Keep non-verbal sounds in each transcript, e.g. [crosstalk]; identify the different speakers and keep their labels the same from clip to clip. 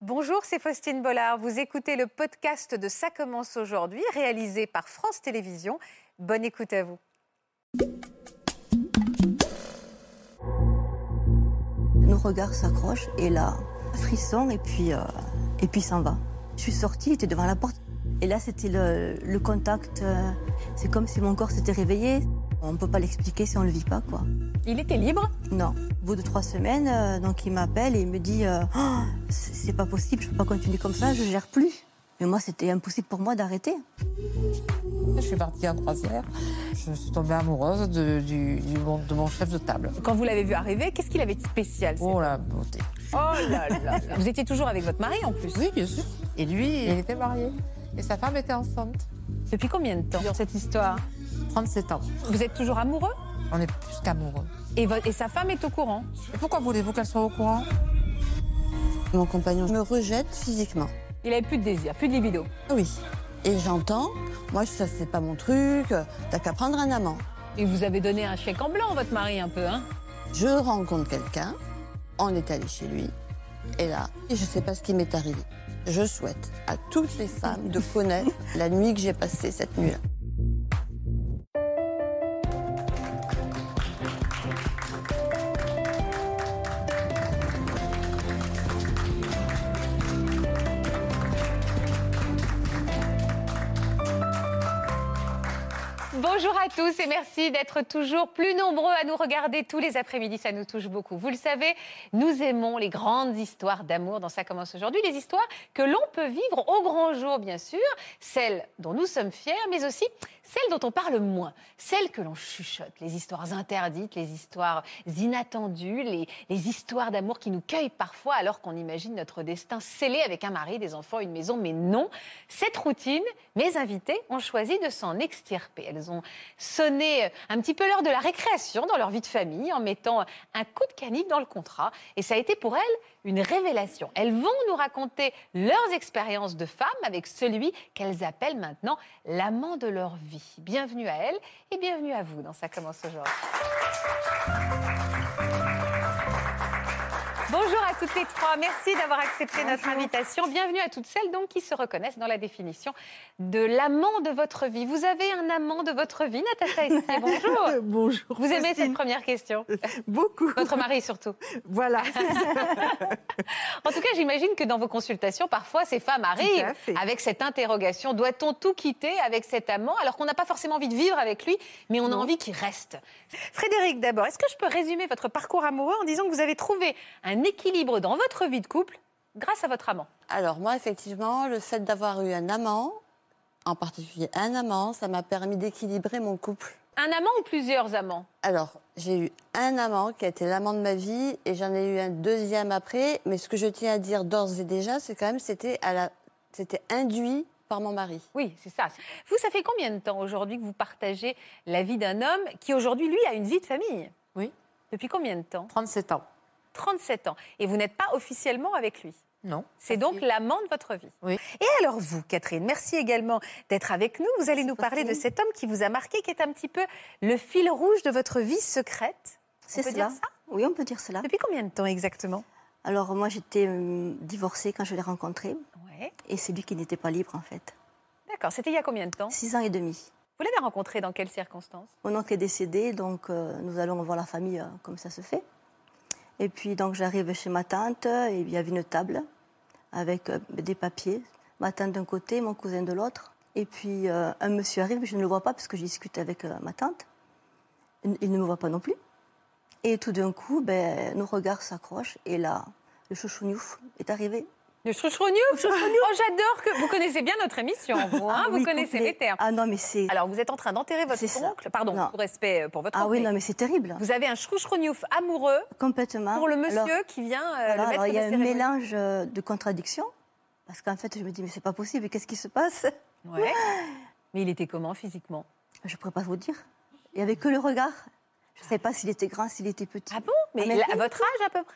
Speaker 1: Bonjour, c'est Faustine Bollard. Vous écoutez le podcast de Ça commence aujourd'hui, réalisé par France Télévisions. Bonne écoute à vous.
Speaker 2: Nos regards s'accrochent et là, frisson et puis euh, et puis s'en va. Je suis sortie, il était devant la porte. Et là, c'était le, le contact. euh, c'est comme si mon corps s'était réveillé. On ne peut pas l'expliquer si on ne le vit pas, quoi.
Speaker 1: Il était libre
Speaker 2: Non. Au bout de trois semaines, euh, donc il m'appelle et il me dit euh, Oh, c'est c'est pas possible, je peux pas continuer comme ça, je gère plus. Mais moi, c'était impossible pour moi d'arrêter.
Speaker 3: Je suis partie en croisière. Je suis tombée amoureuse de, du, du mon, de mon chef de table.
Speaker 1: Quand vous l'avez vu arriver, qu'est-ce qu'il avait de spécial c'est-
Speaker 3: Oh la beauté.
Speaker 1: Oh là là là. Vous étiez toujours avec votre mari en plus
Speaker 3: Oui, bien sûr. Et lui, il était marié. Et sa femme était enceinte.
Speaker 1: Depuis combien de temps cette histoire
Speaker 3: 37 ans.
Speaker 1: Vous êtes toujours amoureux
Speaker 3: On est plus qu'amoureux.
Speaker 1: et, vo- et sa femme est au courant
Speaker 3: Et pourquoi voulez-vous qu'elle soit au courant
Speaker 4: Mon compagnon me rejette physiquement. Ah
Speaker 1: Il avait plus de désir, plus de libido.
Speaker 4: Oui. Et j'entends, moi, ça, c'est pas mon truc, euh, t'as qu'à prendre un amant.
Speaker 1: Et vous avez donné un chèque en blanc, votre mari, un peu, hein
Speaker 4: Je rencontre quelqu'un, on est allé chez lui, et là, je sais pas ce qui m'est arrivé. Je souhaite à toutes les femmes de connaître la nuit que j'ai passée cette nuit-là.
Speaker 5: Bonjour à tous et merci d'être toujours plus nombreux à nous regarder tous les après-midi. Ça nous touche beaucoup. Vous le savez, nous aimons les grandes histoires d'amour dans Ça commence aujourd'hui. Les histoires que l'on peut vivre au grand jour, bien sûr. Celles dont nous sommes fiers, mais aussi celles dont on parle moins. Celles que l'on chuchote. Les histoires interdites, les histoires inattendues, les, les histoires d'amour qui nous cueillent parfois alors qu'on imagine notre destin scellé avec un mari, des enfants, une maison. Mais non, cette routine, mes invités ont choisi de s'en extirper. Elles ont sonné un petit peu l'heure de la récréation dans leur vie de famille en mettant un coup de canif dans le contrat. Et ça a été pour elles une révélation. Elles vont nous raconter leurs expériences de femmes avec celui qu'elles appellent maintenant l'amant de leur vie. Bienvenue à elles et bienvenue à vous dans Ça commence aujourd'hui.
Speaker 1: Bonjour à toutes les trois. Merci d'avoir accepté notre invitation. Bienvenue à toutes celles donc qui se reconnaissent dans la définition de l'amant de votre vie. Vous avez un amant de votre vie, Natacha [laughs] Estier. Bonjour.
Speaker 6: Euh, Bonjour.
Speaker 1: Vous aimez cette
Speaker 6: Faustine.
Speaker 1: première [laughs] question
Speaker 6: Beaucoup.
Speaker 1: Votre mari surtout.
Speaker 6: Voilà.
Speaker 5: En tout cas, j'imagine que dans vos consultations, parfois, ces femmes
Speaker 6: Tout
Speaker 5: arrivent
Speaker 6: à fait.
Speaker 5: avec cette interrogation doit-on tout quitter avec cet amant alors qu'on n'a pas forcément envie de vivre avec lui, mais on a envie qu'il reste
Speaker 1: Frédéric, d'abord, est-ce que je peux résumer votre parcours amoureux en disant que vous avez trouvé un équilibre dans votre vie de couple grâce à votre amant
Speaker 4: Alors, moi, effectivement, le fait d'avoir eu un amant, en particulier un amant, ça m'a permis d'équilibrer mon couple.
Speaker 5: Un amant ou plusieurs amants
Speaker 4: Alors, j'ai eu un amant qui a été l'amant de ma vie et j'en ai eu un deuxième après. Mais ce que je tiens à dire d'ores et déjà, c'est quand même c'était à la, c'était induit par mon mari.
Speaker 5: Oui, c'est ça.
Speaker 1: Vous, ça fait combien de temps aujourd'hui que vous partagez la vie d'un homme qui aujourd'hui, lui, a une vie de famille
Speaker 3: Oui.
Speaker 1: Depuis combien de temps
Speaker 3: 37 ans.
Speaker 1: 37 ans. Et vous n'êtes pas officiellement avec lui
Speaker 3: Non.
Speaker 1: C'est donc l'amant de votre vie.
Speaker 3: Oui.
Speaker 1: Et alors vous, Catherine, merci également d'être avec nous. Vous allez nous parler de cet homme qui vous a marqué, qui est un petit peu le fil rouge de votre vie secrète.
Speaker 2: C'est
Speaker 1: peut
Speaker 2: cela.
Speaker 1: dire ça
Speaker 2: oui, on peut dire cela.
Speaker 1: Depuis combien de temps exactement
Speaker 2: Alors moi, j'étais hum, divorcée quand je l'ai rencontré
Speaker 1: Oui.
Speaker 2: et c'est lui qui n'était pas libre en fait.
Speaker 1: D'accord, c'était il y a combien de temps
Speaker 2: Six ans et demi.
Speaker 1: Vous l'avez rencontré dans quelles circonstances
Speaker 2: Mon oncle est décédé, donc euh, nous allons voir la famille euh, comme ça se fait. Et puis donc j'arrive chez ma tante euh, et il y avait une table avec euh, des papiers. Ma tante d'un côté, mon cousin de l'autre. Et puis euh, un monsieur arrive, mais je ne le vois pas parce que je discute avec euh, ma tante. Il il ne me voit pas non plus. Et tout d'un coup, ben, nos regards s'accrochent et là, le chouchouniouf est arrivé.
Speaker 1: Le chouchrougnou Oh, j'adore que vous connaissez bien notre émission, vous, hein,
Speaker 2: Ah
Speaker 1: vous
Speaker 2: oui,
Speaker 1: connaissez
Speaker 2: complet.
Speaker 1: les termes.
Speaker 2: Ah non, mais c'est...
Speaker 1: Alors vous êtes en train d'enterrer votre
Speaker 2: C'est ça.
Speaker 1: oncle, pardon,
Speaker 2: Non.
Speaker 1: pour respect euh, pour votre
Speaker 2: Ah
Speaker 1: oncle,
Speaker 2: oui,
Speaker 1: mais
Speaker 2: non, mais c'est terrible.
Speaker 1: Vous avez un chouchrougnouf amoureux
Speaker 2: Complètement.
Speaker 1: pour le monsieur
Speaker 2: Alors-
Speaker 1: qui vient euh,
Speaker 2: Voilà,
Speaker 1: le
Speaker 2: Ah, alors,
Speaker 1: maître
Speaker 2: il y a
Speaker 1: des
Speaker 2: un
Speaker 1: cérémonies.
Speaker 2: mélange euh, de contradictions. Parce qu'en fait, je me dis, mais c'est pas possible, qu'est-ce qui se passe
Speaker 1: Ouais. Mais il était comment physiquement
Speaker 2: Je pourrais pas vous dire. Il n'y avait que le regard. Je ne savais pas s'il était grand, s'il était petit.
Speaker 1: Ah bon Mais
Speaker 2: Ah, mais
Speaker 1: il a-
Speaker 2: rien
Speaker 1: à
Speaker 2: du
Speaker 1: votre âge à peu près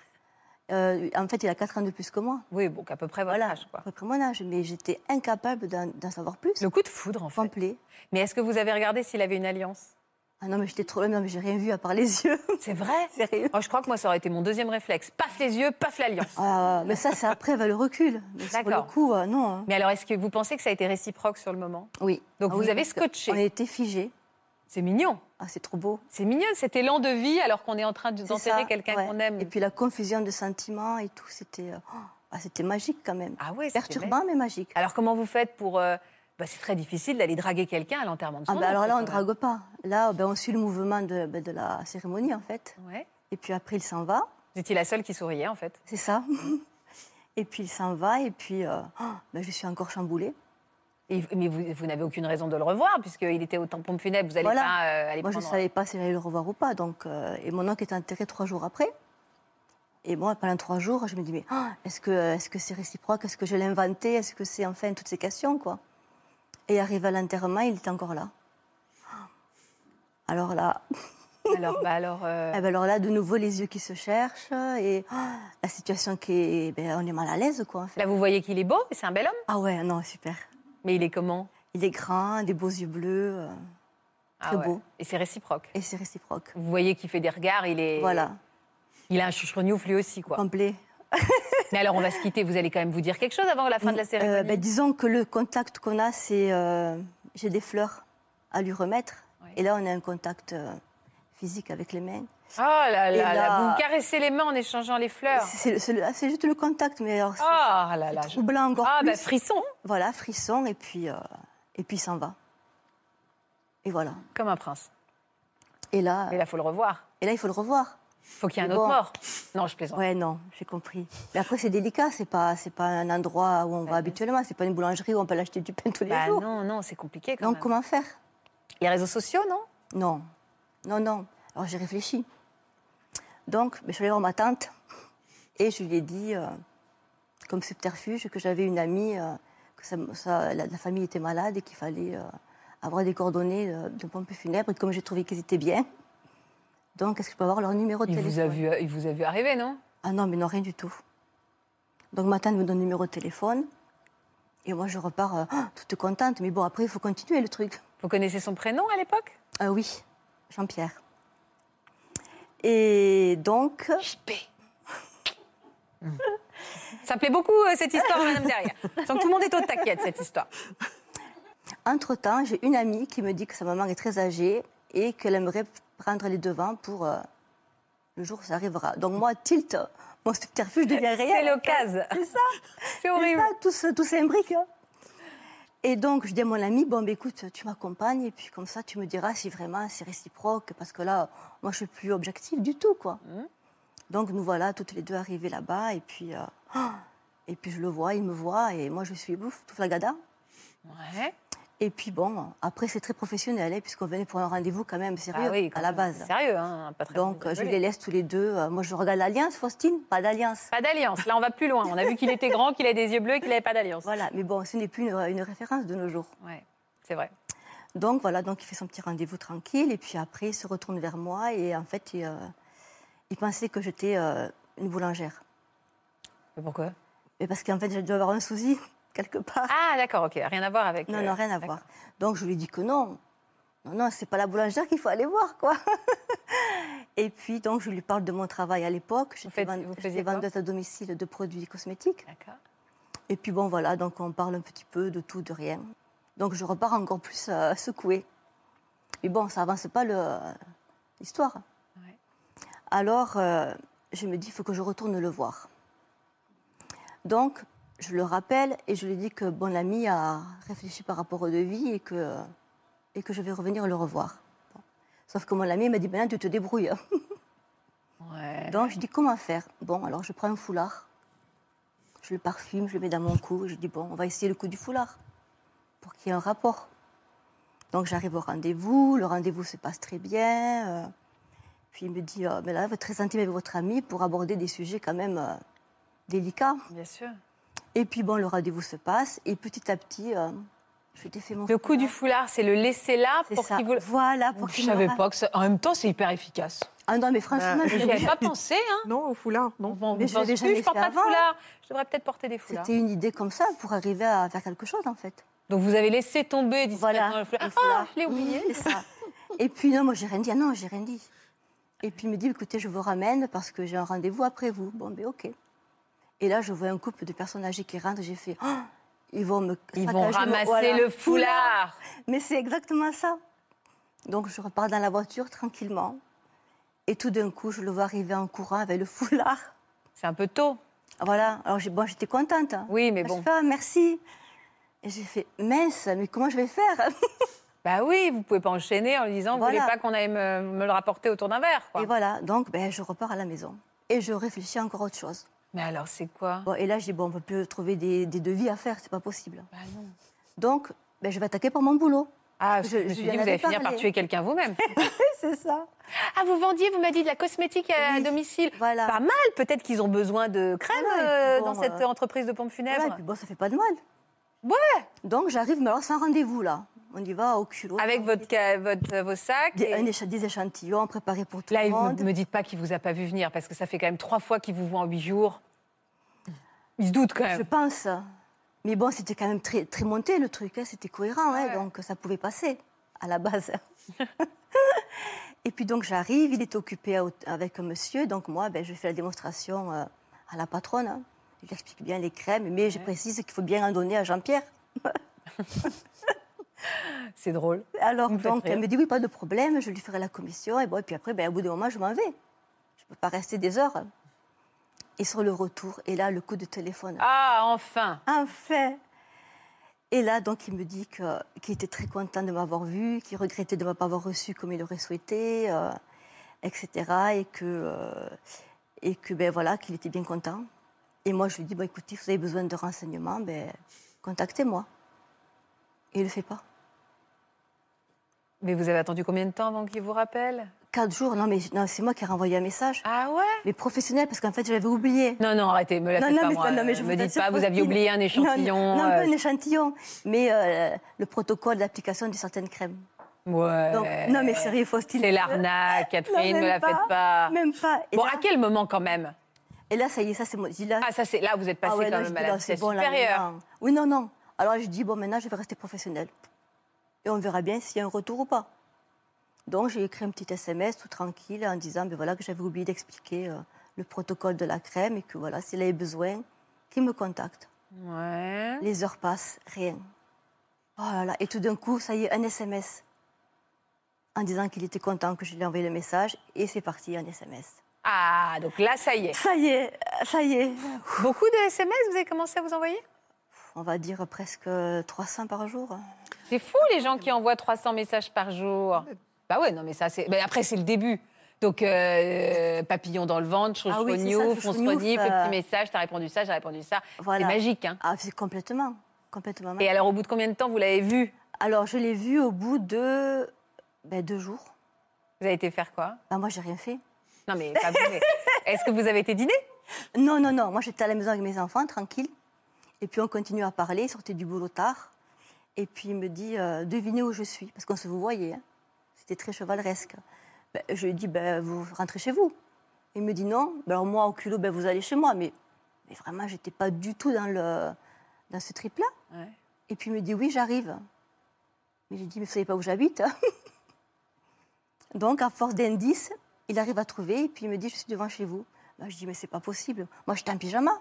Speaker 2: Euh, en fait, il a 4 ans de plus que moi.
Speaker 1: Oui, bon, à peu près votre âge quoi.
Speaker 2: À peu près mon âge. Mais j'étais incapable d'en d'en savoir plus.
Speaker 1: Le coup de foudre en fait.
Speaker 2: Complet.
Speaker 1: Mais est-ce que vous avez regardé s'il avait une alliance
Speaker 2: Ah non, mais j'étais trop là, non, mais j'ai rien vu à part les [laughs] yeux.
Speaker 1: C'est vrai
Speaker 2: Sérieux.
Speaker 1: Oh, Je crois que moi, ça aurait été mon deuxième réflexe. Paf les yeux, paf l'alliance.
Speaker 2: Ah, mais ça, c'est après, avec le recul. Mais c'est pour le
Speaker 1: D'accord.
Speaker 2: coup, euh, non. hein.
Speaker 1: Mais alors, est-ce que vous pensez que ça a été réciproque sur le moment
Speaker 2: Oui.
Speaker 1: Donc,
Speaker 2: Ah
Speaker 1: vous
Speaker 2: oui,
Speaker 1: avez
Speaker 2: parce que
Speaker 1: scotché.
Speaker 2: On a été figés.
Speaker 1: C'est mignon.
Speaker 2: Ah, c'est trop beau.
Speaker 1: C'est mignon, cet élan de vie alors qu'on est en train de-
Speaker 2: C'est
Speaker 1: d'enterrer
Speaker 2: ça,
Speaker 1: quelqu'un
Speaker 2: ouais.
Speaker 1: qu'on aime.
Speaker 2: Et puis la confusion de sentiments et tout, c'était euh, oh, ah, c'était magique quand même.
Speaker 1: ah ouais, c'était
Speaker 2: Perturbant, mais magique.
Speaker 1: Alors comment vous faites pour... euh, bah, c'est très difficile d'aller draguer quelqu'un à l'enterrement de son
Speaker 2: Ah, ben,
Speaker 1: oncle,
Speaker 2: alors là, on
Speaker 1: quand
Speaker 2: ne drague pas. Là, ben, on suit le mouvement de, ben, de la cérémonie, en fait.
Speaker 1: même. Ouais.
Speaker 2: Et puis après, il s'en va.
Speaker 1: Vous étiez la seule qui souriait en fait.
Speaker 2: C'est ça. [laughs] et puis il s'en va. Et puis, euh, oh, ben, je suis encore chamboulée.
Speaker 1: Et- mais vous, vous n'avez aucune raison de le revoir puisqu'il était au tampon funèbre, vous n'allez
Speaker 2: Voilà.
Speaker 1: pas euh, aller
Speaker 2: Moi, je ne
Speaker 1: prendre...
Speaker 2: savais pas si j'allais le revoir ou pas. Donc, euh, et mon oncle est enterré trois jours après. Et moi, pendant trois jours, je me dis, mais ah, est-ce que est-ce que c'est réciproque Est-ce que je l'ai inventé Est-ce que c'est enfin toutes ces questions, quoi Et arrivé à l'enterrement, il était encore là. Oh. Alors là,
Speaker 1: Alors, bah, alors euh,
Speaker 2: eh ben alors là, de nouveau, les yeux qui se cherchent et ah, la situation qui est... ben, on est mal à l'aise, quoi, en fait.
Speaker 1: là vous voyez qu'il est beau, c'est un bel homme,
Speaker 2: Ah ouais, non, super.
Speaker 1: mais il est comment
Speaker 2: Il est grand, des beaux yeux bleus, euh,
Speaker 1: Ah
Speaker 2: Très
Speaker 1: ouais.
Speaker 2: beau.
Speaker 1: Et c'est réciproque.
Speaker 2: et c'est réciproque.
Speaker 1: Vous voyez qu'il fait des regards, il est...
Speaker 2: Voilà,
Speaker 1: Il a un chouchrouniouf lui aussi quoi.
Speaker 2: complet.
Speaker 1: mais alors on va se quitter, vous allez quand même vous dire quelque chose avant la fin de la cérémonie.
Speaker 2: Euh, ben, disons que le contact qu'on a, c'est euh, j'ai des fleurs à lui remettre.
Speaker 1: Ouais.
Speaker 2: Et là, on a un contact euh, physique avec les mains.
Speaker 1: Oh là là,
Speaker 2: Et
Speaker 1: là,
Speaker 2: là-
Speaker 1: vous vous caressez les mains en échangeant les fleurs.
Speaker 2: C'est le- c'est le- ah, c'est juste le contact, mais alors c'est
Speaker 1: Ah là là. je-
Speaker 2: troublant encore
Speaker 1: Ah
Speaker 2: plus.
Speaker 1: bah frisson,
Speaker 2: Voilà, frisson, et puis, euh, et puis il s'en va. Et voilà.
Speaker 1: comme un prince.
Speaker 2: Et là,
Speaker 1: Mais là, faut le revoir.
Speaker 2: et là il faut le revoir.
Speaker 1: Faut qu'il y ait un
Speaker 2: Mais
Speaker 1: autre
Speaker 2: bon.
Speaker 1: mort. Non, je plaisante.
Speaker 2: Ouais, non, j'ai compris. Mais après, c'est délicat, c'est pas, c'est pas un endroit où on va habituellement, c'est pas une boulangerie où on peut l'acheter du pain tous les
Speaker 1: Bah
Speaker 2: jours.
Speaker 1: non, non, c'est compliqué quand
Speaker 2: Donc,
Speaker 1: même.
Speaker 2: comment faire
Speaker 1: Les réseaux sociaux, non
Speaker 2: Non, non, non. Alors j'ai réfléchi. Donc, ben, je suis allée voir ma tante et je lui ai dit, euh, comme subterfuge, que j'avais une amie, euh, que ça, ça- la, la famille était malade et qu'il fallait euh, avoir des coordonnées euh, de pompes funèbres. Et comme j'ai trouvé qu'ils étaient bien, donc est-ce que je peux avoir leur numéro de
Speaker 1: Il vous,
Speaker 2: téléphone
Speaker 1: a vu, euh, il vous a vu arriver, non
Speaker 2: Ah non, mais non, rien du tout. Donc ma tante me donne le numéro de téléphone et moi je repars euh, Ah, toute contente. Mais bon, après, il faut continuer le truc.
Speaker 1: Vous connaissez son prénom à l'époque
Speaker 2: Ah oui, Jean-Pierre. Et donc,
Speaker 1: JP. Ça plaît beaucoup euh, cette histoire, Madame
Speaker 2: [laughs]
Speaker 1: Derrière. Sans que tout le monde est au taquet de cette histoire.
Speaker 2: entre-temps, j'ai une amie qui me dit que sa maman est très âgée et qu'elle aimerait prendre les devants pour euh, le jour où ça arrivera. Donc moi, tilt, mon subterfuge devient
Speaker 1: C'est
Speaker 2: réel.
Speaker 1: l'occasion. C'est ça. C'est horrible.
Speaker 2: Ça, tout, se- tout s'imbrique. hein. Et donc, je dis à mon ami, bon, bah, écoute, tu m'accompagnes et puis comme ça, tu me diras si vraiment c'est réciproque, parce que là, moi, je suis plus objective du tout, quoi.
Speaker 1: Mmh.
Speaker 2: Donc, nous voilà toutes les deux arrivées là-bas et puis, euh, [gasps] ah, et puis je le vois, il me voit et moi, je suis bouffe, tout flagada.
Speaker 1: Ouais.
Speaker 2: Et puis bon, après, c'est très professionnel, hein, puisqu'on venait pour un rendez-vous quand même
Speaker 1: Ah
Speaker 2: sérieux,
Speaker 1: oui, quand
Speaker 2: à la
Speaker 1: même,
Speaker 2: base.
Speaker 1: Sérieux, hein, pas très
Speaker 2: Donc,
Speaker 1: bon
Speaker 2: euh, je
Speaker 1: désolé.
Speaker 2: les laisse tous les deux. Euh, Moi, je regarde l'alliance, Faustine, pas d'alliance.
Speaker 1: Pas d'alliance. Là, on va plus loin. On a vu qu'il était grand, qu'il avait des yeux bleus et qu'il n'avait pas d'alliance.
Speaker 2: Voilà, mais bon, ce n'est plus une, une référence de nos jours.
Speaker 1: Ouais, c'est vrai.
Speaker 2: Donc voilà, donc il fait son petit rendez-vous tranquille et puis après il se retourne vers moi et en fait il, euh, il pensait que j'étais euh, une boulangère.
Speaker 1: Mais pourquoi
Speaker 2: Mais parce qu'en fait je dois avoir un souci [laughs] quelque part.
Speaker 1: Ah, d'accord, ok. Rien à voir avec.
Speaker 2: non,
Speaker 1: euh,
Speaker 2: non, rien à
Speaker 1: d'accord.
Speaker 2: voir. Donc je lui dis que non. Non, non, c'est pas la boulangère qu'il faut aller voir quoi. [laughs] et puis donc je lui parle de mon travail à l'époque. J'étais
Speaker 1: faites-
Speaker 2: vend-
Speaker 1: vous faisiez
Speaker 2: j'étais
Speaker 1: quoi
Speaker 2: vendeuse à domicile de produits cosmétiques.
Speaker 1: D'accord.
Speaker 2: Et puis bon voilà, donc on parle un petit peu de tout, de rien. Donc je repars encore plus euh, secouée. Mais bon, ça avance pas le- euh, l'histoire.
Speaker 1: Ouais.
Speaker 2: Alors euh, je me dis, il faut que je retourne le voir. Donc je le rappelle et je lui dis que mon ami a réfléchi par rapport au devis et que, euh, et que je vais revenir le revoir. Bon. Sauf que mon ami m'a dit, maintenant tu te débrouilles. hein.
Speaker 1: [laughs] Ouais.
Speaker 2: Donc je dis comment faire Bon, alors je prends un foulard, je le parfume, je le mets dans mon cou, je dis bon, on va essayer le coup du foulard pour qu'il y ait un rapport. Donc j'arrive au rendez-vous, le rendez-vous se passe très bien. euh, puis il me dit, euh, mais là, vous êtes très intime avec votre ami pour aborder des sujets quand même euh, délicats.
Speaker 1: Bien sûr.
Speaker 2: Et puis bon, le rendez-vous se passe et petit à petit, euh, je t'ai fait mon
Speaker 1: Le coup du
Speaker 2: foulard.
Speaker 1: foulard, c'est le laisser là
Speaker 2: C'est
Speaker 1: pour
Speaker 2: ça.
Speaker 1: qu'il vous. le-
Speaker 2: Voilà, pour
Speaker 1: Je
Speaker 2: qu'il me
Speaker 1: savais
Speaker 2: ra-
Speaker 1: pas que ça. En même temps, c'est hyper efficace.
Speaker 2: Ah non, mais franchement, je
Speaker 1: J'y
Speaker 2: l'ai
Speaker 1: avais pas pensé, hein.
Speaker 5: Non, au foulard,
Speaker 1: Bon,
Speaker 5: non.
Speaker 1: bon,
Speaker 2: Mais
Speaker 1: vous
Speaker 2: je l'avais
Speaker 1: pensez que
Speaker 2: jamais
Speaker 1: je porte
Speaker 2: fait
Speaker 1: pas de
Speaker 2: avant.
Speaker 1: foulard. Je devrais peut-être porter des foulards.
Speaker 2: C'était une idée comme ça pour arriver à faire quelque chose en fait.
Speaker 1: Donc vous avez laissé tomber discrètement
Speaker 2: Voilà.
Speaker 1: le foulard.
Speaker 2: le foulard.
Speaker 1: Ah, je l'ai oublié.
Speaker 2: C'est ça. Et puis, non, moi, j'ai rien dit. Ah non, j'ai rien dit. Et puis, il me dit, écoutez, je vous ramène parce que j'ai un rendez-vous après vous. Bon, ben, OK. Et là, je vois un couple de personnes âgées qui rentrent. J'ai fait, Oh, ils vont me.
Speaker 5: Ils vont
Speaker 2: saccager mon-
Speaker 5: ramasser
Speaker 2: voilà,
Speaker 5: le foulard.
Speaker 2: Mais c'est exactement ça. Donc, je repars dans la voiture tranquillement. Et tout d'un coup, je le vois arriver en courant avec le foulard.
Speaker 5: C'est un peu tôt.
Speaker 2: Voilà. Alors, j'ai- bon, j'étais contente. hein.
Speaker 5: Oui, mais
Speaker 2: Je
Speaker 5: bon.
Speaker 2: fais, Ah, merci. Et j'ai fait, mince, mais comment je vais faire
Speaker 5: [laughs] Bah oui, vous pouvez pas enchaîner en lui disant vous
Speaker 2: Voilà.
Speaker 5: voulez pas qu'on aille me, me le rapporter autour d'un verre. quoi.
Speaker 2: Et voilà, donc ben, je repars à la maison. Et je réfléchis encore à autre chose.
Speaker 5: Mais alors c'est quoi
Speaker 2: Bon, et là, je dis, bon, on peut plus trouver des, des devis à faire, c'est pas possible.
Speaker 5: Bah non.
Speaker 2: Donc, ben, je vais attaquer par mon boulot.
Speaker 5: Ah, je,
Speaker 2: Je-
Speaker 5: je me
Speaker 2: je
Speaker 5: suis
Speaker 2: lui
Speaker 5: dit
Speaker 2: en
Speaker 5: vous allez
Speaker 2: avais
Speaker 5: finir par
Speaker 2: parlé.
Speaker 5: tuer
Speaker 2: [laughs]
Speaker 5: quelqu'un vous-même.
Speaker 2: c'est ça.
Speaker 5: ah, vous vendiez, vous m'avez dit de la cosmétique à
Speaker 2: Oui,
Speaker 5: domicile.
Speaker 2: voilà.
Speaker 5: Pas mal, peut-être qu'ils ont besoin de crème
Speaker 2: Voilà, et puis
Speaker 5: euh,
Speaker 2: bon,
Speaker 5: dans cette
Speaker 2: euh,
Speaker 5: entreprise de pompes
Speaker 2: Voilà,
Speaker 5: funèbres.
Speaker 2: et puis bon, ça fait pas de mal. Ouais Donc, j'arrive, mais alors, sans rendez-vous, là. On y va au culot.
Speaker 5: Avec votre, ca- votre, euh, vos sacs.
Speaker 2: Des,
Speaker 5: et-
Speaker 2: un écha- des échantillons préparés pour tout
Speaker 5: Là,
Speaker 2: le
Speaker 5: il
Speaker 2: monde.
Speaker 5: ne me dites pas qu'il vous a pas vu venir, parce que ça fait quand même trois fois qu'il vous voit en huit jours. Il se doute quand
Speaker 2: Je
Speaker 5: même.
Speaker 2: pense. Mais bon, c'était quand même très, très monté, le truc. hein, C'était cohérent, hein,
Speaker 5: Ouais.
Speaker 2: donc ça pouvait passer, à la base. [laughs] Et puis donc, j'arrive, il est occupé à- avec un monsieur. Donc moi, ben, je fais la démonstration euh, à la patronne. hein. Je lui explique bien les crèmes, mais je précise qu'il faut bien en donner à Jean-Pierre.
Speaker 5: C'est drôle.
Speaker 2: Alors
Speaker 5: Vous me faites
Speaker 2: donc,
Speaker 5: rire.
Speaker 2: elle me dit, oui, pas de problème, je lui ferai la commission. Et, bon, et puis après, ben, au bout d'un moment, je m'en vais. Je ne peux pas rester des heures. Et sur le retour, et là, le coup de téléphone.
Speaker 5: Ah, enfin
Speaker 2: Enfin Et là, donc, il me dit que- qu'il était très content de m'avoir vu, qu'il regrettait de ne pas avoir reçu comme il aurait souhaité, euh, etc. Et que, euh, et que ben voilà, qu'il était bien content. Et moi, je lui dis, bon, écoutez, si vous avez besoin de renseignements, ben, contactez-moi. Et il ne le fait pas.
Speaker 5: Mais vous avez attendu combien de temps avant qu'il vous rappelle
Speaker 2: Quatre jours, non, mais non, c'est moi qui ai renvoyé un message.
Speaker 5: Ah ouais
Speaker 2: Mais professionnel, parce qu'en fait, j'avais oublié.
Speaker 5: Non, non, arrêtez, me la faites pas, moi. euh, me
Speaker 2: vous
Speaker 5: dites
Speaker 2: assure,
Speaker 5: pas, vous aviez
Speaker 2: Faustine.
Speaker 5: oublié un échantillon.
Speaker 2: Non, non, pas
Speaker 5: euh,
Speaker 2: un échantillon, mais euh, le protocole d'application de certaines crèmes.
Speaker 5: ouais.
Speaker 2: Donc, non, mais sérieux, Faustine.
Speaker 5: Euh, C'est
Speaker 2: [laughs]
Speaker 5: l'arnaque, Catherine,
Speaker 2: même
Speaker 5: me la
Speaker 2: pas,
Speaker 5: faites pas.
Speaker 2: Même pas. Et,
Speaker 5: Bon,
Speaker 2: là,
Speaker 5: à quel moment quand même
Speaker 2: et là, ça y est, ça, c'est moi. Je dis là.
Speaker 5: Ah, ça, c'est là, vous êtes passé
Speaker 2: ah ouais,
Speaker 5: quand
Speaker 2: là, je
Speaker 5: même à
Speaker 2: dis,
Speaker 5: la
Speaker 2: là, c'est
Speaker 5: vitesse
Speaker 2: bon, là,
Speaker 5: supérieure.
Speaker 2: maintenant. Oui, non, non. Alors, je dis, bon, maintenant, je vais rester professionnelle. Et on verra bien s'il y a un retour ou pas. Donc, j'ai écrit un petit SMS tout tranquille en disant ben, voilà, que j'avais oublié d'expliquer euh, le protocole de la crème et que voilà, s'il avait besoin, qu'il me contacte.
Speaker 5: Ouais.
Speaker 2: Les heures passent, rien. Oh là là, et tout d'un coup, ça y est, un SMS. En disant qu'il était content que je lui ai envoyé le message, et c'est parti, un SMS.
Speaker 5: Ah, donc là, ça y est.
Speaker 2: Ça y est, euh, ça y est.
Speaker 5: Beaucoup de SMS, vous avez commencé à vous envoyer
Speaker 2: On va dire presque 300 par jour.
Speaker 5: C'est fou les gens qui envoient 300 messages par jour. Bah ouais, non mais ça c'est. Mais après c'est le début. Donc euh, papillon dans le ventre, chose
Speaker 2: Ah oui, c'est ça,
Speaker 5: rognouf,
Speaker 2: chose
Speaker 5: on se
Speaker 2: rognouf,
Speaker 5: renifle, le
Speaker 2: euh,
Speaker 5: petit message, t'as répondu ça, j'ai répondu ça.
Speaker 2: Voilà.
Speaker 5: C'est magique hein.
Speaker 2: Ah, c'est complètement, complètement.
Speaker 5: Et
Speaker 2: mal.
Speaker 5: alors au bout de combien de temps vous l'avez vu
Speaker 2: Alors, je l'ai vu au bout de ben, deux jours.
Speaker 5: Vous avez été faire quoi
Speaker 2: Ben, moi, j'ai rien fait.
Speaker 5: Non mais, pas vous,
Speaker 2: [laughs]
Speaker 5: mais est-ce que vous avez été dîner
Speaker 2: Non, non, non. Moi, j'étais à la maison avec mes enfants, tranquille. Et puis, on continue à parler. Il sortait du boulot tard. Et puis, il me dit euh, Devinez où je suis. Parce qu'on se vous voyait. hein. C'était très chevaleresque. Ben, je lui dis ben, Vous rentrez chez vous. Il me dit Non. Ben, alors, moi, au culot, ben, vous allez chez moi. Mais, mais vraiment, j'étais pas du tout dans, le, dans ce trip-là.
Speaker 5: Ouais.
Speaker 2: Et puis, il me dit Oui, j'arrive. Mais j'ai dit Mais vous savez pas où j'habite hein. Donc, à force d'indices, il arrive à trouver et puis il me dit Je suis devant chez vous. Bah, je dis Mais c'est pas possible. Moi, j'étais en pyjama.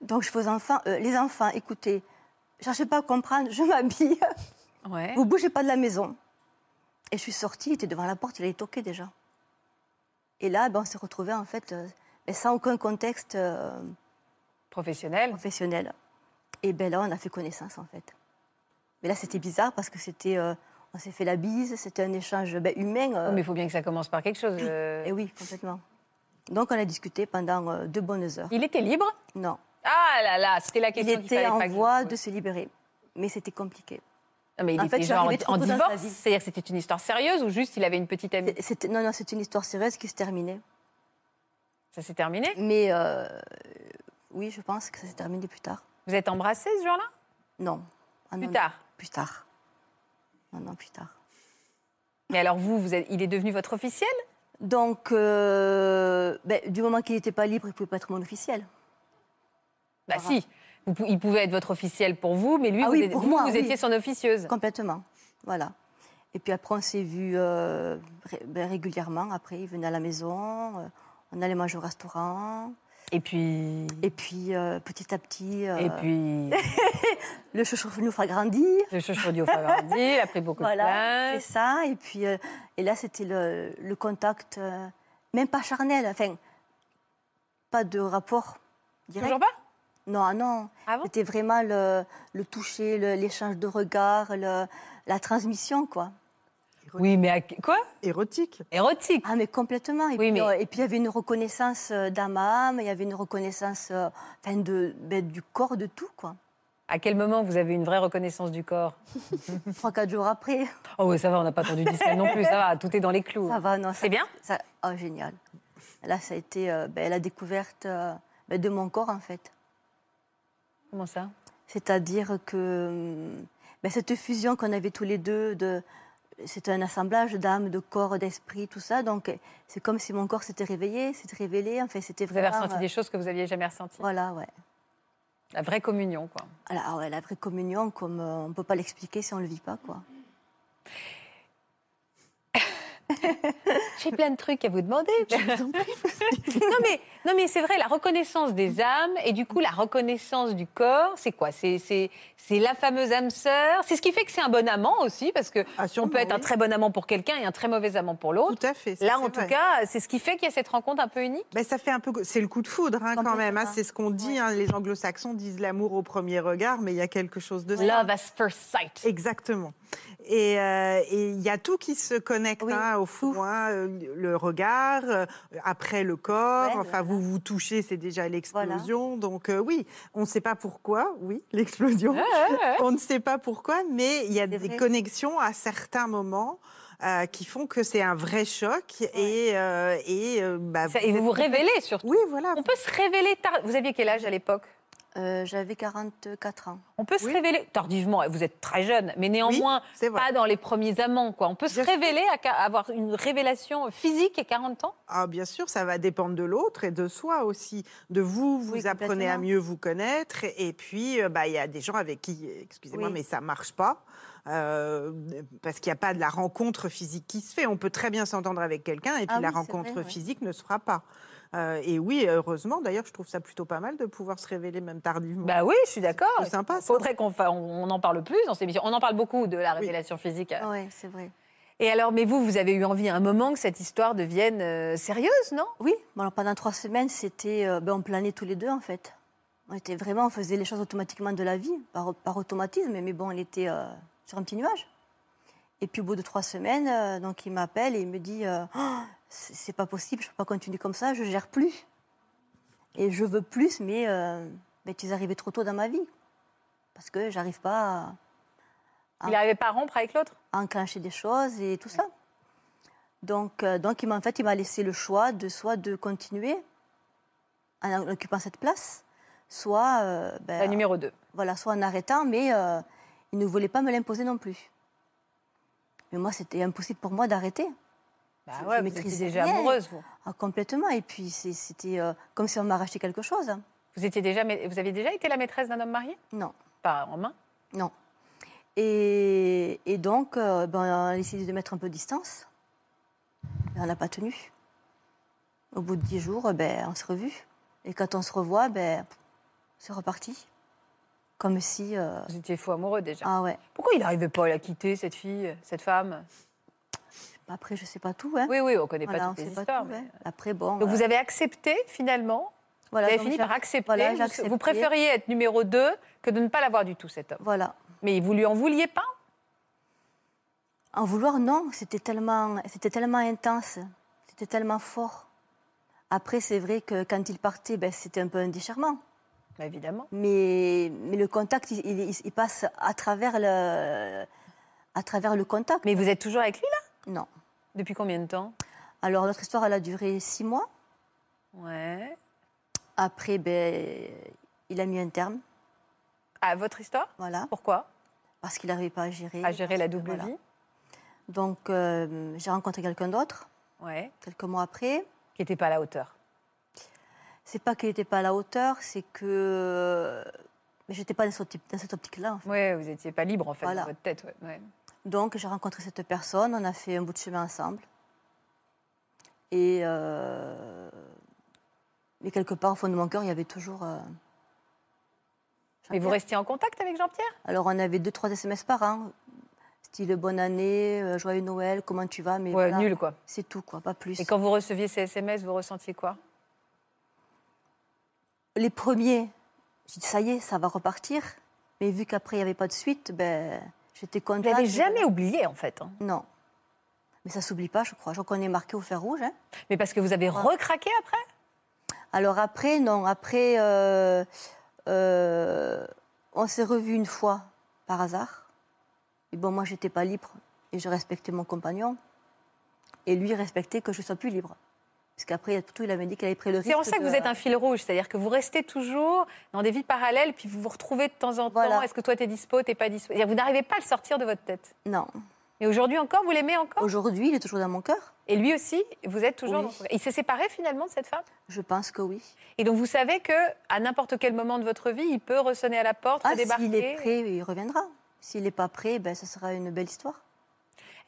Speaker 2: Donc, je fais aux enfants euh, Les enfants, écoutez, cherchez pas à comprendre, je m'habille.
Speaker 5: Ouais.
Speaker 2: Vous bougez pas de la maison. Et je suis sortie, il était devant la porte, il allait toquer déjà. Et là, ben, on s'est retrouvés, en fait, euh, mais sans aucun contexte euh,
Speaker 5: Professionnel.
Speaker 2: professionnel. Et ben là, on a fait connaissance, en fait. Mais là, c'était bizarre parce que c'était. euh, on s'est fait la bise, c'était un échange ben, humain. euh,
Speaker 5: Oh, mais il faut bien que ça commence par quelque chose. euh.
Speaker 2: et Eh oui, complètement. Donc on a discuté pendant euh, deux bonnes heures.
Speaker 5: Il était libre
Speaker 2: Non,
Speaker 5: Ah là là, c'était la
Speaker 2: il
Speaker 5: question. qu'il
Speaker 2: était
Speaker 5: fallait
Speaker 2: en
Speaker 5: pas que-
Speaker 2: voie de se libérer, mais c'était compliqué.
Speaker 5: Non, mais il
Speaker 2: En
Speaker 5: était
Speaker 2: fait,
Speaker 5: genre
Speaker 2: j'arrivais trop
Speaker 5: en, en
Speaker 2: tôt dans sa
Speaker 5: divorce.
Speaker 2: vie.
Speaker 5: C'est-à-dire que c'était une histoire sérieuse ou juste il avait une petite amie.
Speaker 2: C'est- c'était- non, non, c'est une histoire sérieuse qui se terminait.
Speaker 5: Ça s'est terminé
Speaker 2: Mais euh, oui, je pense que ça s'est terminé plus tard.
Speaker 5: Vous êtes embrassés ce jour-là
Speaker 2: Non. Ah non,
Speaker 5: Plus
Speaker 2: non,
Speaker 5: tard.
Speaker 2: Plus tard. Non, non, plus tard.
Speaker 5: Mais alors vous, vous êtes- il est devenu votre officiel
Speaker 2: Donc, euh, ben, du moment qu'il n'était pas libre, il ne pouvait pas être mon officiel.
Speaker 5: Bah si. Vous pou- il pouvait être votre officiel pour vous, mais lui,
Speaker 2: Ah
Speaker 5: vous,
Speaker 2: oui,
Speaker 5: êtes-
Speaker 2: pour
Speaker 5: vous,
Speaker 2: moi,
Speaker 5: vous
Speaker 2: oui.
Speaker 5: étiez son officieuse.
Speaker 2: Complètement. Voilà. Et puis après, on s'est vus euh, ré- ben, régulièrement. Après, il venait à la maison, euh, on allait manger au restaurant.
Speaker 5: Et puis.
Speaker 2: Et puis, euh, petit à petit, euh,
Speaker 5: Et
Speaker 2: [laughs]
Speaker 5: puis,
Speaker 2: le chouchou nous fera grandir.
Speaker 5: le chouchou du grandi, il a pris beaucoup
Speaker 2: Voilà,
Speaker 5: de
Speaker 2: c'est
Speaker 5: place.
Speaker 2: ça. Et puis, euh, et là, c'était le, le contact, euh, même pas charnel, enfin, pas de rapport direct.
Speaker 5: Toujours pas
Speaker 2: Non, ah non.
Speaker 5: Ah bon
Speaker 2: c'était vraiment le, le toucher, le- l'échange de regards, le- la transmission, quoi.
Speaker 5: Oui, mais à- quoi
Speaker 7: Érotique.
Speaker 5: Érotique.
Speaker 2: Ah, mais complètement. Et,
Speaker 5: Oui,
Speaker 2: puis,
Speaker 5: mais-
Speaker 2: euh, et puis, il y avait une reconnaissance euh, d'âme à âme, il y avait une reconnaissance euh, enfin, de, ben, du corps, de tout, quoi.
Speaker 5: À quel moment vous avez une vraie reconnaissance du corps
Speaker 2: Trois, quatre jours après, [laughs]
Speaker 5: Oh oui, ça va, on n'a pas attendu 10 semaines non plus, ça va, tout est dans les clous.
Speaker 2: ça va, non. ça-
Speaker 5: C'est bien
Speaker 2: ça- Ah, génial. Là, ça a été euh, ben, la découverte euh, ben, de mon corps, en fait.
Speaker 5: Comment ça
Speaker 2: C'est-à-dire que hum, ben, cette fusion qu'on avait tous les deux, de, c'est un assemblage d'âme, de corps, d'esprit, tout ça. Donc c'est comme si mon corps s'était réveillé, s'était révélé. Enfin, c'était
Speaker 5: Vous avez
Speaker 2: vraiment.
Speaker 5: ressenti
Speaker 2: euh,
Speaker 5: des choses que vous aviez jamais ressenties
Speaker 2: Voilà, ouais.
Speaker 5: La vraie communion, quoi.
Speaker 2: Alors, ouais, la vraie communion, comme euh, on ne peut pas l'expliquer si on ne le vit pas, quoi.
Speaker 5: J'ai plein de trucs à vous demander. [laughs] non mais, non mais c'est vrai, la reconnaissance des âmes et du coup la reconnaissance du corps, c'est quoi C'est c'est c'est la fameuse âme sœur. C'est ce qui fait que c'est un bon amant aussi, parce que
Speaker 7: Ah,
Speaker 5: on
Speaker 7: sûrement,
Speaker 5: peut être un
Speaker 7: oui.
Speaker 5: très bon amant pour quelqu'un et un très mauvais amant pour
Speaker 7: Tout
Speaker 5: l'autre.
Speaker 7: à fait. ça,
Speaker 5: Là, en
Speaker 7: c'est
Speaker 5: tout
Speaker 7: vrai.
Speaker 5: cas, c'est ce qui fait qu'il y a cette rencontre un peu unique.
Speaker 7: Ben, ça fait un peu, c'est le coup de foudre hein, quand
Speaker 2: Complètement.
Speaker 7: même. hein, c'est ce qu'on dit. hein, les Anglo-Saxons disent l'amour au premier regard, mais il y a quelque chose de ça.
Speaker 5: Love at first sight.
Speaker 7: Exactement. Et euh, et il y a tout qui se connecte
Speaker 2: Oui,
Speaker 7: hein, au fond. hein, euh, le regard, euh, après le corps.
Speaker 2: Ouais, voilà.
Speaker 7: enfin, vous vous touchez, c'est déjà l'explosion. Donc euh, oui, on ne sait pas pourquoi. Oui, [laughs] l'explosion. On ne sait pas pourquoi, mais il y a des
Speaker 2: C'est vrai.
Speaker 7: connexions à certains moments. euh, qui font que c'est un vrai choc et, euh, et euh, bah,
Speaker 5: Ça- Et vous vous
Speaker 7: êtes-
Speaker 5: révélez surtout.
Speaker 7: Oui, voilà.
Speaker 5: On peut se révéler tard. Vous aviez quel âge à l'époque
Speaker 2: Euh, J'avais 44 ans.
Speaker 5: On peut se
Speaker 7: Oui.
Speaker 5: révéler tardivement. Vous êtes très jeune, mais néanmoins
Speaker 7: c'est vrai.
Speaker 5: pas dans les premiers amants. Quoi. On peut se
Speaker 7: Bien sûr.
Speaker 5: révéler, à ca- avoir une révélation physique à 40 ans.
Speaker 7: Ah, bien sûr, ça va dépendre de l'autre et de soi aussi. De vous, vous
Speaker 2: Oui,
Speaker 7: apprenez à
Speaker 2: complètement.
Speaker 7: mieux vous connaître. Et puis, euh, bah, il y a des gens avec qui, excusez-moi,
Speaker 2: Oui.
Speaker 7: mais ça marche pas. euh, parce qu'il n'y a pas de la rencontre physique qui se fait. On peut très bien s'entendre avec quelqu'un et puis
Speaker 2: Ah
Speaker 7: la
Speaker 2: oui, c'est vrai,
Speaker 7: rencontre
Speaker 2: ouais.
Speaker 7: physique ne se fera pas. Euh, et oui, heureusement, d'ailleurs, je trouve ça plutôt pas mal de pouvoir se révéler même tardivement.
Speaker 5: Bah oui, je suis d'accord.
Speaker 7: plutôt sympa, ça.
Speaker 5: Faudrait qu'on fa- on on en parle plus dans ces émissions. On en parle beaucoup de la révélation physique.
Speaker 2: Oui, c'est vrai.
Speaker 5: Et alors, mais vous, vous avez eu envie à un moment que cette histoire devienne euh, sérieuse, non
Speaker 2: Oui, bon, alors, pendant trois semaines, c'était, euh, ben, on planait tous les deux, en fait. On était vraiment, on faisait les choses automatiquement de la vie, par, par automatisme, mais bon, on était euh, sur un petit nuage. Et puis au bout de trois semaines, euh, donc il m'appelle et il me dit euh, Oh, c'est c'est pas possible, je peux pas continuer comme ça, je gère plus. Et je veux plus, mais, euh, mais tu es arrivé trop tôt dans ma vie. Parce que j'arrive pas Ah.
Speaker 5: Il n'arrivait pas à rompre avec l'autre
Speaker 2: à enclencher des choses et tout ça. Donc, euh, donc il m'a- en fait, il m'a laissé le choix de soit de continuer en occupant cette place, soit, euh, ben,
Speaker 5: La numéro 2.
Speaker 2: voilà, soit en arrêtant, mais euh, il ne voulait pas me l'imposer non plus. Mais moi, c'était impossible pour moi d'arrêter
Speaker 5: Bah
Speaker 2: je
Speaker 5: ouais, vous étiez
Speaker 2: maîtrisais
Speaker 5: déjà
Speaker 2: rien.
Speaker 5: amoureuse, vous.
Speaker 2: ah, complètement. Et puis, c'est- c'était euh, comme si on m'arrachait quelque chose. hein.
Speaker 5: Vous, étiez déjà, mais vous aviez déjà été la maîtresse d'un homme marié
Speaker 2: Non.
Speaker 5: Pas en main
Speaker 2: Non. Et, et donc, euh, ben, on a décidé de mettre un peu de distance. Et on n'a pas tenu. Au bout de dix jours, euh, ben, on s'est revus. Et quand on se revoit, ben, pff, c'est reparti. Comme si... euh,
Speaker 5: Vous étiez fou amoureux déjà.
Speaker 2: Ah ouais.
Speaker 5: Pourquoi il n'arrivait pas à la quitter, cette fille, cette femme
Speaker 2: Après, je sais pas tout. Hein.
Speaker 5: Oui, oui, on connaît
Speaker 2: Voilà,
Speaker 5: pas
Speaker 2: on
Speaker 5: toutes
Speaker 2: sait
Speaker 5: les
Speaker 2: pas
Speaker 5: histoires.
Speaker 2: tout,
Speaker 5: mais-
Speaker 2: hein. Après, bon...
Speaker 5: Donc
Speaker 2: euh,
Speaker 5: vous avez accepté finalement
Speaker 2: voilà,
Speaker 5: Vous avez
Speaker 2: donc
Speaker 5: fini
Speaker 2: j'ai-
Speaker 5: par accepter.
Speaker 2: voilà,
Speaker 5: vous-
Speaker 2: j'ai accepté.
Speaker 5: vous préfériez être numéro 2 que de ne pas l'avoir du tout, cet homme.
Speaker 2: Voilà.
Speaker 5: Mais vous lui en vouliez pas
Speaker 2: En vouloir, non, c'était tellement, c'était tellement intense, c'était tellement fort. Après, c'est vrai que quand il partait, ben, c'était un peu un déchirement.
Speaker 5: Bah, Évidemment.
Speaker 2: Mais, mais le contact, il, il- il passe à travers le, à travers le contact.
Speaker 5: Mais vous êtes toujours avec lui, là
Speaker 2: Non.
Speaker 5: Depuis combien de temps
Speaker 2: Alors, notre histoire, elle a duré six mois.
Speaker 5: Ouais.
Speaker 2: Après, ben, il a mis un terme,
Speaker 5: À votre histoire
Speaker 2: voilà,
Speaker 5: Pourquoi
Speaker 2: parce qu'il n'arrivait pas à gérer.
Speaker 5: À gérer la double
Speaker 2: Voilà.
Speaker 5: vie
Speaker 2: Donc, euh, j'ai rencontré quelqu'un d'autre,
Speaker 5: Ouais.
Speaker 2: quelques mois après.
Speaker 5: Qui n'était pas à la hauteur.
Speaker 2: C'est pas qu'il n'était pas à la hauteur, c'est que mais j'étais pas dans ce type- dans cette optique-là. en fait.
Speaker 5: Ouais, vous n'étiez pas libre, en fait,
Speaker 2: Voilà.
Speaker 5: dans votre tête. ouais, ouais.
Speaker 2: Donc j'ai rencontré cette personne, on a fait un bout de chemin ensemble. Et euh, mais quelque part, au fond de mon cœur, il y avait toujours. euh,
Speaker 5: Mais vous
Speaker 2: Jean-Pierre.
Speaker 5: restiez en contact avec Jean-Pierre
Speaker 2: Alors on avait deux, trois SMS par an, style bonne année, euh, joyeux Noël, comment tu vas, mais
Speaker 5: Ouais,
Speaker 2: voilà,
Speaker 5: nul quoi.
Speaker 2: c'est tout quoi, pas plus.
Speaker 5: Et quand vous receviez ces SMS, vous ressentiez
Speaker 2: Ah,
Speaker 5: quoi
Speaker 2: Les premiers, j'ai dit ça y est, ça va repartir. Mais vu qu'après il n'y avait pas de suite, ben j'étais
Speaker 5: Vous
Speaker 2: contente.
Speaker 5: l'avez
Speaker 2: et
Speaker 5: jamais
Speaker 2: voilà.
Speaker 5: oublié en fait. hein.
Speaker 2: Non. Mais ça s'oublie pas, je crois. Je crois qu'on est marqué au fer rouge. hein.
Speaker 5: Mais parce que vous avez recraqué après
Speaker 2: Alors après, non, après, euh, euh, on s'est revus une fois par hasard. Et bon, moi, j'étais pas libre et je respectais mon compagnon. Et lui respectait que je sois plus libre. Parce qu'après, tout, il avait dit qu'il avait pris le risque.
Speaker 5: C'est en ça que
Speaker 2: de-
Speaker 5: vous êtes un fil rouge, c'est-à-dire que vous restez toujours dans des vies parallèles, puis vous vous retrouvez de temps en temps.
Speaker 2: Voilà.
Speaker 5: Est-ce que toi t'es dispo, t'es pas dispo C'est-à-dire que Vous n'arrivez pas à le sortir de votre tête.
Speaker 2: Non.
Speaker 5: Et aujourd'hui encore, vous l'aimez encore
Speaker 2: Aujourd'hui, il est toujours dans mon cœur.
Speaker 5: Et lui aussi, vous êtes toujours.
Speaker 2: Oui.
Speaker 5: dans son- Il s'est séparé finalement de cette femme.
Speaker 2: Je pense que oui.
Speaker 5: Et donc vous savez que à n'importe quel moment de votre vie, il peut ressonner à la porte,
Speaker 2: Ah,
Speaker 5: débarquer.
Speaker 2: s'il est prêt, il reviendra. S'il n'est pas prêt, ben, ça sera une belle histoire.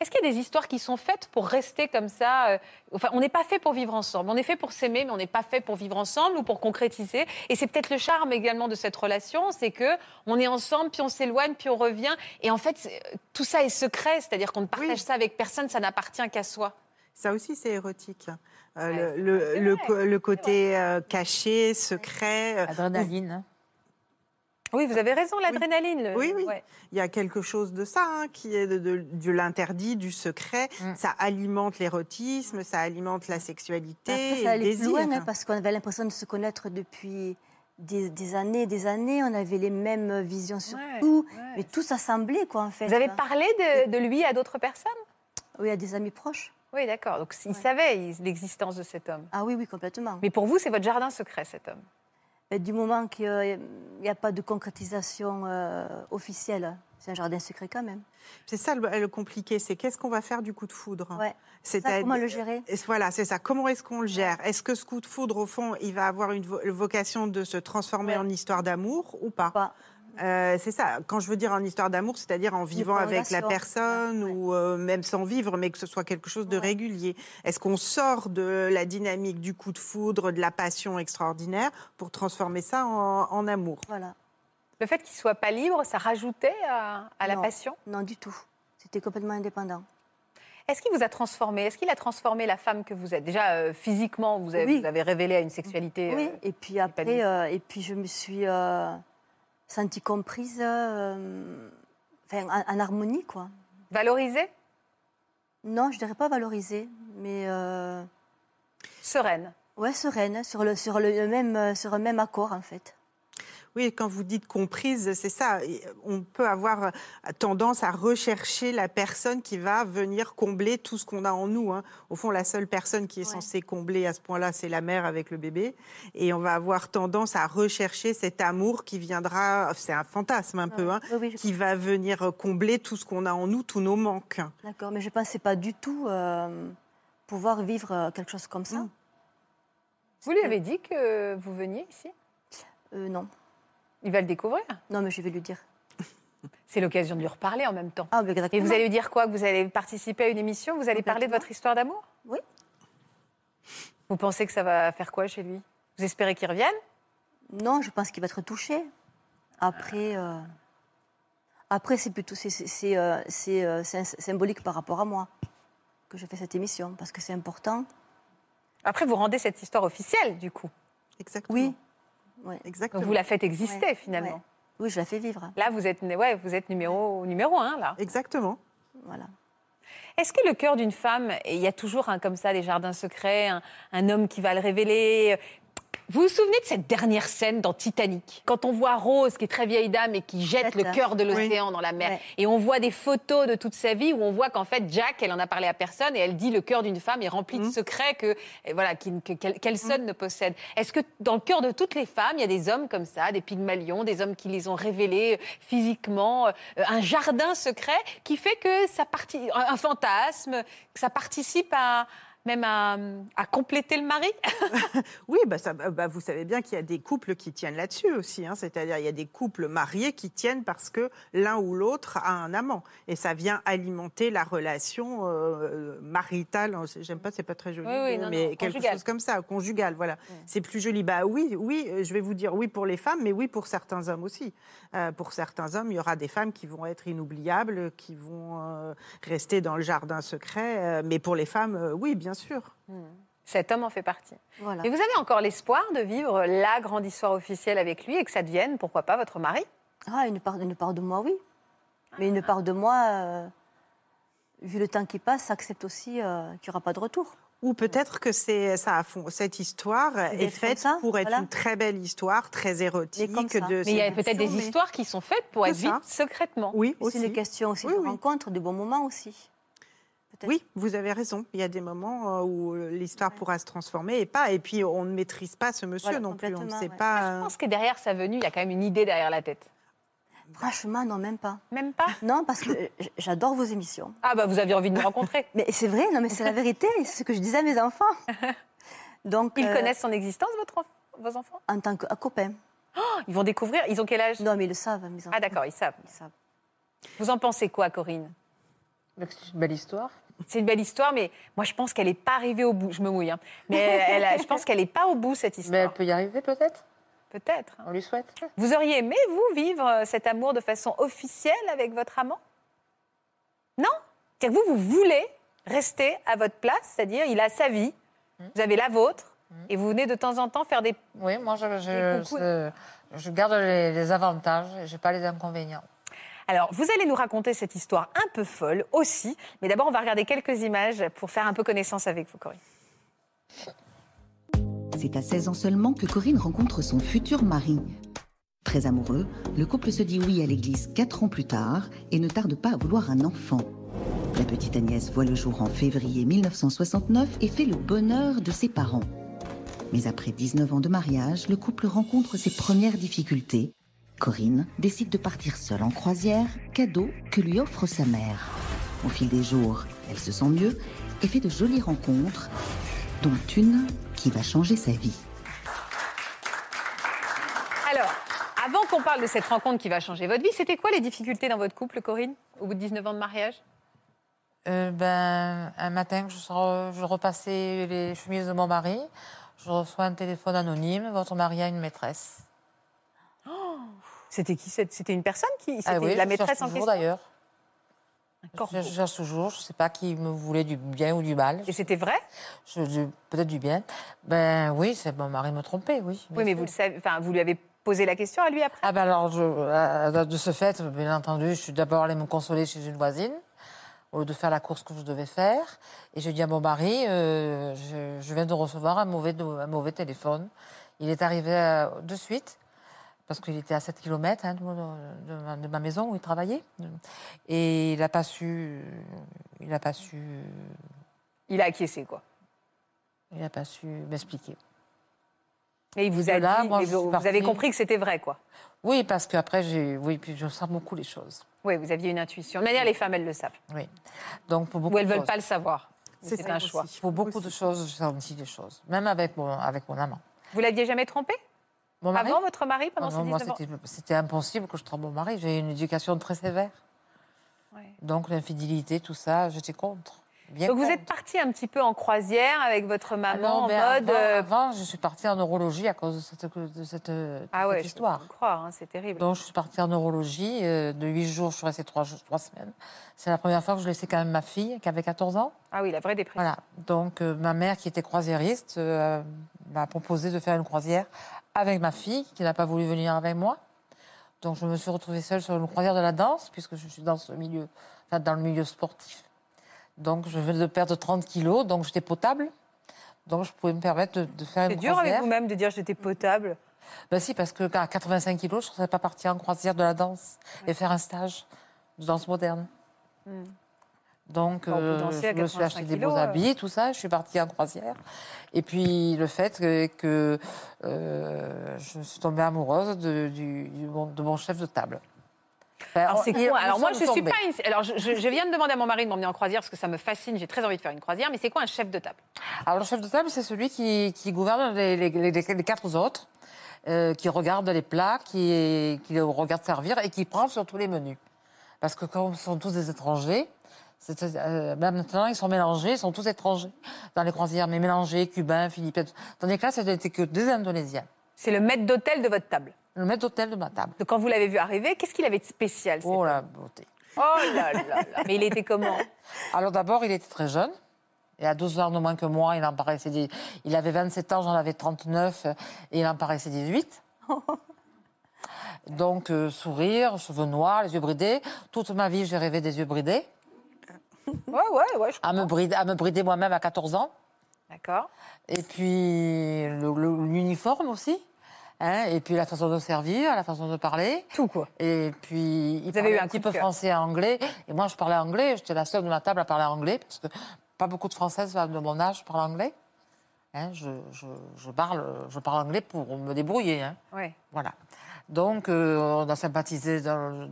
Speaker 5: Est-ce qu'il y a des histoires qui sont faites pour rester comme ça euh, Enfin, on n'est pas fait pour vivre ensemble. On est fait pour s'aimer, mais on n'est pas fait pour vivre ensemble ou pour concrétiser. Et c'est peut-être le charme également de cette relation, c'est que on est ensemble, puis on s'éloigne, puis on revient. Et en fait, c'est- tout ça est secret, c'est-à-dire qu'on ne partage
Speaker 7: Oui.
Speaker 5: ça avec personne, ça n'appartient qu'à soi.
Speaker 7: Ça aussi, c'est érotique. Euh,
Speaker 5: Ouais, c'est
Speaker 7: le,
Speaker 5: vrai,
Speaker 7: le- le
Speaker 5: c'est
Speaker 7: co-
Speaker 5: vrai.
Speaker 7: le côté euh, caché, secret, euh,
Speaker 3: Adrénaline.
Speaker 5: Oui, vous avez raison, l'adrénaline.
Speaker 2: Euh,
Speaker 5: le-
Speaker 7: Oui, oui.
Speaker 5: ouais.
Speaker 7: il y a quelque chose de ça, hein, qui est de, de- de l'interdit, du secret.
Speaker 3: Mm.
Speaker 7: Ça alimente l'érotisme, ça alimente la sexualité
Speaker 2: Après,
Speaker 7: et
Speaker 2: ça
Speaker 7: le
Speaker 2: allait plus
Speaker 7: désir.
Speaker 2: loin, hein, parce qu'on avait l'impression de se connaître depuis des, des années et des années. On avait les mêmes visions sur
Speaker 5: Ouais,
Speaker 2: tout.
Speaker 5: ouais.
Speaker 2: Mais tout ça semblait, quoi, en fait.
Speaker 5: Vous avez
Speaker 2: hein.
Speaker 5: parlé de, de lui à d'autres personnes
Speaker 2: Oui, à des amis proches.
Speaker 5: Oui, d'accord. Donc il
Speaker 2: Ouais.
Speaker 5: savait il- l'existence de cet homme.
Speaker 2: Ah oui, oui, complètement.
Speaker 5: Mais pour vous, c'est votre jardin secret, cet homme.
Speaker 2: Mais du moment qu'il n'y a pas de concrétisation euh, officielle, c'est un jardin secret quand même.
Speaker 7: C'est ça le, le compliqué, c'est qu'est-ce qu'on va faire du coup de foudre
Speaker 5: Ah.
Speaker 2: Ouais.
Speaker 7: C'est
Speaker 2: Ça, comment le gérer
Speaker 7: Et Voilà, c'est ça. Comment est-ce qu'on le gère Est-ce que ce coup de foudre, au fond, il va avoir une vo- vocation de se transformer
Speaker 2: Ouais.
Speaker 7: en histoire d'amour ou
Speaker 5: Ah.
Speaker 7: pas
Speaker 2: Pas.
Speaker 7: Euh, C'est ça. Quand je veux dire en histoire d'amour, c'est-à-dire en vivant
Speaker 2: pas en
Speaker 7: avec la
Speaker 2: relation.
Speaker 7: personne
Speaker 2: Ouais.
Speaker 7: ou euh, même sans vivre, mais que ce soit quelque chose de
Speaker 2: Ouais.
Speaker 7: régulier. Est-ce qu'on sort de la dynamique du coup de foudre, de la passion extraordinaire pour transformer ça en, en amour
Speaker 2: Voilà.
Speaker 5: Le fait qu'il soit pas libre, ça rajoutait à, à la
Speaker 2: Non.
Speaker 5: passion
Speaker 2: Non, du tout. C'était complètement indépendant.
Speaker 5: Est-ce qu'il vous a transformé Est-ce qu'il a transformé la femme que vous êtes Déjà, euh, physiquement, vous avez,
Speaker 2: Oui.
Speaker 5: vous avez révélé à une sexualité.
Speaker 2: Oui,
Speaker 5: euh,
Speaker 2: et puis
Speaker 5: épanouie.
Speaker 2: après, euh, et puis je me suis euh, sentie comprise, euh, enfin, en, en harmonie, quoi.
Speaker 5: Valorisée
Speaker 2: Non, je dirais pas valorisée, mais euh,
Speaker 5: Sereine.
Speaker 2: ouais, sereine, sur le, sur le même, sur un même accord, en fait.
Speaker 7: Oui, quand vous dites comprise, c'est ça. Et euh, On peut avoir tendance à rechercher la personne qui va venir combler tout ce qu'on a en nous. hein. Au fond, la seule personne qui est
Speaker 2: Ouais.
Speaker 7: censée combler à ce point-là, c'est la mère avec le bébé. Et on va avoir tendance à rechercher cet amour qui viendra, c'est un fantasme un peu, hein,
Speaker 2: Oui, oui, je-
Speaker 7: qui va venir combler tout ce qu'on a en nous, tous nos manques.
Speaker 2: D'accord, mais je ne pensais pas du tout euh, pouvoir vivre euh, quelque chose comme ça.
Speaker 7: Mm.
Speaker 5: Vous lui avez dit que vous veniez ici
Speaker 2: Euh, non,
Speaker 5: Il va le découvrir.
Speaker 2: non, mais je vais lui dire.
Speaker 5: C'est l'occasion de lui reparler en même temps.
Speaker 2: Ah, mais
Speaker 5: Et
Speaker 2: exactement.
Speaker 5: vous allez lui dire quoi Que vous allez participer à une émission Vous allez parler de
Speaker 2: Complètement.
Speaker 5: votre histoire d'amour
Speaker 2: Oui.
Speaker 5: Vous pensez que ça va faire quoi chez lui Vous espérez qu'il revienne
Speaker 2: Non, je pense qu'il va être touché. Après, euh, après c'est plutôt c'est, c'est- c'est, euh, c'est, euh, c'est un- symbolique par rapport à moi que je fais cette émission parce que c'est important.
Speaker 5: Après, vous rendez cette histoire officielle, du coup.
Speaker 7: Exactement.
Speaker 2: Oui,
Speaker 5: Donc
Speaker 7: Exactement.
Speaker 5: vous la faites exister,
Speaker 2: Ouais.
Speaker 5: finalement.
Speaker 2: Ouais. oui, je la fais vivre. hein.
Speaker 5: Là, vous êtes, ouais, vous êtes numéro, numéro un, là.
Speaker 7: Exactement.
Speaker 2: Voilà.
Speaker 5: Est-ce que le cœur d'une femme, et il y a toujours un, comme ça des jardins secrets, un, un homme qui va le révéler euh, vous vous souvenez de cette dernière scène dans Titanic Quand on voit Rose, qui est très vieille dame et qui jette
Speaker 2: Jette,
Speaker 5: le
Speaker 2: là.
Speaker 5: cœur de l'océan dans la mer,
Speaker 2: Ouais.
Speaker 5: et on voit des photos de toute sa vie où on voit qu'en fait, Jack, elle en a parlé à personne et elle dit le cœur d'une femme est rempli de
Speaker 7: Mhm.
Speaker 5: secrets que et voilà qui- que- qu'elle
Speaker 7: Mm.
Speaker 5: qu'elle seule ne possède. Est-ce que dans le cœur de toutes les femmes, il y a des hommes comme ça, des pygmalions, des hommes qui les ont révélés euh, physiquement, euh, un jardin secret qui fait que ça parti, un un fantasme, que ça participe à
Speaker 1: même à, à compléter le mari
Speaker 7: Oui, bah ça, bah vous savez bien qu'il y a des couples qui tiennent là-dessus aussi. hein. C'est-à-dire, il y a des couples mariés qui tiennent parce que l'un ou l'autre a un amant. Et ça vient alimenter la relation euh, maritale. J'aime pas, c'est pas très joli,
Speaker 1: Oui, oui,
Speaker 7: le mot,
Speaker 1: non,
Speaker 7: mais
Speaker 1: non,
Speaker 7: quelque
Speaker 1: conjugale.
Speaker 7: chose comme ça, conjugal, voilà. C'est plus joli. Bah oui, oui, euh, je vais vous dire oui pour les femmes, mais oui pour certains hommes aussi. Euh, pour certains hommes, il y aura des femmes qui vont être inoubliables, qui vont euh, rester dans le jardin secret. euh, mais pour les femmes, euh, oui, bien sûr.
Speaker 1: Cet homme en fait partie.
Speaker 2: Voilà.
Speaker 1: Et vous avez encore l'espoir de vivre la grande histoire officielle avec lui et que ça devienne, pourquoi pas, votre mari
Speaker 2: Ah, une part, une part de moi, oui. Mais une part de moi, euh, vu le temps qui passe, accepte aussi euh, qu'il n'y aura pas de retour.
Speaker 7: Ou peut-être que c'est ça à fond. Cette histoire
Speaker 2: Des
Speaker 7: est
Speaker 2: trucs
Speaker 7: faite
Speaker 2: comme ça,
Speaker 7: pour être
Speaker 2: voilà.
Speaker 7: une très belle histoire, très érotique.
Speaker 2: comme ça.
Speaker 7: de
Speaker 1: Mais il y a
Speaker 7: séduction,
Speaker 1: peut-être des
Speaker 7: mais-
Speaker 1: histoires qui sont faites pour
Speaker 7: C'est
Speaker 1: être
Speaker 7: ça.
Speaker 1: vites secrètement.
Speaker 7: Oui,
Speaker 2: Et C'est
Speaker 7: aussi.
Speaker 2: une question aussi
Speaker 7: Oui,
Speaker 2: de
Speaker 7: oui.
Speaker 2: rencontre, de bons moments aussi. peut-être.
Speaker 7: Oui, vous avez raison. Il y a des moments euh, où l'histoire pourra se transformer et pas. Et puis, on ne maîtrise pas ce monsieur
Speaker 2: Voilà,
Speaker 7: non plus. On ne
Speaker 2: complètement,
Speaker 7: sait
Speaker 2: ouais. Bah,
Speaker 1: Je
Speaker 7: pas. euh,
Speaker 1: pense que derrière sa venue, il y a quand même une idée derrière la tête.
Speaker 2: Franchement, non, même pas.
Speaker 1: Même pas
Speaker 2: Non, parce que euh, j- j'adore vos émissions.
Speaker 1: Ah bah vous aviez envie de nous rencontrer.
Speaker 2: Mais c'est vrai, non, mais c'est la vérité, c'est ce que je disais à mes enfants. Donc,
Speaker 1: Ils
Speaker 2: euh,
Speaker 1: connaissent son existence, votre enf- vos enfants
Speaker 2: en tant que ah, copain.
Speaker 1: Ils vont découvrir. Ils ont quel âge
Speaker 2: Non, mais ils le savent, mes enfants.
Speaker 1: Ah d'accord, ils savent.
Speaker 2: Ils savent.
Speaker 1: Vous en pensez quoi, Corinne
Speaker 3: Bah, C'est une belle histoire.
Speaker 1: C'est une belle histoire, mais moi je pense qu'elle n'est pas arrivée au bout. Je me mouille, hein. mais elle a- je pense qu'elle n'est pas au bout cette
Speaker 3: Mais elle
Speaker 1: histoire.
Speaker 3: peut y arriver peut-être
Speaker 1: Peut-être. hein.
Speaker 3: On lui souhaite.
Speaker 1: Vous auriez aimé vous vivre euh, cet amour de façon officielle avec votre amant Non. C'est-à-dire que vous vous voulez rester à votre place, c'est-à-dire il a sa vie, vous avez la vôtre, et vous venez de temps en temps faire des.
Speaker 3: Oui, moi je,
Speaker 1: Et
Speaker 3: je,
Speaker 1: coucou.
Speaker 3: je- je garde les, les avantages, j'ai pas les inconvénients.
Speaker 1: Alors vous allez nous raconter cette histoire un peu folle aussi, mais d'abord on va regarder quelques images pour faire un peu connaissance avec vous, Corinne.
Speaker 8: C'est à 16 ans seulement que Corinne rencontre son futur mari. Très amoureux, le couple se dit oui à l'église 4 ans plus tard et ne tarde pas à vouloir un enfant. La petite Agnès voit le jour en février 1969 et fait le bonheur de ses parents. Mais après 19 ans de mariage, le couple rencontre ses premières difficultés. Corinne décide de partir seule en croisière, cadeau que lui offre sa mère. Au fil des jours, elle se sent mieux et fait de jolies rencontres, dont une qui va changer sa vie.
Speaker 1: Alors avant qu'on parle de cette rencontre qui va changer votre vie, c'était quoi les difficultés dans votre couple, Corinne, au bout de 19 ans de mariage
Speaker 3: Euh, ben, un matin, je, sors- je repassais les chemises de mon mari, je reçois un téléphone anonyme, votre mari a une maîtresse.
Speaker 1: C'était qui cette- C'était une personne qui C'était
Speaker 3: Ah oui,
Speaker 1: la
Speaker 3: je cherche
Speaker 1: maîtresse en
Speaker 3: toujours,
Speaker 1: question
Speaker 3: d'ailleurs.
Speaker 1: Corbeau.
Speaker 3: Je, je cherche toujours, je sais pas qui me voulait du bien ou du mal.
Speaker 1: Et c'était vrai
Speaker 3: Je- du- Peut-être du bien. Ben oui, c'est mon mari me trompait, oui.
Speaker 1: Oui, mais vous le savez, enfin, vous lui avez posé la question à lui après.
Speaker 3: Ah ben alors, je- euh, de ce fait, bien entendu, je suis d'abord allée me consoler chez une voisine, au lieu de faire la course que je devais faire. Et je dis à mon mari, euh, je, je viens de recevoir un mauvais, do- un mauvais téléphone. Il est arrivé euh, de suite, parce qu'il était à 7 km de, mon- de ma, de ma maison où il travaillait. Et il n'a pas su... Il n'a pas su...
Speaker 1: Il a acquiescé, quoi.
Speaker 3: Il n'a pas su m'expliquer.
Speaker 1: Et il vous a
Speaker 3: Et là,
Speaker 1: dit,
Speaker 3: moi,
Speaker 1: et
Speaker 3: je
Speaker 1: vous,
Speaker 3: suis
Speaker 1: vous
Speaker 3: partie.
Speaker 1: avez compris que c'était vrai, quoi.
Speaker 3: Oui, parce qu'après, j'ai... Oui, puis je sens beaucoup les choses.
Speaker 1: Oui, vous aviez une intuition. De manière, les femmes, elles le savent.
Speaker 3: Oui. Donc, pour beaucoup
Speaker 1: Ou elles
Speaker 3: de
Speaker 1: veulent
Speaker 3: choses.
Speaker 1: pas le savoir. Mais
Speaker 7: C'est
Speaker 1: C'est
Speaker 7: ça
Speaker 1: un
Speaker 7: aussi.
Speaker 1: choix.
Speaker 3: Pour beaucoup de choses, j'ai senti des choses. Même avec mon, avec mon amant.
Speaker 1: Vous l'aviez jamais trompé
Speaker 3: Mon mari
Speaker 1: Avant votre mari,
Speaker 3: Ah
Speaker 1: pendant
Speaker 3: non,
Speaker 1: ces
Speaker 3: moi,
Speaker 1: 19 ans
Speaker 3: c'était- c'était impossible que je trompe mon mari. J'ai eu une éducation très sévère.
Speaker 1: Ouais.
Speaker 3: Donc, l'infidélité, tout ça, j'étais contre. Bien
Speaker 1: Donc, vous
Speaker 3: contre.
Speaker 1: êtes parti un petit peu en croisière avec votre
Speaker 3: Ah
Speaker 1: maman
Speaker 3: non,
Speaker 1: en
Speaker 3: mais
Speaker 1: mode.
Speaker 3: avant,
Speaker 1: euh,
Speaker 3: avant, je suis partie en neurologie à cause de cette, de cette, de
Speaker 1: Ah
Speaker 3: cette
Speaker 1: ouais, je peux
Speaker 3: histoire.
Speaker 1: croire, hein, c'est terrible.
Speaker 3: Donc, je suis partie en neurologie. euh, de 8 jours, je suis restée 3, semaines. C'est la première fois que je laissais quand même ma fille, qui avait 14 ans.
Speaker 1: Ah oui, la vraie dépression.
Speaker 3: Voilà. Donc, euh, ma mère, qui était croisiériste, euh, m'a proposé de faire une croisière avec ma fille, qui n'a pas voulu venir avec moi. Donc, je me suis retrouvée seule sur une croisière de la danse, puisque je suis dans ce milieu, enfin, dans le milieu sportif. Donc, je venais de perdre 30 kilos, donc j'étais potable. Donc, je pouvais me permettre de, de faire
Speaker 1: C'est
Speaker 3: une
Speaker 1: dur avec
Speaker 3: croisière.
Speaker 1: vous-même de dire j'étais potable.
Speaker 3: Ben si, parce que à 85 kilos, je ne serais pas partie en croisière de la danse et faire un stage de danse moderne. Donc,
Speaker 1: Bon, on peut
Speaker 3: euh,
Speaker 1: Hmm. danser à
Speaker 3: je me suis
Speaker 1: 85
Speaker 3: acheté des
Speaker 1: kilos,
Speaker 3: beaux
Speaker 1: euh.
Speaker 3: habits, tout ça. Je suis partie en croisière. Et puis, le fait que, que, euh, je suis tombée amoureuse de, du- du- de mon chef de table. Ben,
Speaker 1: Alors,
Speaker 3: on-
Speaker 1: c'est
Speaker 3: il-
Speaker 1: quoi
Speaker 3: nous
Speaker 1: Alors moi, je
Speaker 3: sommes
Speaker 1: suis
Speaker 3: tombés.
Speaker 1: pas une... Alors je, je- je viens de demander à mon mari de m'emmener en croisière parce que ça me fascine, j'ai très envie de faire une croisière, mais c'est quoi un chef de table
Speaker 3: Alors, le chef de table, c'est celui qui, qui gouverne les, les- les- les quatre autres, euh, qui regarde les plats, qui, qui les regarde servir et qui prend sur tous les menus. Parce que comme ce sont tous des étrangers, c'est- c'est- euh, là, maintenant, ils sont mélangés, ils sont tous étrangers dans les croisières, mais mélangés, cubains, philippins. Tandis que là, c'était que des Indonésiens.
Speaker 1: C'est le maître d'hôtel de votre table.
Speaker 3: Le maître d'hôtel de ma table.
Speaker 1: Donc quand vous l'avez vu arriver, qu'est-ce qu'il avait de spécial c'est-
Speaker 3: Oh la beauté.
Speaker 1: Oh là là là Mais il était comment
Speaker 3: Alors d'abord, il était très jeune. Il a 12 ans de moins que moi. Il en paraissait dix- Il avait 27 ans, j'en avais 39. euh, Et il en paraissait 18. Donc, euh, sourire, cheveux noirs, les yeux bridés. Toute ma vie, j'ai rêvé des yeux bridés.
Speaker 1: Ouais, ouais, ouais. je-
Speaker 3: À me brider, à me brider moi-même à 14 ans.
Speaker 1: D'accord.
Speaker 3: Et puis, le- le- l'uniforme aussi. hein, et puis, la façon de servir, la façon de parler.
Speaker 1: Tout quoi.
Speaker 3: Et puis, il
Speaker 1: avez
Speaker 3: parlait
Speaker 1: eu un
Speaker 3: un
Speaker 1: coup
Speaker 3: petit
Speaker 1: de
Speaker 3: peu
Speaker 1: cœur.
Speaker 3: français et anglais. Et moi, je parlais anglais. J'étais la seule de ma table à parler anglais parce que pas beaucoup de Françaises de mon âge parlent anglais. Hein, je, je- je parle, je parle anglais pour me débrouiller. hein.
Speaker 1: Ouais.
Speaker 3: Voilà. Donc, euh, on a sympathisé. dans-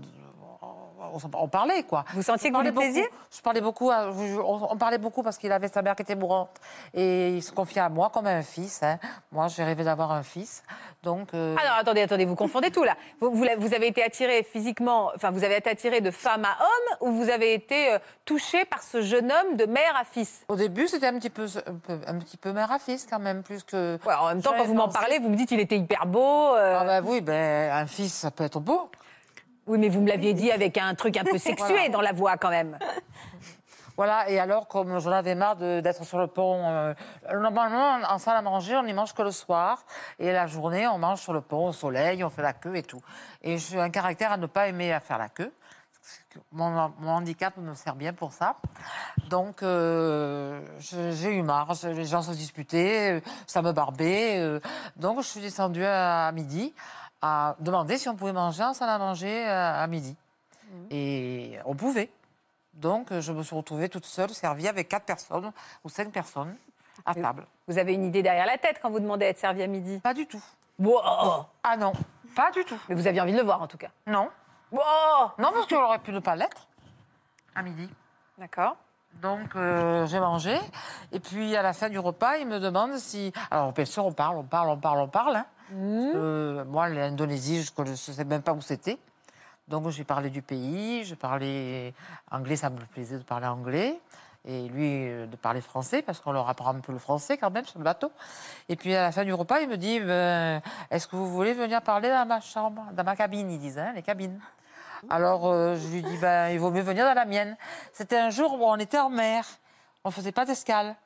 Speaker 3: on, s'en- on parlait, quoi.
Speaker 1: Vous sentiez
Speaker 3: Je
Speaker 1: que vous
Speaker 3: parlais
Speaker 1: lui
Speaker 3: beaucoup.
Speaker 1: plaisiez
Speaker 3: Je parlais beaucoup. à- je- je- on, on parlait beaucoup parce qu'il avait sa mère qui était mourante. Et il se confiait à moi comme à un fils. hein. Moi, j'ai rêvé d'avoir un fils. Donc. euh,
Speaker 1: Alors Ah attendez, attendez, vous confondez tout là. Vous, vous, la- vous avez été attiré physiquement, enfin vous avez été attiré de femme à homme ou vous avez été euh, touché par ce jeune homme de mère à fils
Speaker 3: Au début, c'était un petit peu, un peu- un petit peu mère à fils quand même, plus que.
Speaker 1: Ouais, En même temps, quand
Speaker 3: J'avais
Speaker 1: vous m'en
Speaker 3: pensé-
Speaker 1: parlez, vous me dites il était hyper beau. euh,
Speaker 3: Ah bah oui, ben un fils, ça peut être beau.
Speaker 1: Oui, mais vous me l'aviez dit avec un truc un
Speaker 3: [laughs]
Speaker 1: peu sexué
Speaker 3: Voilà.
Speaker 1: dans la voix quand même.
Speaker 3: Voilà. Et alors, comme j'en avais marre de- d'être sur le pont, euh, normalement en salle à manger, on n'y mange que le soir et la journée, on mange sur le pont au soleil, on fait la queue et tout. Et j'ai un caractère à ne pas aimer à faire la queue. Mon, mon handicap me sert bien pour ça. Donc, euh, je- j'ai eu marre. Je- Les gens se disputaient, euh, ça me barbait. euh. donc, je suis descendue à, midi à demander si on pouvait manger en salle à manger euh, à, à midi. Et on pouvait. Donc, euh, je me suis retrouvée toute seule, servie avec quatre personnes ou cinq personnes à table.
Speaker 1: Vous avez une idée derrière la tête quand vous demandez à être servi à midi.
Speaker 3: Pas du tout.
Speaker 1: Wow.
Speaker 3: Ah non, pas du tout.
Speaker 1: Mais vous aviez envie de le voir en tout cas.
Speaker 3: Non.
Speaker 1: Wow.
Speaker 3: Non, parce qu'on aurait pu ne pas l'être à midi.
Speaker 1: D'accord.
Speaker 3: Donc euh, j'ai mangé et puis à la fin du repas, il me demande si alors bien sûr on parle, on parle, on parle, on parle. hein.
Speaker 5: Mm.
Speaker 3: Parce que, moi l'Indonésie, je ne sais même pas où c'était. Donc j'ai parlé du pays, je parlais anglais, ça me plaisait de parler anglais et lui euh, de parler français parce qu'on leur apprend un peu le français quand même sur le bateau. Et puis à la fin du repas, il me dit ben, est-ce que vous voulez venir parler dans ma chambre, dans ma cabine, ils disent hein, les cabines. Alors euh, je lui dis ben il vaut mieux venir dans la mienne. C'était un jour où on était en mer, on faisait pas d'escale.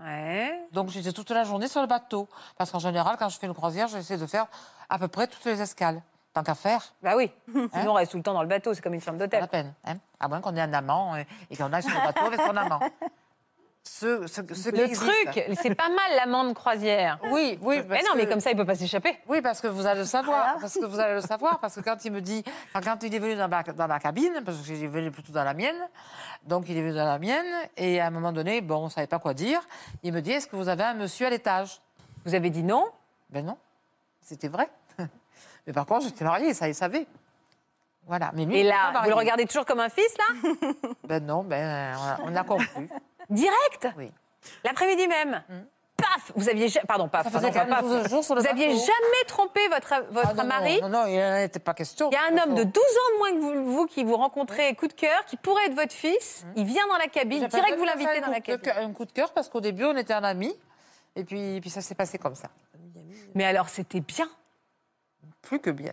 Speaker 1: Ouais.
Speaker 3: Donc j'étais toute la journée sur le bateau parce qu'en général quand je fais une croisière, j'essaie de faire à peu près toutes les escales. Tant qu'à faire,
Speaker 1: Bah oui. Sinon on reste tout le temps dans le bateau, c'est comme une chambre
Speaker 3: pas
Speaker 1: d'hôtel.
Speaker 3: la peine. hein. à moins qu'on ait un amant euh, et, qu'on aille sur le bateau avec son amant. Ce, ce, ce qui
Speaker 1: Le
Speaker 3: existe.
Speaker 1: truc, c'est pas mal l'amende croisière.
Speaker 3: Oui, oui.
Speaker 1: Mais
Speaker 3: [laughs] parce
Speaker 1: non, mais
Speaker 3: que-
Speaker 1: comme ça, il peut pas s'échapper.
Speaker 3: Oui, parce que vous allez le savoir. Parce que vous allez le savoir. Parce que quand il me dit, enfin, quand il est venu dans ma, dans ma cabine, parce que j'ai venu plutôt dans la mienne, donc il est venu dans la mienne, et à un moment donné, bon, on savait pas quoi dire. Il me dit, est-ce que vous avez un monsieur à l'étage
Speaker 1: Vous avez dit non.
Speaker 3: Ben non, c'était vrai. [laughs] Mais par contre, j'étais mariée, ça il savait. Voilà. Mais lui,
Speaker 1: Et
Speaker 3: il était pas
Speaker 1: là, vous
Speaker 3: marié.
Speaker 1: le regardez toujours comme un fils, là
Speaker 3: Ben non, ben on a- on a conclu.
Speaker 1: [laughs] Direct
Speaker 3: Oui. Hmm.
Speaker 1: L'après-midi même Paf Vous aviez... ja- Pardon, paf.
Speaker 3: Ça faisait
Speaker 1: pardon, pas
Speaker 3: quand même
Speaker 1: paf.
Speaker 3: 12 jours Ah, sur le
Speaker 1: Vous aviez
Speaker 3: bateau.
Speaker 1: jamais trompé votre, votre
Speaker 3: Ah non, non,
Speaker 1: mari
Speaker 3: Non, non, il n'était pas question.
Speaker 1: Il y a un homme de 12 ans de moins que vous, vous qui vous rencontrez coup de cœur, qui pourrait être votre fils. Il vient dans la cabine,
Speaker 3: Hmm. J'appelle
Speaker 1: direct vous
Speaker 3: ça
Speaker 1: l'invitez
Speaker 3: un
Speaker 1: dans la
Speaker 3: coup de
Speaker 1: cabine.
Speaker 3: cœur- Un coup de cœur parce qu'au début, on était un ami. Et puis, puis ça s'est passé comme ça.
Speaker 1: Mais alors, c'était bien.
Speaker 3: Plus
Speaker 1: [laughs]
Speaker 3: que bien.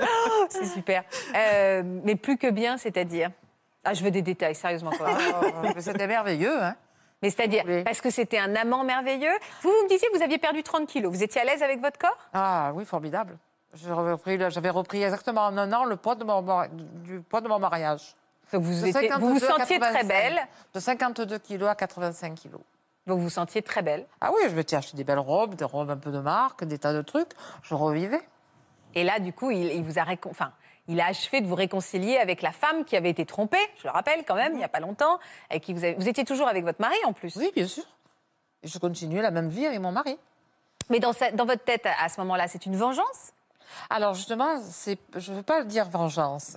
Speaker 1: Oh, C'est super. Euh, mais plus que bien, c'est-à-dire Ah, je veux des détails, sérieusement. Quoi.
Speaker 3: [laughs] Oh, Mais C'était merveilleux. Hein.
Speaker 1: Mais c'est-à-dire,
Speaker 3: Oui.
Speaker 1: parce que c'était un amant merveilleux. Vous, vous me disiez, vous aviez perdu 30 kilos. Vous étiez à l'aise avec votre corps
Speaker 3: Ah oui, formidable. J'ai repris- J'avais repris exactement en un an le poids de mon, mari- du poids de mon mariage.
Speaker 1: Donc vous,
Speaker 3: De
Speaker 1: étiez- vous vous
Speaker 3: 52 à
Speaker 1: sentiez très
Speaker 3: 85.
Speaker 1: belle.
Speaker 3: De 52 kilos à 85 kilos.
Speaker 1: Donc vous vous sentiez très belle.
Speaker 3: Ah oui, je m'étais acheté des belles robes, des robes un peu de marque, des tas de trucs. Je revivais.
Speaker 1: Et là, du coup, il, il vous a récon- enfin, il a achevé de vous réconcilier avec la femme qui avait été trompée, je le rappelle quand même, il n'y a pas longtemps, et qui vous, avez- vous étiez toujours avec votre mari en plus.
Speaker 3: Oui, bien sûr. Et je continuais la même vie avec mon mari.
Speaker 1: Mais dans, sa- dans votre tête, à, à ce moment-là, c'est une vengeance
Speaker 3: Alors justement, c'est, je ne veux pas dire vengeance,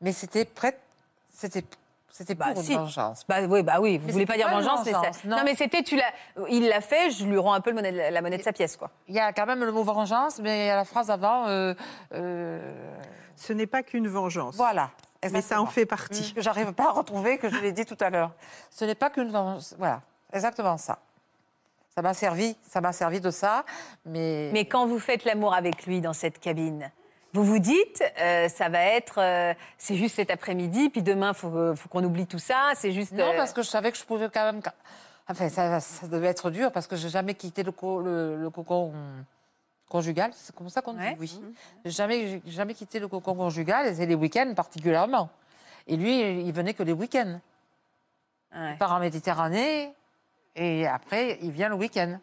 Speaker 3: mais c'était prête, c'était, c'était
Speaker 1: Bah,
Speaker 3: pour
Speaker 1: si.
Speaker 3: une vengeance.
Speaker 1: Bah oui, bah oui, vous
Speaker 3: Mais
Speaker 1: voulez
Speaker 3: c'était
Speaker 1: pas dire
Speaker 3: pas une
Speaker 1: vengeance, mais ça-
Speaker 3: vengeance, non.
Speaker 1: non. mais c'était tu l'as, il l'a fait, je lui rends un peu le monnaie de la, la monnaie de sa pièce quoi.
Speaker 3: Il y a quand même le mot vengeance, mais il y a la phrase avant. euh, euh,
Speaker 7: Ce n'est pas qu'une vengeance.
Speaker 3: voilà.
Speaker 7: Mais ça en
Speaker 3: Exactement.
Speaker 7: fait partie.
Speaker 3: Mm. que j'arrive pas à retrouver, que je l'ai dit tout à l'heure. Ce n'est pas qu'une vengeance. Voilà, exactement ça. Ça m'a servi, ça m'a servi de ça, mais,
Speaker 1: Mais quand vous faites l'amour avec lui dans cette cabine, vous vous dites, euh, ça va être, euh, c'est juste cet après-midi, puis demain faut, euh, faut qu'on oublie tout ça, c'est juste.
Speaker 3: non
Speaker 1: euh,
Speaker 3: parce que je savais que je pouvais quand même. Enfin, ça, ça devait être dur parce que j'ai jamais quitté le, co- le, le cocon conjugal. C'est comme ça qu'on
Speaker 1: Ouais. Mhm.
Speaker 3: dit, oui. J'ai Jamais, j'ai jamais quitté le cocon conjugal et c'est les week-ends particulièrement. Et lui, il venait que les week-ends.
Speaker 1: ouais.
Speaker 3: Il part en Méditerranée et après, il vient le week-end.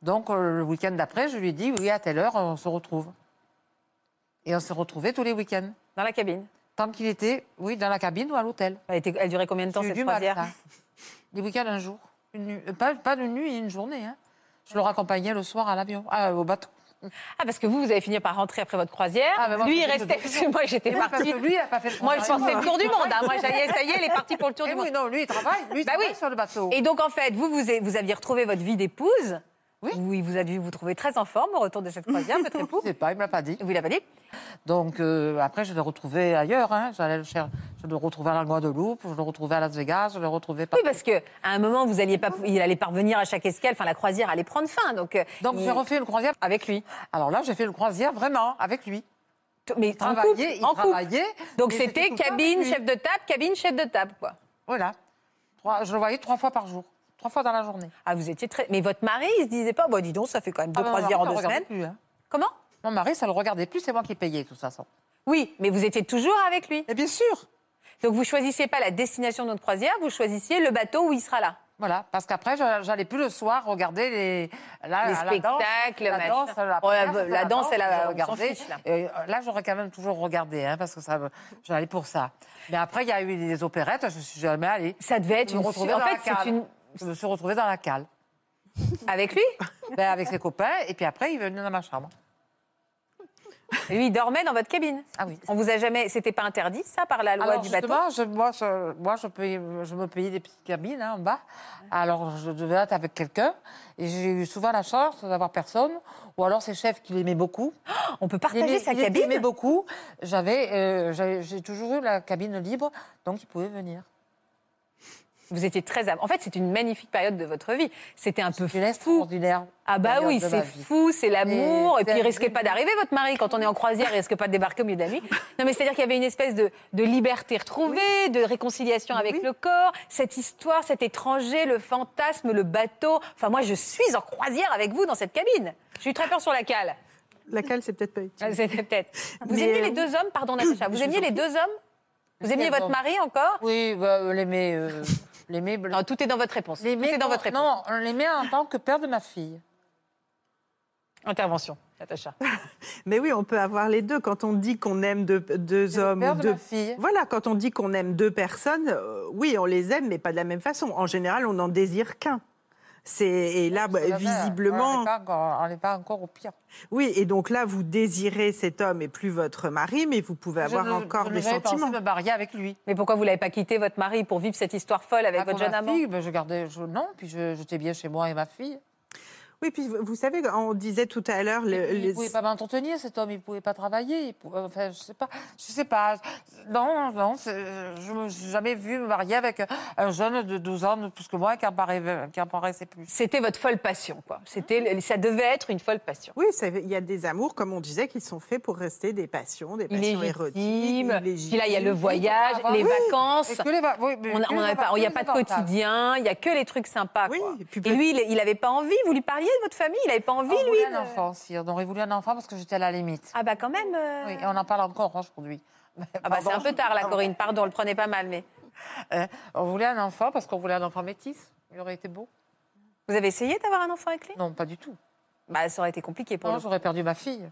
Speaker 3: Donc, euh, le week-end d'après, je lui dis oui, à telle heure, on se retrouve. Et on se retrouvait tous les week-ends.
Speaker 1: Dans la cabine.
Speaker 3: Tant qu'il était, oui, dans la cabine ou à l'hôtel.
Speaker 1: Elle, était- elle durait combien de temps
Speaker 3: J'ai eu
Speaker 1: cette
Speaker 3: du mal,
Speaker 1: croisière
Speaker 3: ça. Les week-ends, un jour. Une nuit. Euh, Pas, pas de nuit, une journée. hein. Je le raccompagnais le soir à l'avion, ah, au bateau.
Speaker 1: Ah parce que vous, vous avez fini par rentrer après votre croisière.
Speaker 3: Ah, mais moi,
Speaker 1: lui il
Speaker 3: j'ai fait
Speaker 1: restait.
Speaker 3: deux
Speaker 1: parce que Moi j'étais
Speaker 3: Oui, [laughs] parce
Speaker 1: partie.
Speaker 3: que lui, il n'a pas fait le
Speaker 1: Moi je
Speaker 3: travail.
Speaker 1: pensais le tour du monde. hein. Moi j'allais, ça y est, elle est partie pour le tour
Speaker 3: Eh
Speaker 1: du
Speaker 3: oui,
Speaker 1: monde.
Speaker 3: non, lui, il travaille. Lui, il
Speaker 1: Bah oui.
Speaker 3: travaille sur le bateau.
Speaker 1: Et donc en fait, vous vous, vous aviez retrouvé votre vie d'épouse.
Speaker 3: Oui.
Speaker 1: Vous, il vous a dû vous trouver très en forme au retour de cette croisière,
Speaker 3: [laughs]
Speaker 1: votre époux.
Speaker 3: Je sais pas, il ne me l'a pas dit.
Speaker 1: Vous l'avez dit
Speaker 3: Donc euh, après, je l'ai retrouvé ailleurs. hein. J'allais le cher- Je le retrouvais à la Guadeloupe, je le retrouvais à Las Vegas, je le retrouvais pas.
Speaker 1: Oui, parce que à un moment, vous alliez pas, il allait parvenir à chaque escale. Enfin, la croisière allait prendre fin. Donc, euh,
Speaker 3: Donc
Speaker 1: il-
Speaker 3: j'ai refait une croisière.
Speaker 1: avec lui.
Speaker 3: Alors là, j'ai fait une croisière vraiment avec lui.
Speaker 1: T- Mais en couple,
Speaker 3: Travailler, il
Speaker 1: en couple.
Speaker 3: travaillait.
Speaker 1: Donc
Speaker 3: mais
Speaker 1: c'était
Speaker 3: j'étais tout le temps
Speaker 1: cabine,
Speaker 3: avec lui.
Speaker 1: chef de table, cabine, chef de table, quoi.
Speaker 3: Voilà. Trois- je le voyais trois fois par jour, trois fois dans la journée.
Speaker 1: Ah, vous étiez très. Mais votre mari, il se disait pas, bah dis donc, ça fait quand même deux
Speaker 3: Ah, mon
Speaker 1: croisières en
Speaker 3: mari, ça
Speaker 1: deux
Speaker 3: le regardait
Speaker 1: semaines.
Speaker 3: plus, hein.
Speaker 1: Comment
Speaker 3: Mon mari, ça le regardait plus, c'est moi qui payais de toute façon.
Speaker 1: Oui, mais vous étiez toujours avec lui.
Speaker 3: Et bien sûr.
Speaker 1: Donc vous choisissiez pas la destination de notre croisière, vous choisissiez le bateau où il sera là.
Speaker 3: Voilà, parce qu'après, je- j'allais plus le soir regarder les, là,
Speaker 1: Les
Speaker 3: Ah, la
Speaker 1: spectacles,
Speaker 3: danse, la
Speaker 1: machin.
Speaker 3: danse, la,
Speaker 1: Oh, la-
Speaker 3: danse,
Speaker 1: la danse, elle a-
Speaker 3: je
Speaker 1: on
Speaker 3: regardais.
Speaker 1: s'en fiche, là.
Speaker 3: Et, euh, là, j'aurais quand même toujours regardé, hein, parce que ça, me- j'allais pour ça. Mais après, il y a eu les opérettes, je suis jamais allée.
Speaker 1: Ça devait être
Speaker 3: Je me
Speaker 1: une.
Speaker 3: retrouvais
Speaker 1: En
Speaker 3: dans
Speaker 1: fait,
Speaker 3: la
Speaker 1: c'est
Speaker 3: cale.
Speaker 1: une.
Speaker 3: Je me suis retrouvée dans la cale,
Speaker 1: Avec lui
Speaker 3: ben, avec ses copains, et puis après, il est venu dans ma chambre.
Speaker 1: Lui, il dormait dans votre cabine.
Speaker 3: Ah oui.
Speaker 1: On vous a jamais. C'était pas interdit, ça, par la loi
Speaker 3: Alors
Speaker 1: du bateau
Speaker 3: justement, je, moi, je, moi je, payais- je me payais des petites cabines hein, en bas. Alors je devais être avec quelqu'un et j'ai eu souvent la chance d'avoir personne. Ou alors ses chefs qui l'aimaient beaucoup.
Speaker 1: On peut
Speaker 3: Il
Speaker 1: partager
Speaker 3: aimait-
Speaker 1: sa
Speaker 3: il
Speaker 1: cabine
Speaker 3: aimait beaucoup. J'avais, euh, j'avais- j'ai toujours eu la cabine libre, donc il pouvait venir.
Speaker 1: Vous étiez très am- En fait, c'est une magnifique période de votre vie. C'était un peu
Speaker 3: C'est
Speaker 1: fou.
Speaker 3: extraordinaire.
Speaker 1: Ah bah
Speaker 3: période
Speaker 1: oui,
Speaker 3: de ma
Speaker 1: c'est
Speaker 3: vie.
Speaker 1: fou, c'est l'amour.
Speaker 3: Et
Speaker 1: Et puis il
Speaker 3: c'est-
Speaker 1: risquait pas d'arriver, votre mari, quand on est en croisière, il risque pas de débarquer au milieu de la nuit. Non mais c'est-à-dire qu'il y avait une espèce de, de liberté retrouvée, de réconciliation avec le corps, cette histoire, cet étranger, le fantasme, le bateau. Enfin moi, je suis en croisière avec vous dans cette cabine. J'ai eu très peur sur la cale.
Speaker 2: Mm.
Speaker 7: Laquelle, c'est peut-être pas utile.
Speaker 1: Ah, C'était
Speaker 3: [laughs]
Speaker 1: peut-être. Vous
Speaker 7: Mais-
Speaker 1: aimiez
Speaker 3: euh,
Speaker 1: les deux hommes,
Speaker 3: [coughs]
Speaker 1: pardon Natacha, vous
Speaker 7: Je vous
Speaker 1: aimiez
Speaker 7: en
Speaker 1: les deux hommes Vous
Speaker 3: Quel
Speaker 1: aimiez votre
Speaker 3: homme
Speaker 1: mari encore
Speaker 3: Oui, bah, euh, l'aimer, euh, l'aimer.
Speaker 1: Non, tout est dans votre réponse. Tout est dans votre réponse.
Speaker 3: Non, on l'aimait en tant que père de ma fille.
Speaker 1: Intervention, Natacha.
Speaker 7: Mais oui, on peut avoir les deux. Quand on dit qu'on aime deux, deux
Speaker 3: Le
Speaker 7: hommes
Speaker 3: père
Speaker 7: ou
Speaker 3: de
Speaker 7: deux
Speaker 3: ma fille.
Speaker 7: Voilà, quand on dit qu'on aime deux personnes, euh, oui, on les aime, mais pas de la même façon. En général, on n'en désire qu'un. C'est et là, bah,
Speaker 3: Voilà, On
Speaker 7: visiblement,
Speaker 3: n'est pas encore- on n'est pas encore au pire.
Speaker 7: oui. Et donc là, vous désirez cet homme et plus votre mari, mais vous pouvez avoir
Speaker 3: Je ne-
Speaker 7: encore
Speaker 3: je ne
Speaker 7: des
Speaker 3: vais pas
Speaker 7: sentiments.
Speaker 3: me marier avec lui.
Speaker 1: Mais pourquoi vous l'avez pas quitté votre mari pour vivre cette histoire folle avec
Speaker 3: Ah,
Speaker 1: votre
Speaker 3: pour
Speaker 1: jeune
Speaker 3: ma
Speaker 1: amant
Speaker 3: fille, ben, je gardais, je- non, puis je- j'étais bien chez moi et ma fille.
Speaker 7: Oui, puis vous vous savez, on disait tout à l'heure, le-
Speaker 3: il
Speaker 7: les-
Speaker 3: ne pouvait pas m'entretenir, cet homme, il ne pouvait pas travailler. il pou- euh, Enfin, je sais pas, je sais pas. Non, non, c'est- je me suis jamais vue me marier avec un jeune de 12 ans de plus que moi qui en paraît- qui en paraissait plus.
Speaker 1: C'était votre folle passion, quoi. C'était, le- ça devait être une folle passion.
Speaker 7: oui, ça- il y a des amours, comme on disait, qui sont faits pour rester des passions, des passions érotiques.
Speaker 1: Illégitime. Puis là, il y a le
Speaker 7: illégitimes.
Speaker 1: voyage,
Speaker 3: Ah,
Speaker 1: les
Speaker 3: oui.
Speaker 1: vacances.
Speaker 3: Et que les va- oui, mais
Speaker 1: On n'a
Speaker 3: que les va-
Speaker 1: pas,
Speaker 3: que
Speaker 1: de
Speaker 3: les avantages.
Speaker 1: quotidien, il n'y a que les trucs sympas.
Speaker 7: Oui,
Speaker 1: quoi.
Speaker 7: et puis
Speaker 1: Et lui, il n'avait pas envie. Vous lui parliez de votre famille Il n'avait pas envie,
Speaker 3: On
Speaker 1: lui
Speaker 3: voulait
Speaker 1: de-
Speaker 3: un enfant, si. On aurait voulu un enfant parce que j'étais à la limite.
Speaker 1: Ah bah quand même. euh,
Speaker 3: Oui, et on en parle encore hein, aujourd'hui.
Speaker 1: Ah bah c'est un peu tard, la Corinne. Pardon, le prenez pas mal, mais
Speaker 3: On voulait un enfant parce qu'on voulait un enfant métis. Il aurait été beau.
Speaker 1: vous avez essayé d'avoir un enfant avec lui
Speaker 3: Non, pas du tout.
Speaker 1: Bah ça aurait été compliqué pour
Speaker 3: Non,
Speaker 1: lui.
Speaker 3: j'aurais perdu ma fille.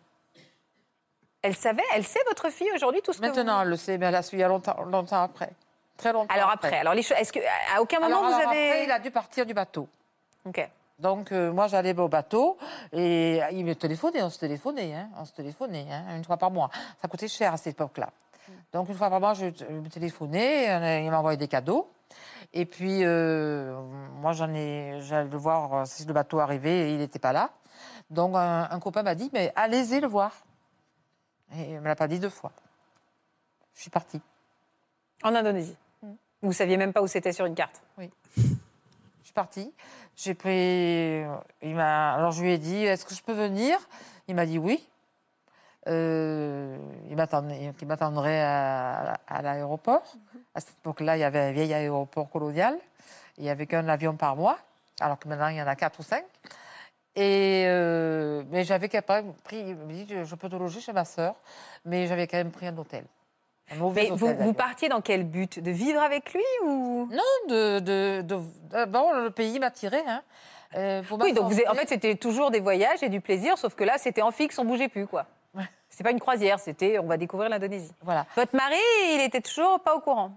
Speaker 1: Elle savait, elle sait votre fille aujourd'hui tout ce que vous-
Speaker 3: Maintenant, elle le sait, mais elle a su il y a longtemps, longtemps après. Très longtemps
Speaker 1: Alors après, alors les choses, est-ce que à aucun moment
Speaker 3: Alors,
Speaker 1: vous
Speaker 3: alors
Speaker 1: avez
Speaker 3: après, il a dû partir du bateau.
Speaker 1: Ok.
Speaker 3: Donc, euh, moi, j'allais au bateau et il me téléphonait, on se téléphonait, hein, on se téléphonait hein, une fois par mois. Ça coûtait cher à cette époque-là.
Speaker 1: Hmm.
Speaker 3: Donc, une fois par mois, je je me téléphonais, euh, il m'envoyait des cadeaux. Et puis, euh, moi, j'en ai, j'allais le voir euh, si le bateau arrivait et il n'était pas là. Donc, un, un copain m'a dit, mais allez-y le voir. Et il ne me l'a pas dit deux fois. Je suis partie.
Speaker 1: En Indonésie.
Speaker 3: Hmm.
Speaker 1: Vous saviez même pas où c'était sur une carte.
Speaker 3: Je suis partie. J'ai pris. euh, Il m'a. Alors je lui ai dit Est-ce que je peux venir Il m'a dit oui. Euh, il m'attendait- il m'attendrait à, à l'aéroport. À cette époque-là, il y avait un vieil aéroport colonial. Il n'y avait qu'un avion par mois, alors que maintenant il y en a quatre ou cinq. Et euh, mais j'avais quand même pris. Il me dit Je peux te loger chez ma sœur, mais j'avais quand même pris un hôtel. Un mauvais
Speaker 1: Mais
Speaker 3: hôtel,
Speaker 1: vous, vous
Speaker 3: d'ailleurs.
Speaker 1: partiez dans quel but De vivre avec lui ou
Speaker 3: de, de, de- euh, bon, le pays m'attirait. Hein. Euh, pour
Speaker 1: Oui, donc vous êtes- en
Speaker 3: m'affronter.
Speaker 1: fait, c'était toujours des voyages et du plaisir, sauf que là, c'était en fixe, on bougeait plus, quoi. C'est pas une croisière, c'était on va découvrir l'Indonésie.
Speaker 3: Voilà.
Speaker 1: Votre mari, il était toujours pas au courant.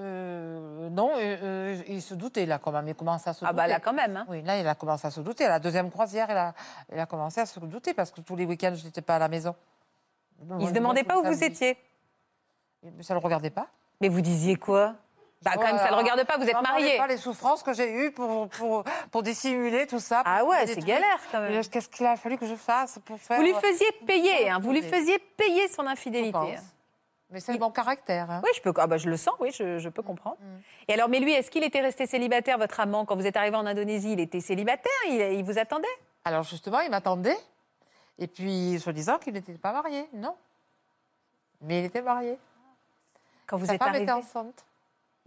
Speaker 3: Euh, non, euh, euh, il se doutait, là, quand même. Il commençait à se
Speaker 1: Ah
Speaker 3: douter.
Speaker 1: bah là, quand même. hein.
Speaker 3: Oui, là, il a commencé à se douter. La deuxième croisière, il a, il a commencé à se douter parce que tous les week-ends, je n'étais pas à la maison.
Speaker 1: Il se demandait pas où vous étiez.
Speaker 3: Ça ne le regardait pas. Oh
Speaker 1: Mais vous disiez quoi Bah quand même, ça le
Speaker 3: Voilà.
Speaker 1: regarde pas, vous êtes
Speaker 3: Ça m'enlevait
Speaker 1: mariés.
Speaker 3: pas les souffrances que j'ai eues pour, pour, pour dissimuler tout ça. pour
Speaker 1: Ah ouais,
Speaker 3: trouver des
Speaker 1: c'est
Speaker 3: trucs.
Speaker 1: galère quand même.
Speaker 3: Qu'est-ce qu'il a fallu que je fasse pour faire...
Speaker 1: Vous lui faisiez payer, hein, vous lui
Speaker 3: Attendez.
Speaker 1: faisiez payer son
Speaker 3: Je
Speaker 1: infidélité. hein.
Speaker 3: pense. Mais c'est mon caractère. hein.
Speaker 1: Oui, je peux. Ah bah, je le sens, oui, je, je peux
Speaker 3: Mm.
Speaker 1: comprendre. Et alors, mais lui, est-ce qu'il était resté célibataire, votre amant, quand vous êtes arrivé en Indonésie Il était célibataire Il, il vous attendait
Speaker 3: Alors justement, il m'attendait. Et puis, soi-disant qu'il n'était pas marié, non. Mais il était marié.
Speaker 1: quand vous
Speaker 3: Sa
Speaker 1: êtes
Speaker 3: femme
Speaker 1: arrivé
Speaker 3: était enceinte.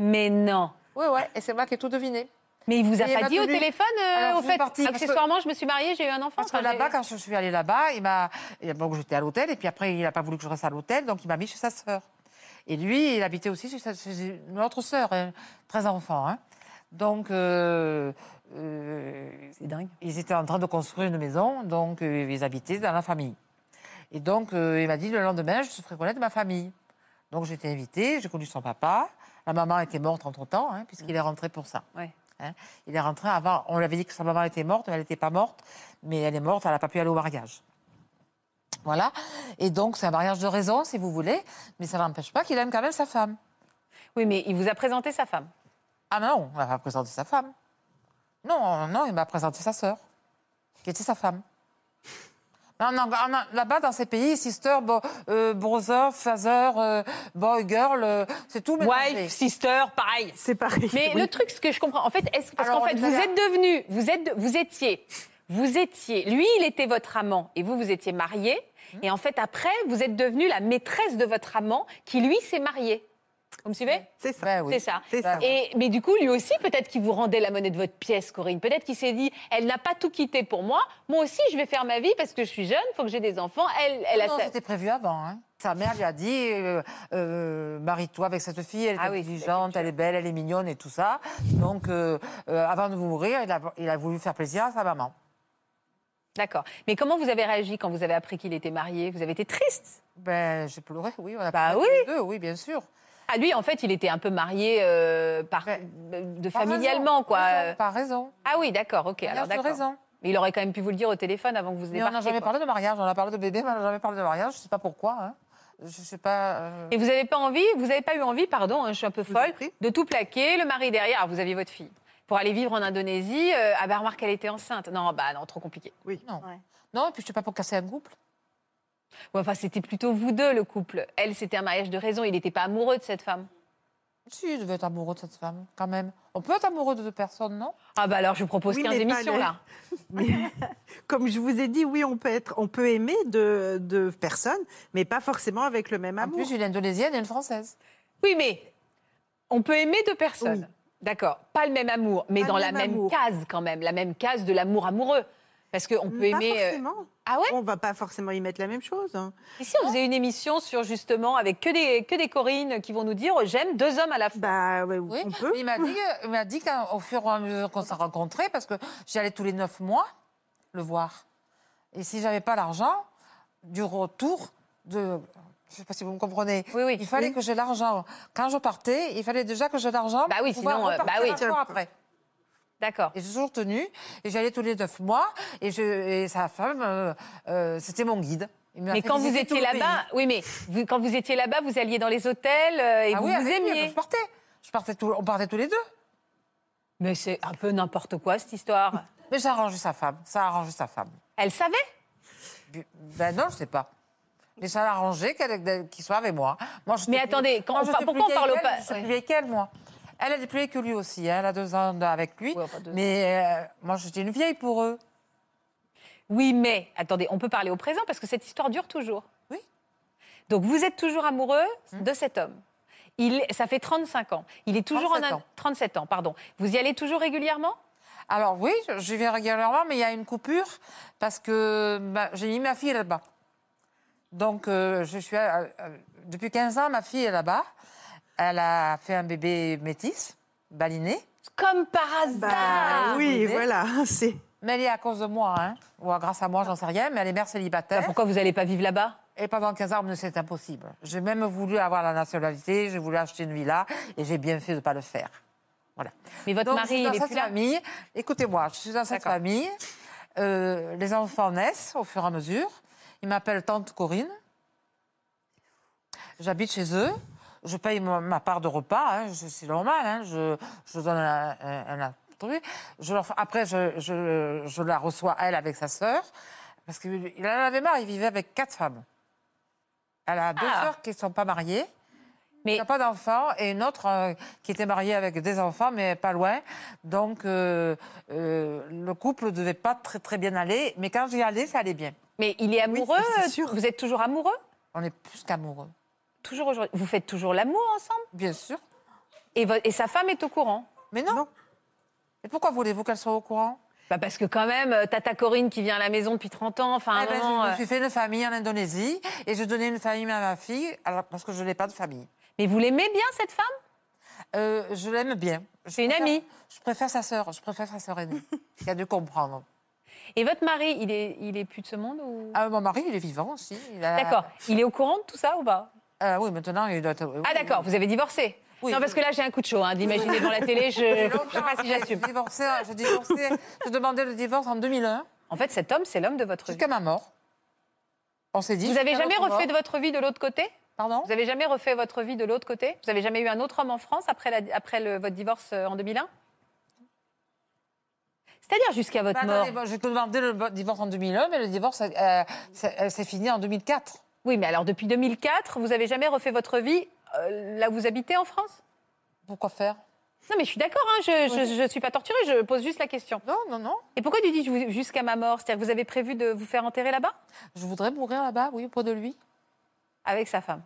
Speaker 1: Mais non.
Speaker 3: Oui, ouais. Et c'est moi qui ai tout deviné.
Speaker 1: Mais il vous a
Speaker 3: Et il
Speaker 1: pas
Speaker 3: m'a
Speaker 1: dit au
Speaker 3: tenu.
Speaker 1: téléphone, euh,
Speaker 3: Alors, Ah,
Speaker 1: au
Speaker 3: je suis
Speaker 1: fait,
Speaker 3: partie, parce que-
Speaker 1: accessoirement, je me suis mariée, j'ai eu un enfant.
Speaker 3: Parce que
Speaker 1: enfin, j'ai-
Speaker 3: là-bas, quand je suis allée là-bas, il m'a. et Donc j'étais à l'hôtel et puis après, il n'a pas voulu que je reste à l'hôtel, donc il m'a mis chez sa sœur. Et lui, il habitait aussi chez, sa- chez une autre sœur, hein, 13 enfants. hein. Donc, euh, euh,
Speaker 1: C'est dingue.
Speaker 3: ils étaient en train de construire une maison, donc euh, ils habitaient dans la famille. Et donc, euh, il m'a dit le lendemain, je te ferai connaître ma famille. Donc, j'ai été invitée, j'ai connu son papa. La maman était morte entre-temps, hein, puisqu'il est rentré pour ça.
Speaker 1: Ouais.
Speaker 3: Hein, il est rentré avant, on lui avait dit que sa maman était morte, mais elle n'était pas morte, mais elle est morte, elle n'a pas pu aller au mariage. Voilà. Et donc, c'est un mariage de raison, si vous voulez, mais ça n'empêche pas qu'il aime quand même sa femme.
Speaker 1: Oui, mais il vous a présenté sa femme.
Speaker 3: Ah non, on m'a pas présenté sa femme. Non, non, il m'a présenté sa sœur, qui était sa femme. Non, non, non, non, Là-bas, dans ces pays, sister, bo, euh, brother, father, euh, boy, girl, euh, c'est tout mélangé.
Speaker 5: Wife, sister, pareil.
Speaker 7: C'est pareil.
Speaker 5: Mais
Speaker 7: oui.
Speaker 5: le truc, ce que je comprends, en fait, est-ce parce
Speaker 3: Alors,
Speaker 5: qu'en fait,
Speaker 3: on est
Speaker 5: vous
Speaker 3: allé à-
Speaker 5: êtes devenu, vous êtes, vous étiez, vous étiez, lui, il était votre amant et vous, vous étiez mariés.
Speaker 3: Hum.
Speaker 5: Et en fait, après, vous êtes devenue la maîtresse de votre amant qui, lui, s'est marié. Vous me suivez
Speaker 7: C'est ça.
Speaker 3: Ben oui.
Speaker 5: C'est ça.
Speaker 7: C'est ça.
Speaker 5: Et, mais du coup, lui aussi, peut-être qu'il vous rendait la monnaie de votre pièce, Corinne. Peut-être qu'il s'est dit, elle n'a pas tout quitté pour moi. Moi aussi, je vais faire ma vie parce que je suis jeune, faut que j'ai des enfants. Elle, elle a
Speaker 3: Non,
Speaker 5: sa-
Speaker 3: c'était prévu avant. hein. Sa mère lui a dit euh, euh, marie-toi avec cette fille, elle est
Speaker 1: Ah oui, c'est la
Speaker 3: intelligente, elle est belle, elle est mignonne et tout ça. Donc, euh, euh, avant de mourir, il a, il a voulu faire plaisir à sa maman.
Speaker 1: D'accord. Mais comment vous avez réagi quand vous avez appris qu'il était marié Vous avez été triste
Speaker 3: Ben, j'ai pleuré, oui, on a
Speaker 1: Bah
Speaker 3: pleuré tous les deux, oui, bien sûr.
Speaker 1: Ah, lui, en fait, il était un peu marié euh, par,
Speaker 3: Ouais.
Speaker 1: de
Speaker 3: Par
Speaker 1: familialement,
Speaker 3: raison,
Speaker 1: quoi.
Speaker 3: raison, Par raison.
Speaker 1: Ah oui, d'accord, ok. Alors,
Speaker 3: Mariage de
Speaker 1: d'accord.
Speaker 3: raison.
Speaker 1: Mais il aurait quand même pu vous le dire au téléphone avant que vous
Speaker 3: Mais on n'a
Speaker 1: débarquiez.
Speaker 3: jamais
Speaker 1: quoi.
Speaker 3: parlé de mariage. On a parlé de bébé, mais on n'a jamais parlé de mariage. Je sais pas pourquoi. hein. Je sais pas. euh,
Speaker 1: Et vous n'avez pas envie, vous n'avez pas eu envie, pardon, hein, je suis un peu
Speaker 7: vous en
Speaker 1: folle,
Speaker 7: prie.
Speaker 1: de tout plaquer, le mari derrière, ah, vous aviez votre fille, pour aller vivre en Indonésie. euh, ah bah remarque, elle était enceinte. Non, bah non, trop compliqué.
Speaker 3: Non, et puis je sais pas pour casser un couple.
Speaker 1: Ouais, enfin, c'était plutôt vous deux, le couple. Elle, c'était un mariage de raison, il n'était pas amoureux de cette femme.
Speaker 3: Si, je devais être amoureux de cette femme, quand même. On peut être amoureux de deux personnes, non
Speaker 1: Ah bah alors, je vous propose
Speaker 7: Oui,
Speaker 1: 15
Speaker 7: mais pas
Speaker 1: émissions,
Speaker 7: les-
Speaker 1: là.
Speaker 7: Mais, [laughs] comme je vous ai dit, oui, on peut, être, on peut aimer de, de personnes, mais pas forcément avec le même
Speaker 3: En
Speaker 7: amour.
Speaker 3: plus, une indonésienne et une française.
Speaker 1: Oui, mais on peut aimer deux personnes.
Speaker 7: Oui.
Speaker 1: D'accord, pas le même amour, mais
Speaker 7: Pas
Speaker 1: dans
Speaker 7: le
Speaker 1: la
Speaker 7: même
Speaker 1: même
Speaker 7: amour.
Speaker 1: case quand même, la même case de l'amour amoureux. Parce
Speaker 3: Hum,
Speaker 1: qu'on peut
Speaker 7: pas
Speaker 1: aimer... euh,
Speaker 7: forcément.
Speaker 1: Ah ouais
Speaker 7: On va pas forcément y mettre la même chose. hein.
Speaker 1: Et si on faisait une émission sur justement avec que des, que des Corinnes qui vont nous dire oh, j'aime deux hommes à la fois
Speaker 7: Bah, ouais,
Speaker 3: Oui.
Speaker 7: on peut.
Speaker 3: Il m'a dit, il m'a dit qu'au fur et à mesure qu'on s'est rencontrés, parce que j'y allais tous les neuf mois le voir. Et si j'avais pas l'argent du retour de, je sais pas si vous me comprenez.
Speaker 1: Oui, oui.
Speaker 3: Il fallait que j'ai l'argent. Quand je partais, il fallait déjà que j'ai l'argent.
Speaker 1: Bah oui,
Speaker 3: pour pouvoir
Speaker 1: sinon, euh, bah
Speaker 3: repartir
Speaker 1: oui.
Speaker 3: un soir après.
Speaker 1: D'accord.
Speaker 3: Et j'ai toujours tenu. Et j'allais tous les neuf mois. Et, je, et sa femme, euh, euh, c'était mon guide. Il m'a
Speaker 1: Mais
Speaker 3: fait
Speaker 1: quand vous
Speaker 3: visiter tout
Speaker 1: étiez
Speaker 3: le pays.
Speaker 1: là-bas, oui, mais vous- quand vous étiez là-bas, vous alliez dans les hôtels euh, et
Speaker 3: Ah
Speaker 1: vous
Speaker 3: oui,
Speaker 1: vous
Speaker 3: avec lui,
Speaker 1: aimiez.
Speaker 3: Je partais. Je partais tout- on partait tous les deux.
Speaker 9: Mais c'est un peu n'importe quoi cette histoire.
Speaker 3: Mais ça arrangeait sa femme. Ça arrangeait sa femme.
Speaker 1: Elle savait
Speaker 3: Bu- Ben non, je sais pas. Mais ça l'a arrangé qu'elle- qu'il soit avec moi. moi je
Speaker 1: Mais
Speaker 3: suis plus-
Speaker 1: attendez, quand
Speaker 3: moi,
Speaker 1: on
Speaker 3: je
Speaker 1: par-
Speaker 3: suis
Speaker 1: pourquoi on
Speaker 3: plus vieille
Speaker 1: parle
Speaker 3: qu'elle,
Speaker 1: pas-
Speaker 3: Je suis
Speaker 1: ouais.
Speaker 3: plus vieille qu'elle, moi. Elle, elle est plus vieille que lui aussi. hein, Elle a deux ans de- avec lui.
Speaker 9: Ouais, enfin, deux ans.
Speaker 3: mais euh, moi, j'étais une vieille pour eux.
Speaker 1: Oui, mais attendez, on peut parler au présent parce que cette histoire dure toujours.
Speaker 3: Oui. Hum.
Speaker 1: Donc vous êtes toujours amoureux de cet homme. Il, ça fait 35 ans. Il est toujours
Speaker 3: 37
Speaker 1: en
Speaker 3: ans.
Speaker 1: 37 ans, pardon. Vous y allez toujours régulièrement
Speaker 3: Alors oui, je- j'y viens régulièrement, mais il y a une coupure parce que ma- j'ai mis ma fille là-bas. Donc euh, je suis à- à- depuis 15 ans, ma fille est là-bas. Elle a fait un bébé métis, baliné.
Speaker 1: Comme par
Speaker 7: Bah,
Speaker 1: hasard.
Speaker 7: oui,
Speaker 3: oui.
Speaker 7: voilà. [laughs] C'est
Speaker 3: Mais elle est à cause de moi, hein. ou à- grâce à moi, j'en sais rien, mais elle est mère
Speaker 9: Bah,
Speaker 3: célibataire.
Speaker 9: pourquoi vous n'allez pas vivre là-bas
Speaker 3: Et pendant 15 ans, mais c'est impossible. J'ai même voulu avoir la nationalité, j'ai voulu acheter une villa, et j'ai bien fait de ne pas le faire. Voilà.
Speaker 1: Mais votre
Speaker 3: Donc, je
Speaker 1: mari,
Speaker 3: suis
Speaker 1: il
Speaker 3: dans
Speaker 1: est
Speaker 3: cette
Speaker 1: plus là.
Speaker 3: famille. Écoutez-moi, je suis dans cette
Speaker 1: D'accord.
Speaker 3: famille. Euh, les enfants naissent au fur et à mesure. Ils m'appellent tante Corinne. J'habite chez eux. Je paye ma, ma part de repas. hein. Je- C'est normal. hein. Je, je donne un, un- un truc. Je leur- après, je, je- je la reçois, elle, avec sa sœur. Parce qu'il en avait marre. Il vivait avec quatre femmes. Elle a deux
Speaker 1: Ah.
Speaker 3: sœurs qui ne sont pas mariées.
Speaker 1: Mais-
Speaker 3: Il n'a pas d'enfants et une autre euh, qui était mariée avec des enfants, mais pas loin. Donc, euh, euh, le couple ne devait pas très, très bien aller. Mais quand j'y allais, ça allait bien.
Speaker 1: Mais il est amoureux
Speaker 7: c'est sûr.
Speaker 1: Vous êtes toujours amoureux
Speaker 3: On est plus qu'amoureux.
Speaker 1: Toujours aujourd'hui. Vous faites toujours l'amour ensemble
Speaker 3: Bien sûr.
Speaker 1: et, vo- et sa femme est au courant
Speaker 3: Mais non.
Speaker 7: Non.
Speaker 3: Et pourquoi voulez-vous qu'elle soit au courant
Speaker 1: bah parce que quand même, euh, Tata Corinne qui vient à la maison depuis 30 ans, enfin à un
Speaker 3: Eh ben,
Speaker 1: moment,
Speaker 3: Je
Speaker 1: euh,
Speaker 3: me suis fait une famille en Indonésie et je donnais une famille à ma fille alors, parce que je n'ai pas de famille.
Speaker 1: euh, Mais vous l'aimez bien cette femme
Speaker 3: Euh, je l'aime bien. Je
Speaker 1: C'est une
Speaker 3: préfère-
Speaker 1: amie.
Speaker 3: Je préfère sa sœur. Je préfère sa sœur aînée. qui a dû comprendre.
Speaker 1: Et votre mari, il est, il est plus de ce monde ou...
Speaker 3: Ah, bah. mon mari, il est vivant aussi. Il a-
Speaker 1: D'accord. Il est au courant de tout ça ou pas
Speaker 3: Euh, oui, maintenant, il doit être.
Speaker 1: Ah d'accord, vous avez divorcé
Speaker 3: Oui.
Speaker 1: Non, parce que là j'ai un coup de chaud, hein, d'imaginer devant la télé, je
Speaker 3: J'ai
Speaker 1: ne
Speaker 3: longtemps
Speaker 1: sais pas si
Speaker 3: après,
Speaker 1: j'assume.
Speaker 3: J'ai divorcé, hein,
Speaker 1: [laughs]
Speaker 3: j'ai divorcé, j'ai demandé le divorce en 2001,
Speaker 1: En fait, cet homme, c'est l'homme de votre vie.
Speaker 3: jusqu'à ma mort. On s'est dit.
Speaker 1: Vous avez
Speaker 3: jusqu'à
Speaker 1: jamais
Speaker 3: notre
Speaker 1: refait de
Speaker 3: mort.
Speaker 1: votre vie de l'autre côté
Speaker 3: Pardon
Speaker 1: Vous avez jamais refait votre vie de l'autre côté Vous avez jamais eu un autre homme en France après, la- après le- votre divorce euh, en 2001 C'est-à-dire jusqu'à votre
Speaker 3: Bah,
Speaker 1: mort
Speaker 3: attendez, moi, J'ai demandé le bo- divorce en 2001, mais le divorce euh, c'est- euh, c'est fini en 2004.
Speaker 1: Oui, mais alors depuis 2004, vous n'avez jamais refait votre vie euh, là où vous habitez en France
Speaker 3: Pourquoi faire
Speaker 1: Non, mais je suis d'accord, hein, je ne suis pas torturée, je pose juste la question.
Speaker 3: Non, non, non.
Speaker 1: Et pourquoi tu dis je vous- jusqu'à ma mort C'est-à-dire que vous avez prévu de vous faire enterrer là-bas
Speaker 3: Je voudrais mourir là-bas, oui, auprès de lui.
Speaker 1: Avec sa femme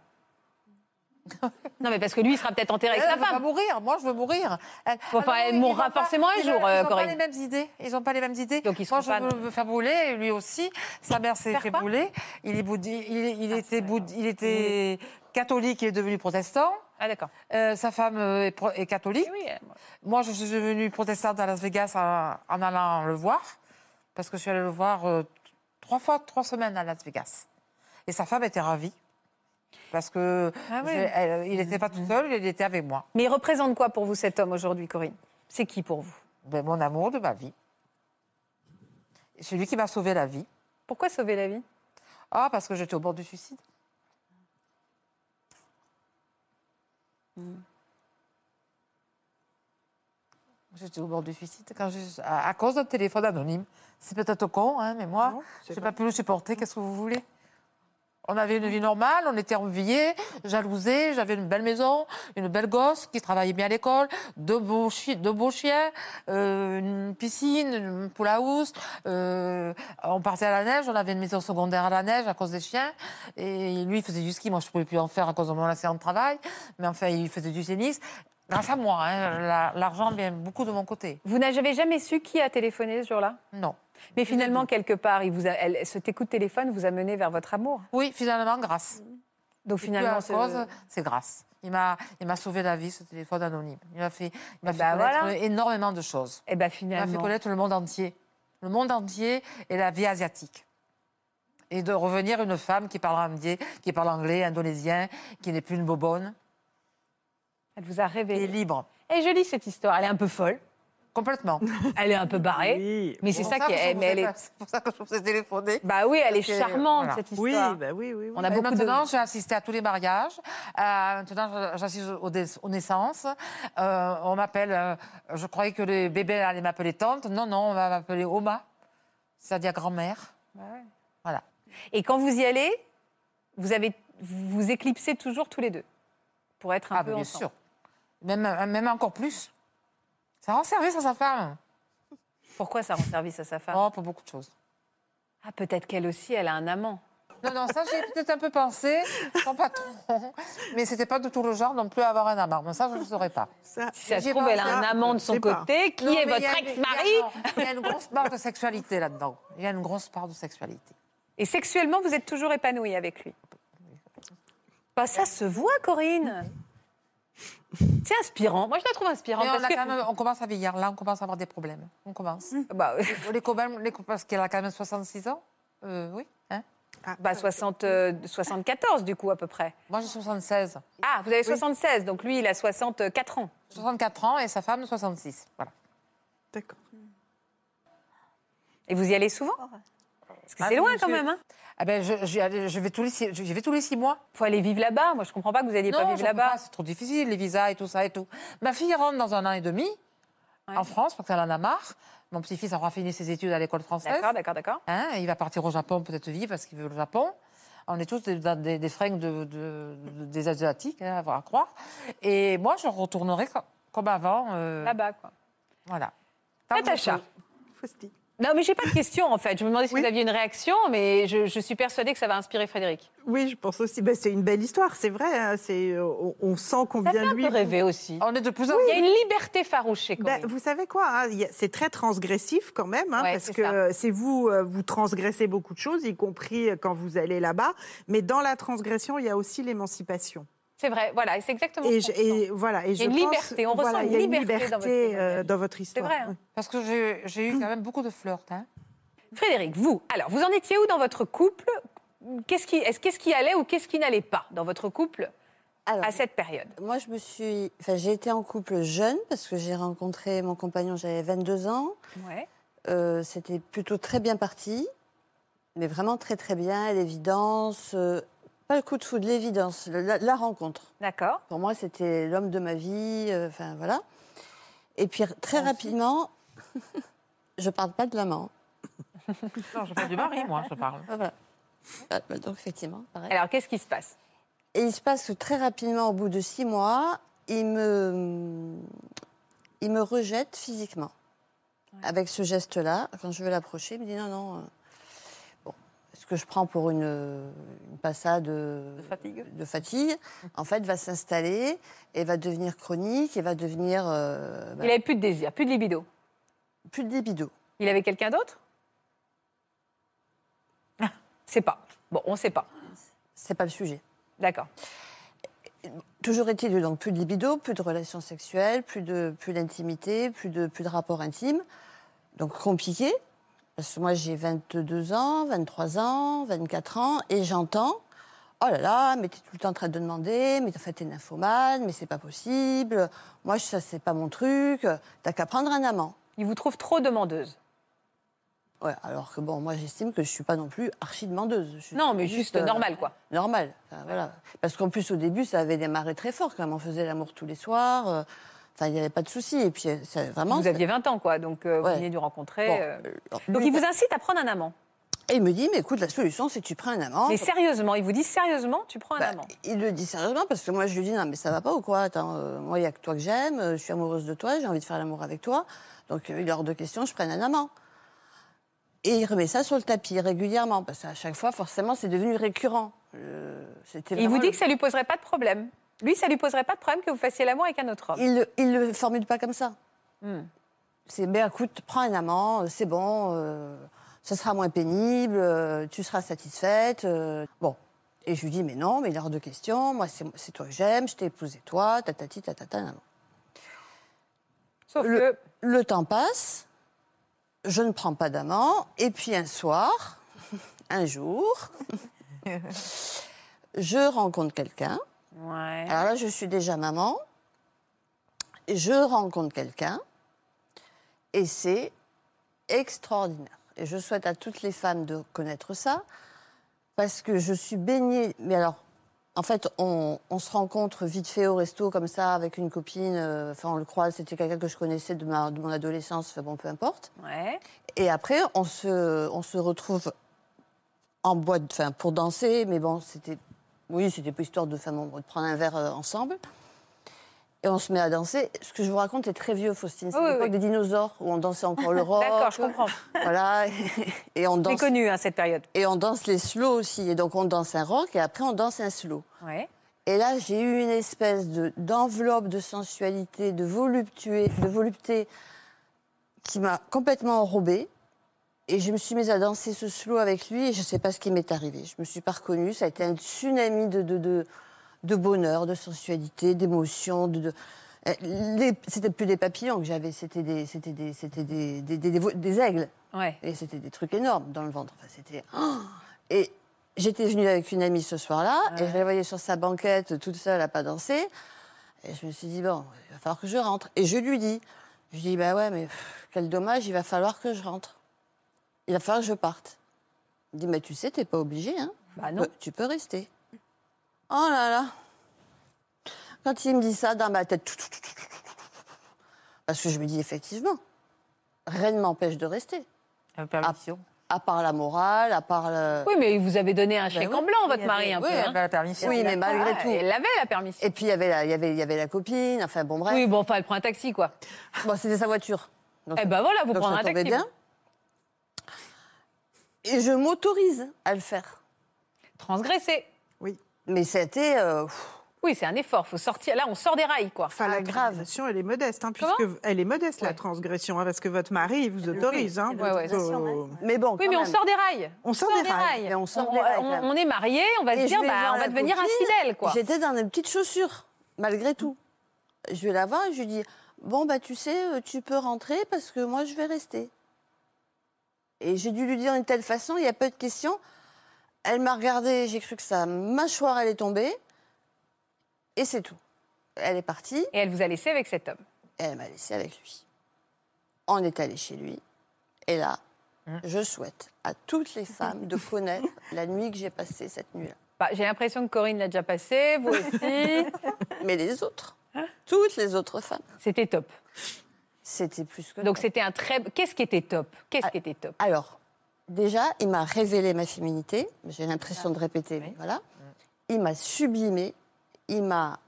Speaker 1: Non, mais parce que lui, il sera peut-être enterré avec
Speaker 3: elle,
Speaker 1: sa
Speaker 3: elle veut pas
Speaker 1: femme.
Speaker 3: mourir. Moi, je veux mourir. Elle,
Speaker 1: Bon, enfin, elle
Speaker 3: ils- ils
Speaker 1: mourra
Speaker 3: ont pas-
Speaker 1: forcément un
Speaker 3: ils
Speaker 1: jour,
Speaker 3: ont-
Speaker 1: euh,
Speaker 3: Ils n'ont pas
Speaker 1: Corinne.
Speaker 3: les mêmes idées. Ils n'ont pas les mêmes idées.
Speaker 1: Donc, ils
Speaker 3: Moi,
Speaker 1: seront pas-
Speaker 3: je veux me faire brûler, et lui aussi. Sa mère s'est
Speaker 1: Faire
Speaker 3: fait
Speaker 1: quoi
Speaker 3: brûler. Il, est boudi- il, est- il
Speaker 1: Ah, c'est
Speaker 3: était,
Speaker 1: vrai,
Speaker 3: boudi- il était catholique, il est devenu protestant.
Speaker 1: Ah, d'accord.
Speaker 3: Euh, sa femme euh, est, pro- est catholique.
Speaker 1: Eh Oui, euh,
Speaker 3: Moi, je suis devenue protestante à Las Vegas en, en allant le voir, parce que je suis allée le voir euh, trois fois, trois semaines à Las Vegas. Et sa femme était ravie, parce que
Speaker 1: Ah
Speaker 3: je-
Speaker 1: ouais.
Speaker 3: elle- il n'était pas tout seul, il était avec moi.
Speaker 1: Mais il représente quoi pour vous cet homme aujourd'hui, Corinne C'est qui pour vous
Speaker 3: Ben, mon amour de ma vie. Celui qui m'a sauvé la vie.
Speaker 1: Pourquoi sauver la vie
Speaker 3: Ah, parce que j'étais au bord du suicide. J'étais au bord du suicide quand je- à, à cause d'un téléphone anonyme. C'est peut-être con, hein, mais moi,
Speaker 7: Non,
Speaker 3: j'ai
Speaker 7: c'est
Speaker 3: pas pu le supporter. Qu'est-ce que vous voulez On avait une vie normale, on était enviés, jalousés, j'avais une belle maison, une belle gosse qui travaillait bien à l'école, deux beaux, chi- deux beaux chiens, euh, une piscine, une poule à housse. euh, on partait à la neige, on avait une maison secondaire à la neige à cause des chiens. Et lui, il faisait du ski, moi je ne pouvais plus en faire à cause de mon accident de travail, mais enfin, il faisait du tennis. Grâce à moi, hein, la- l'argent vient beaucoup de mon côté.
Speaker 1: Vous n'avez jamais su qui a téléphoné ce jour-là
Speaker 3: Non.
Speaker 1: Mais finalement, quelque part, il vous a, elle, cet écoute téléphone vous a mené vers votre amour.
Speaker 3: Oui, finalement, grâce.
Speaker 1: Donc
Speaker 3: C'est plus à
Speaker 1: finalement, ce-
Speaker 3: cause, c'est grâce. Il m'a, il m'a sauvé la vie, ce téléphone anonyme. Il m'a fait, il m'a fait
Speaker 1: Bah
Speaker 3: connaître
Speaker 1: voilà.
Speaker 3: énormément de choses.
Speaker 1: eh ben
Speaker 3: Il m'a fait
Speaker 1: finalement.
Speaker 3: connaître le monde entier. Le monde entier et la vie asiatique. Et de revenir une femme qui parle anglais, qui parle anglais, indonésien, qui n'est plus une bobonne,
Speaker 1: Elle vous a
Speaker 3: qui est
Speaker 1: révélé.
Speaker 3: libre.
Speaker 1: Elle est jolie cette histoire. Elle est un peu folle.
Speaker 3: Complètement.
Speaker 1: Elle est un peu barrée.
Speaker 7: Oui.
Speaker 1: Mais c'est
Speaker 3: pour
Speaker 1: ça, qui
Speaker 3: que je
Speaker 1: est.
Speaker 3: vous
Speaker 1: mais
Speaker 3: ai
Speaker 1: elle
Speaker 3: pas- [laughs]
Speaker 1: est...
Speaker 3: C'est pour ça que je vous ai téléphoné.
Speaker 1: Bah oui, elle est
Speaker 3: Parce que-
Speaker 1: charmante
Speaker 3: voilà.
Speaker 1: cette
Speaker 7: Oui,
Speaker 1: histoire.
Speaker 7: bah oui, oui, oui.
Speaker 1: On a
Speaker 3: Et
Speaker 1: beaucoup de.
Speaker 3: maintenant, j'ai assisté à tous les mariages. Euh, maintenant, j'assiste aux, dé- aux naissances. Euh, on m'appelle. euh, je croyais que les bébés allaient m'appeler tante. Non, non, on va m'appeler Oma, c'est-à-dire grand-mère. Voilà.
Speaker 1: Et quand vous y allez, vous avez vous éclipsez toujours tous les deux pour être un
Speaker 3: Ah,
Speaker 1: peu
Speaker 3: bah, bien
Speaker 1: ensemble.
Speaker 3: sûr. Même, même encore plus. Ça rend service à sa femme.
Speaker 1: Pourquoi ça rend service à sa femme
Speaker 3: Oh, pour beaucoup de choses.
Speaker 1: Ah, peut-être qu'elle aussi, elle a un amant.
Speaker 3: Non, non, ça, j'ai peut-être un peu pensé, sans patron. Mais c'était pas du tout le genre non plus à avoir un amant. Mais ça, je ne le saurais pas.
Speaker 7: Ça,
Speaker 1: Si ça se
Speaker 3: J'ai
Speaker 1: trouve,
Speaker 3: pas
Speaker 1: elle a
Speaker 7: ça,
Speaker 1: un amant de
Speaker 7: je
Speaker 1: son
Speaker 7: sais pas.
Speaker 1: côté qui
Speaker 3: Non,
Speaker 1: est
Speaker 3: mais il y
Speaker 1: votre
Speaker 3: a une- il y a-
Speaker 1: ex-mari.
Speaker 3: non, Il y a une grosse part de sexualité là-dedans. Il y a une grosse part de sexualité.
Speaker 1: Et sexuellement, vous êtes toujours épanouie avec lui. Bah, ça se voit, Corinne. C'est inspirant.
Speaker 5: Moi, je la trouve inspirante.
Speaker 3: Mais on,
Speaker 5: Parce
Speaker 3: a
Speaker 5: que...
Speaker 3: quand même- on commence à vieillir, là, on commence à avoir des problèmes.
Speaker 1: [laughs]
Speaker 3: On commence.
Speaker 1: Bah,
Speaker 3: Les copains- les copains- parce qu'elle a quand même 66 ans. Euh, oui. hein.
Speaker 1: bah 60, euh, 74 du coup à peu près.
Speaker 3: Moi, j'ai 76.
Speaker 1: Ah, vous avez 76, donc lui il a 64 ans.
Speaker 3: 64 ans et sa femme, 66. Voilà.
Speaker 7: D'accord.
Speaker 1: Et vous y allez souvent Parce que
Speaker 3: Ah,
Speaker 1: c'est loin
Speaker 3: monsieur.
Speaker 1: quand même. Hein
Speaker 3: Ah ben, je, j'y allais- je vais tous les six, je- j'y vais tous les six mois.
Speaker 1: Faut aller vivre là-bas. Moi je comprends pas que vous n'alliez pas
Speaker 3: Non,
Speaker 1: vivre
Speaker 3: j'en peux
Speaker 1: là-bas.
Speaker 3: pas, c'est trop difficile, les visas et tout ça et tout. Ma fille rentre dans un an et demi en France parce qu'elle en a marre. Mon petit-fils aura fini ses études à l'école française.
Speaker 1: D'accord, d'accord, d'accord.
Speaker 3: Hein, il va partir au Japon, peut-être vivre, parce qu'il veut le Japon. On est tous des, dans des, des fringues de, de- de- des Asiatiques, hein, à croire. Et moi, je retournerai co- comme avant. euh,
Speaker 1: Là-bas quoi.
Speaker 3: voilà. Tant que je
Speaker 1: Natacha.
Speaker 3: peux.
Speaker 7: Fausti.
Speaker 1: Non mais j'ai pas de question en fait. Je me demandais si
Speaker 7: Oui.
Speaker 1: vous aviez une réaction, mais je, je suis persuadée que ça va inspirer Frédéric.
Speaker 7: Oui, je pense aussi. Ben, c'est une belle histoire, c'est vrai. hein, C'est, on, on sent
Speaker 5: Ça fait
Speaker 7: combien
Speaker 5: un
Speaker 7: lui.
Speaker 5: peu rêver aussi.
Speaker 3: On est de plus en
Speaker 5: Il
Speaker 3: plus.
Speaker 5: y a une liberté farouche chez
Speaker 7: Ben,
Speaker 5: Corinne.
Speaker 7: vous savez quoi hein, il y a- C'est très transgressif quand même, hein,
Speaker 5: Ouais,
Speaker 7: parce
Speaker 5: c'est
Speaker 7: que
Speaker 5: ça.
Speaker 7: euh, c'est vous, euh, vous transgressez beaucoup de choses, y compris euh, quand vous allez là-bas. Mais dans la transgression, il y a aussi l'émancipation.
Speaker 5: C'est vrai, voilà, et c'est exactement
Speaker 7: Et,
Speaker 5: ce
Speaker 7: je-
Speaker 5: qu'on ressent.
Speaker 7: et voilà. Et je
Speaker 5: une
Speaker 7: pense-
Speaker 5: liberté, on
Speaker 7: voilà,
Speaker 5: ressent une
Speaker 7: il y a
Speaker 5: liberté dans votre
Speaker 7: liberté, euh,
Speaker 5: témoignage.
Speaker 7: dans votre histoire.
Speaker 5: vrai, hein.
Speaker 7: oui.
Speaker 3: Parce que j'ai j'ai eu quand même beaucoup de flirts. hein.
Speaker 1: Frédéric, vous, alors vous en étiez où dans votre couple Qu'est-ce qui, est-ce qu'est-ce qui allait ou qu'est-ce qui n'allait pas dans votre couple
Speaker 4: Alors,
Speaker 1: à cette période
Speaker 4: moi, je me suis. Enfin, j'ai été en couple jeune parce que j'ai rencontré mon compagnon, j'avais 22 ans.
Speaker 1: Ouais.
Speaker 4: Euh, C'était plutôt très bien parti, mais vraiment très très bien. L'évidence, euh, pas le coup de foudre, l'évidence, le- la, la rencontre.
Speaker 1: D'accord.
Speaker 4: Pour moi, c'était l'homme de ma vie. euh, Enfin, voilà. Et puis très rapidement, [laughs] je parle pas de l'amant.
Speaker 3: Non, je parle du mari, moi, je parle.
Speaker 4: Ah, voilà. Ah, bah, Donc effectivement, pareil.
Speaker 1: Alors qu'est-ce qui se passe
Speaker 4: Et il se passe que très rapidement, au bout de six mois, il me, il me rejette physiquement. Avec ce geste-là, quand je veux l'approcher, il me dit non, non. euh, Bon, ce que je prends pour une, une passade de
Speaker 3: fatigue.
Speaker 4: de fatigue, en fait, va s'installer et va devenir chronique et va devenir euh, bah,
Speaker 1: Il avait plus de désir, plus de libido.
Speaker 4: plus de libido.
Speaker 1: Il avait quelqu'un d'autre Ah, C'est pas. Bon, on sait pas.
Speaker 4: C'est pas le sujet.
Speaker 1: D'accord.
Speaker 4: Toujours est-il donc plus de libido, plus de relations sexuelles, plus de plus d'intimité, plus de plus de rapports intimes. Donc compliqué. Parce que moi j'ai 22 ans, 23 ans, 24 ans et j'entends "Oh là là, mais t'es tout le temps en train de demander, mais en fait t'es nymphomane, mais c'est pas possible. Moi ça c'est pas mon truc, t'as qu'à prendre un amant."
Speaker 1: Il vous trouve trop demandeuse.
Speaker 4: Ouais, alors que bon, moi j'estime que je suis pas non plus archi demandeuse. Je suis
Speaker 1: Non, mais juste
Speaker 4: euh,
Speaker 1: normal, quoi.
Speaker 4: normal. Enfin, voilà. Parce qu'en plus, au début, ça avait démarré très fort quand même. On faisait l'amour tous les soirs. euh, Enfin, il n'y avait pas de souci. Et puis, euh, ça- vraiment.
Speaker 1: Vous
Speaker 4: ça-
Speaker 1: aviez 20 ans, quoi, donc euh,
Speaker 4: Ouais.
Speaker 1: vous venez de rencontrer.
Speaker 4: Bon,
Speaker 1: euh.
Speaker 4: euh, alors,
Speaker 1: Donc
Speaker 4: lui-
Speaker 1: il vous incite à prendre un amant.
Speaker 4: Et il me dit, mais écoute, la solution, c'est que tu prends un amant.
Speaker 1: Mais sérieusement, il vous dit sérieusement, tu prends un
Speaker 4: Bah,
Speaker 1: amant.
Speaker 4: il le dit sérieusement parce que moi je lui dis non mais ça va pas ou quoi Attends, euh, moi il y a que toi que j'aime, euh, je suis amoureuse de toi, j'ai envie de faire l'amour avec toi, donc euh, il est hors de question je prenne un amant. Et il remet ça sur le tapis régulièrement parce qu'à chaque fois forcément c'est devenu récurrent. Euh, c'était
Speaker 1: Il vous
Speaker 4: vraiment
Speaker 1: dit
Speaker 4: le-
Speaker 1: que ça lui poserait pas de problème. Lui, ça lui poserait pas de problème que vous fassiez l'amour avec un autre homme.
Speaker 4: Il, le- il le formule pas comme ça.
Speaker 1: Hmm.
Speaker 4: C'est, ben écoute, prends un amant, euh, c'est bon, euh, ça sera moins pénible, euh, tu seras satisfaite. euh, bon. Et je lui dis, mais non, mais il est hors de question, moi c'est, c'est toi que j'aime, je t'ai épousé toi, tatati, tatata, nan, nan.
Speaker 1: Sauf
Speaker 4: le-
Speaker 1: que
Speaker 4: Le temps passe, je ne prends pas d'amant, et puis un soir, [laughs]
Speaker 1: [laughs]
Speaker 4: un jour, je rencontre quelqu'un.
Speaker 1: Ouais.
Speaker 4: Alors là, je suis déjà maman. Je rencontre quelqu'un Et c'est extraordinaire. Et je souhaite à toutes les femmes de connaître ça, parce que je suis baignée. Mais alors, en fait, on, on se rencontre vite fait au resto, comme ça, avec une copine. euh, Enfin, on le croise, c'était quelqu'un que je connaissais de, ma, de mon adolescence, enfin, bon, peu importe.
Speaker 1: Ouais.
Speaker 4: Et après, on se, on se retrouve en boîte enfin, pour danser, mais bon, c'était. Oui, c'était pas histoire de, enfin, bon, de prendre un verre euh, ensemble. Et on se met à danser. Ce que je vous raconte est très vieux, Faustine. C'est
Speaker 1: Oui, oui,
Speaker 4: l'époque
Speaker 1: oui.
Speaker 4: des dinosaures, où on dansait
Speaker 1: [laughs]
Speaker 4: encore le rock.
Speaker 1: D'accord, je comprends.
Speaker 4: Voilà. [laughs] Et on
Speaker 1: C'est
Speaker 4: danse,
Speaker 1: connu hein, cette période.
Speaker 4: et on danse les slows aussi. Et donc, on danse un rock et après, on danse un slow.
Speaker 1: Ouais.
Speaker 4: Et là, j'ai eu une espèce de- d'enveloppe de, sensualité, de, voluptué- de volupté qui m'a complètement enrobée. Et je me suis mise à danser ce slow avec lui et je ne sais pas ce qui m'est arrivé. Je me suis pas reconnue. Ça a été un tsunami de, de, de, de bonheur, de sensualité, d'émotion. De, de... Euh, les- C'était plus des papillons que j'avais, c'était des, c'était des, c'était des, des, des- des vo- des aigles.
Speaker 1: Ouais.
Speaker 4: Et c'était des trucs énormes dans le ventre. Enfin, c'était. Oh Et j'étais venue avec une amie ce soir-là, et je la voyais sur sa banquette toute seule à pas danser. Et je me suis dit, bon, il va falloir que je rentre. Et je lui dis, je lui dis, bah ouais, mais pff, quel dommage, il va falloir que je rentre. Il va falloir que je parte. Il dit, mais tu sais, t'es pas obligé, hein.
Speaker 1: Bah non.
Speaker 4: Tu peux- Tu peux rester. Oh là là. Quand il me dit ça, dans ma tête, tout, tout, tout, tout, tout, tout, tout, tout. parce que je me dis, effectivement, rien ne m'empêche de rester.
Speaker 3: La Euh, permission.
Speaker 4: À part la morale, à part le...
Speaker 1: Oui, mais il vous avait donné un chèque
Speaker 4: oui.
Speaker 1: en blanc,
Speaker 4: Il
Speaker 1: votre
Speaker 4: y
Speaker 1: mari,
Speaker 4: avait-
Speaker 1: un
Speaker 3: oui,
Speaker 1: peu. hein.
Speaker 3: la permission.
Speaker 4: Oui, mais malgré
Speaker 1: Ah,
Speaker 4: tout.
Speaker 1: Elle avait la permission.
Speaker 4: Et puis, il y avait la- il y avait- il y avait la copine, enfin bon, bref.
Speaker 1: Oui, bon, enfin, elle prend un taxi, quoi.
Speaker 4: Bon, c'était sa voiture. Donc,
Speaker 1: Eh ben voilà, vous
Speaker 4: donc
Speaker 1: prenez
Speaker 4: ça
Speaker 1: un
Speaker 4: tombait
Speaker 1: taxi.
Speaker 4: bien. Et je m'autorise à le faire.
Speaker 1: Transgresser.
Speaker 4: Mais c'était... euh, pff,
Speaker 1: Oui, c'est un effort. Faut sortir. Là, on sort des rails, quoi.
Speaker 7: Enfin,
Speaker 4: Ah,
Speaker 7: la
Speaker 4: grave.
Speaker 7: transgression, elle est modeste, hein,
Speaker 1: Comment
Speaker 7: puisque elle est modeste la
Speaker 1: Ouais.
Speaker 7: transgression, hein, parce que votre mari il vous autorise. hein,
Speaker 1: ouais, ouais,
Speaker 7: donc,
Speaker 2: Bien sûr,
Speaker 7: euh,
Speaker 2: ouais.
Speaker 4: Mais bon,
Speaker 1: Oui,
Speaker 4: quand
Speaker 1: mais on
Speaker 4: même.
Speaker 1: sort des rails.
Speaker 7: On sort des rails.
Speaker 4: Et on sort
Speaker 1: on,
Speaker 4: des rails, quand
Speaker 1: on-
Speaker 4: même.
Speaker 1: on est mariés, on va
Speaker 4: Et
Speaker 1: se
Speaker 4: je
Speaker 1: dire,
Speaker 4: vais
Speaker 1: bah,
Speaker 4: voir
Speaker 1: on va
Speaker 4: la
Speaker 1: devenir
Speaker 4: copine,
Speaker 1: infidèle, quoi.
Speaker 4: J'étais dans des petites chaussures, malgré tout. Je vais la voir, je lui dis Bon, bah, tu sais, euh, tu peux rentrer parce que moi, je vais rester. Et j'ai dû lui dire d'une telle façon, il n'y a pas de question. Elle m'a regardée, j'ai cru que sa mâchoire allait tomber. Et c'est tout. Elle est partie,
Speaker 1: Et elle vous a laissé avec cet homme.
Speaker 4: elle m'a laissée avec lui. On est allé chez lui. Et là,
Speaker 1: Hein
Speaker 4: je souhaite à toutes les femmes de connaître la nuit que j'ai passée cette nuit-là.
Speaker 1: Bah, J'ai l'impression que Corinne l'a déjà passé, vous aussi.
Speaker 4: Mais les autres, toutes les autres femmes,
Speaker 1: [laughs] c'était top.
Speaker 4: c'était plus que.
Speaker 1: Donc
Speaker 4: top.
Speaker 1: c'était un très. Qu'est-ce qui était top Qu'est-ce qui était top
Speaker 4: Alors, déjà, il m'a révélé ma féminité. J'ai l'impression de répéter, mais voilà. Il m'a sublimée. Il m'a.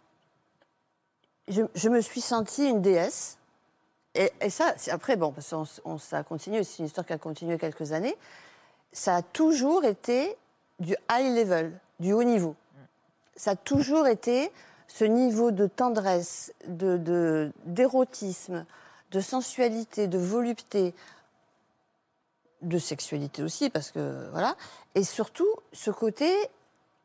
Speaker 4: Je, je me suis sentie une déesse. Et, et ça, c'est- après, bon, parce qu'on s- on- ça a continué, c'est une histoire qui a continué quelques années. Ça a toujours été du high level, du haut niveau. Ça a toujours été ce niveau de tendresse, de- de- d'érotisme, de, sensualité, de volupté, de sexualité aussi, parce que voilà. Et surtout, ce côté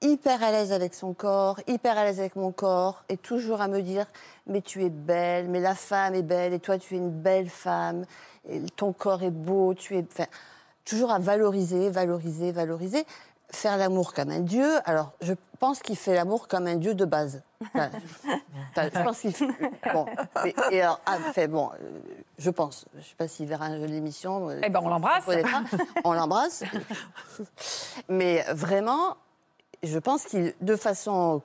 Speaker 4: hyper à l'aise avec son corps, hyper à l'aise avec mon corps, et toujours à me dire Mais tu es belle, mais la femme est belle, et toi, tu es une belle femme, et ton corps est beau, tu es. Enfin, toujours à valoriser, valoriser, valoriser. Faire l'amour comme un dieu. Alors, je pense qu'il fait l'amour comme un dieu de base. Enfin, je je pense qu'il. fait- Bon. Et, et alors, ah, fait, bon, euh, je pense. Je ne sais pas s'il verra l'émission.
Speaker 1: Eh ben, on l'embrasse.
Speaker 4: On connaîtra. On l'embrasse. Mais vraiment, je pense qu'il, de façon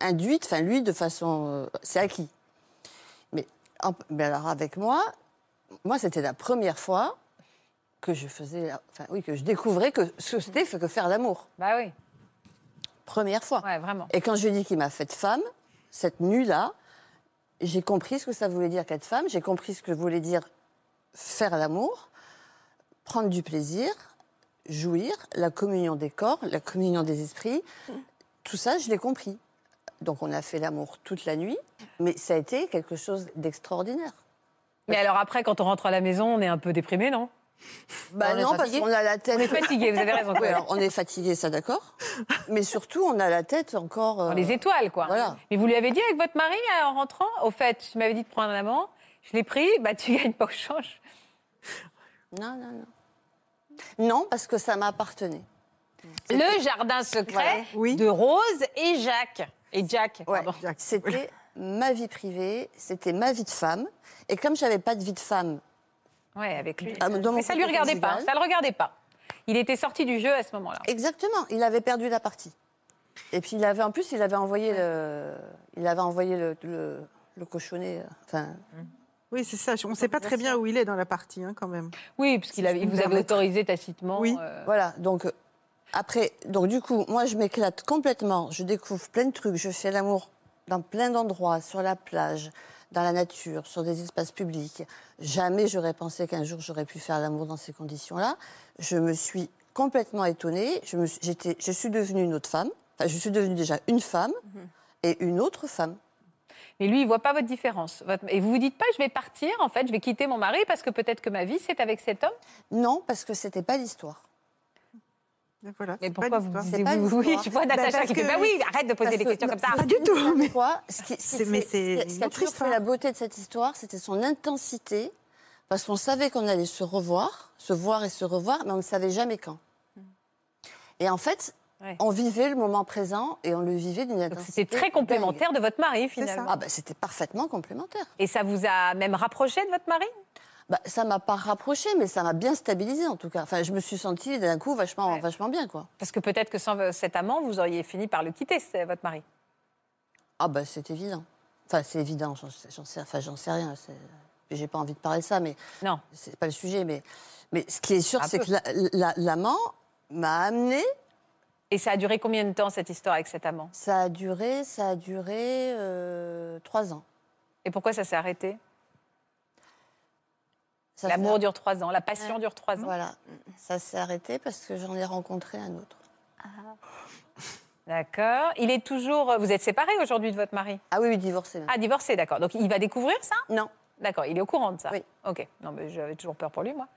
Speaker 4: induite, enfin lui, de façon, euh, c'est acquis. Mais, en- mais alors avec moi, moi c'était la première fois que je faisais, la- enfin oui, que je découvrais que ce que c'était que faire l'amour.
Speaker 1: Bah oui,
Speaker 4: Première fois.
Speaker 1: ouais, vraiment.
Speaker 4: Et quand je dis qu'il m'a faite femme, cette nuit-là, j'ai compris ce que ça voulait dire qu'être femme, j'ai compris ce que voulait dire faire l'amour, prendre du plaisir, jouir, la communion des corps, la communion des esprits. Tout ça, je l'ai compris. Donc on a fait l'amour toute la nuit, mais ça a été quelque chose d'extraordinaire.
Speaker 1: Mais alors après, quand on rentre à la maison, on est un peu déprimé, non
Speaker 4: Bah
Speaker 3: On est
Speaker 4: non, parce
Speaker 3: fatigué
Speaker 4: qu'on a la
Speaker 1: On est
Speaker 4: tête...
Speaker 1: fatigué, vous avez raison.
Speaker 4: Oui,
Speaker 1: Corinne.
Speaker 4: alors, on est fatigué, ça d'accord, mais surtout on a la tête encore...
Speaker 1: Dans
Speaker 4: euh,
Speaker 1: les étoiles, quoi.
Speaker 4: voilà.
Speaker 1: Mais vous lui avez dit avec votre mari euh, en rentrant Au fait, tu m'avais dit de prendre un amant, je l'ai pris, bah tu gagnes pas au change.
Speaker 4: Non, non, non. Non, parce que ça m'appartenait.
Speaker 5: Le jardin secret
Speaker 7: Oui.
Speaker 5: de Rose et Jacques. Et Jack,
Speaker 4: Ouais.
Speaker 5: pardon.
Speaker 7: Jacques.
Speaker 4: C'était ma vie privée, c'était ma vie de femme. Et comme j'avais pas de vie de femme
Speaker 1: Ouais, avec lui.
Speaker 4: Ah, dans
Speaker 1: Euh,
Speaker 4: mon
Speaker 1: Mais ça lui
Speaker 4: couple
Speaker 1: regardait pas.
Speaker 4: conjugal.
Speaker 1: Ça le regardait pas. Il était sorti du jeu à ce moment-là.
Speaker 4: Exactement, il avait perdu la partie. Et puis il avait en plus, il avait envoyé le, il avait envoyé le, le, le cochonnet. euh, Enfin,
Speaker 7: Oui, c'est ça. On ne sait pas très bien où il est dans la partie, hein, quand même.
Speaker 1: Oui, parce qu'il avait-
Speaker 4: je
Speaker 1: il
Speaker 4: peux
Speaker 1: vous
Speaker 4: me
Speaker 1: avait
Speaker 4: permettre.
Speaker 1: autorisé tacitement.
Speaker 7: Oui.
Speaker 1: euh,
Speaker 4: voilà. Donc euh, après, donc du coup, moi je m'éclate complètement. Je découvre plein de trucs. Je fais l'amour dans plein d'endroits, sur la plage, dans la nature, sur des espaces publics. Jamais j'aurais pensé qu'un jour j'aurais pu faire l'amour dans ces conditions-là. Je me suis complètement étonnée. Je me, suis- j'étais, je suis devenue une autre femme. Enfin, je suis devenue déjà une femme et une autre femme.
Speaker 1: Mais lui, il voit pas votre différence. Votre- Et vous vous dites pas, je vais partir, en fait, je vais quitter mon mari parce que peut-être que ma vie, c'est avec cet homme.
Speaker 4: Non, parce que c'était pas l'histoire.
Speaker 7: Et Voilà,
Speaker 5: Mais
Speaker 7: c'est pas hein.
Speaker 5: pourquoi
Speaker 7: une
Speaker 5: vous
Speaker 7: histoire.
Speaker 5: disiez
Speaker 4: pas une
Speaker 1: [laughs]
Speaker 5: oui, oui,
Speaker 4: histoire.
Speaker 5: je vois
Speaker 7: Bah,
Speaker 5: Natacha
Speaker 7: parce
Speaker 5: qui fait,
Speaker 7: que-
Speaker 5: bah oui, arrête de poser
Speaker 4: Parce
Speaker 5: des
Speaker 4: que-
Speaker 5: questions
Speaker 4: non,
Speaker 5: comme ça.
Speaker 4: parce [laughs]
Speaker 7: Pas
Speaker 4: que
Speaker 7: du tout,
Speaker 4: n'importe
Speaker 7: mais-
Speaker 4: quoi, ce qui, ce qui
Speaker 7: C'est- mais
Speaker 4: fait-
Speaker 7: c'est
Speaker 4: ce qui
Speaker 7: une
Speaker 4: a
Speaker 7: autre
Speaker 4: toujours fait
Speaker 7: histoire.
Speaker 4: la beauté de cette histoire, c'était son intensité, parce qu'on savait qu'on allait se revoir, se voir et se revoir, mais on ne savait jamais quand.
Speaker 7: Mm.
Speaker 4: Et en fait,
Speaker 1: Ouais.
Speaker 4: on vivait le moment présent et on le vivait d'une
Speaker 1: Donc
Speaker 4: intensité.
Speaker 1: c'était très
Speaker 4: dingue.
Speaker 1: complémentaire de votre mari, finalement.
Speaker 4: Ah bah, c'était parfaitement complémentaire.
Speaker 1: Et ça vous a même rapproché de votre mari
Speaker 4: Bah, ça m'a pas rapproché, mais ça m'a bien stabilisé en tout cas. Enfin, je me suis sentie d'un coup vachement,
Speaker 1: Ouais.
Speaker 4: vachement bien quoi.
Speaker 1: Parce que peut-être que sans cet amant, vous auriez fini par le quitter, c'est votre mari.
Speaker 4: Ah bah c'est évident. Enfin c'est évident, j'en sais, j'en sais- enfin, j'en sais rien. c'est- J'ai pas envie de parler de ça, mais
Speaker 1: Non.
Speaker 4: c'est pas le sujet. Mais, mais ce qui est sûr,
Speaker 1: Un
Speaker 4: c'est
Speaker 1: peu.
Speaker 4: que la- la- l'amant m'a amené.
Speaker 1: Et ça a duré combien de temps, cette histoire avec cet amant
Speaker 4: Ça a duré, ça a duré euh, trois ans.
Speaker 1: Et pourquoi ça s'est arrêté
Speaker 4: Ça
Speaker 1: L'amour
Speaker 4: s'est-
Speaker 1: dure trois ans, la passion dure trois ans.
Speaker 4: Voilà, ça s'est arrêté parce que j'en ai rencontré un autre.
Speaker 1: D'accord. Il est toujours. Vous êtes séparés aujourd'hui de votre mari
Speaker 4: Ah oui, oui, divorcé. même.
Speaker 1: Ah, divorcé, d'accord. Donc il va découvrir ça
Speaker 4: Non,
Speaker 1: D'accord, il est au courant de ça
Speaker 4: Oui.
Speaker 1: Ok. Non, mais j'avais toujours peur pour lui, moi.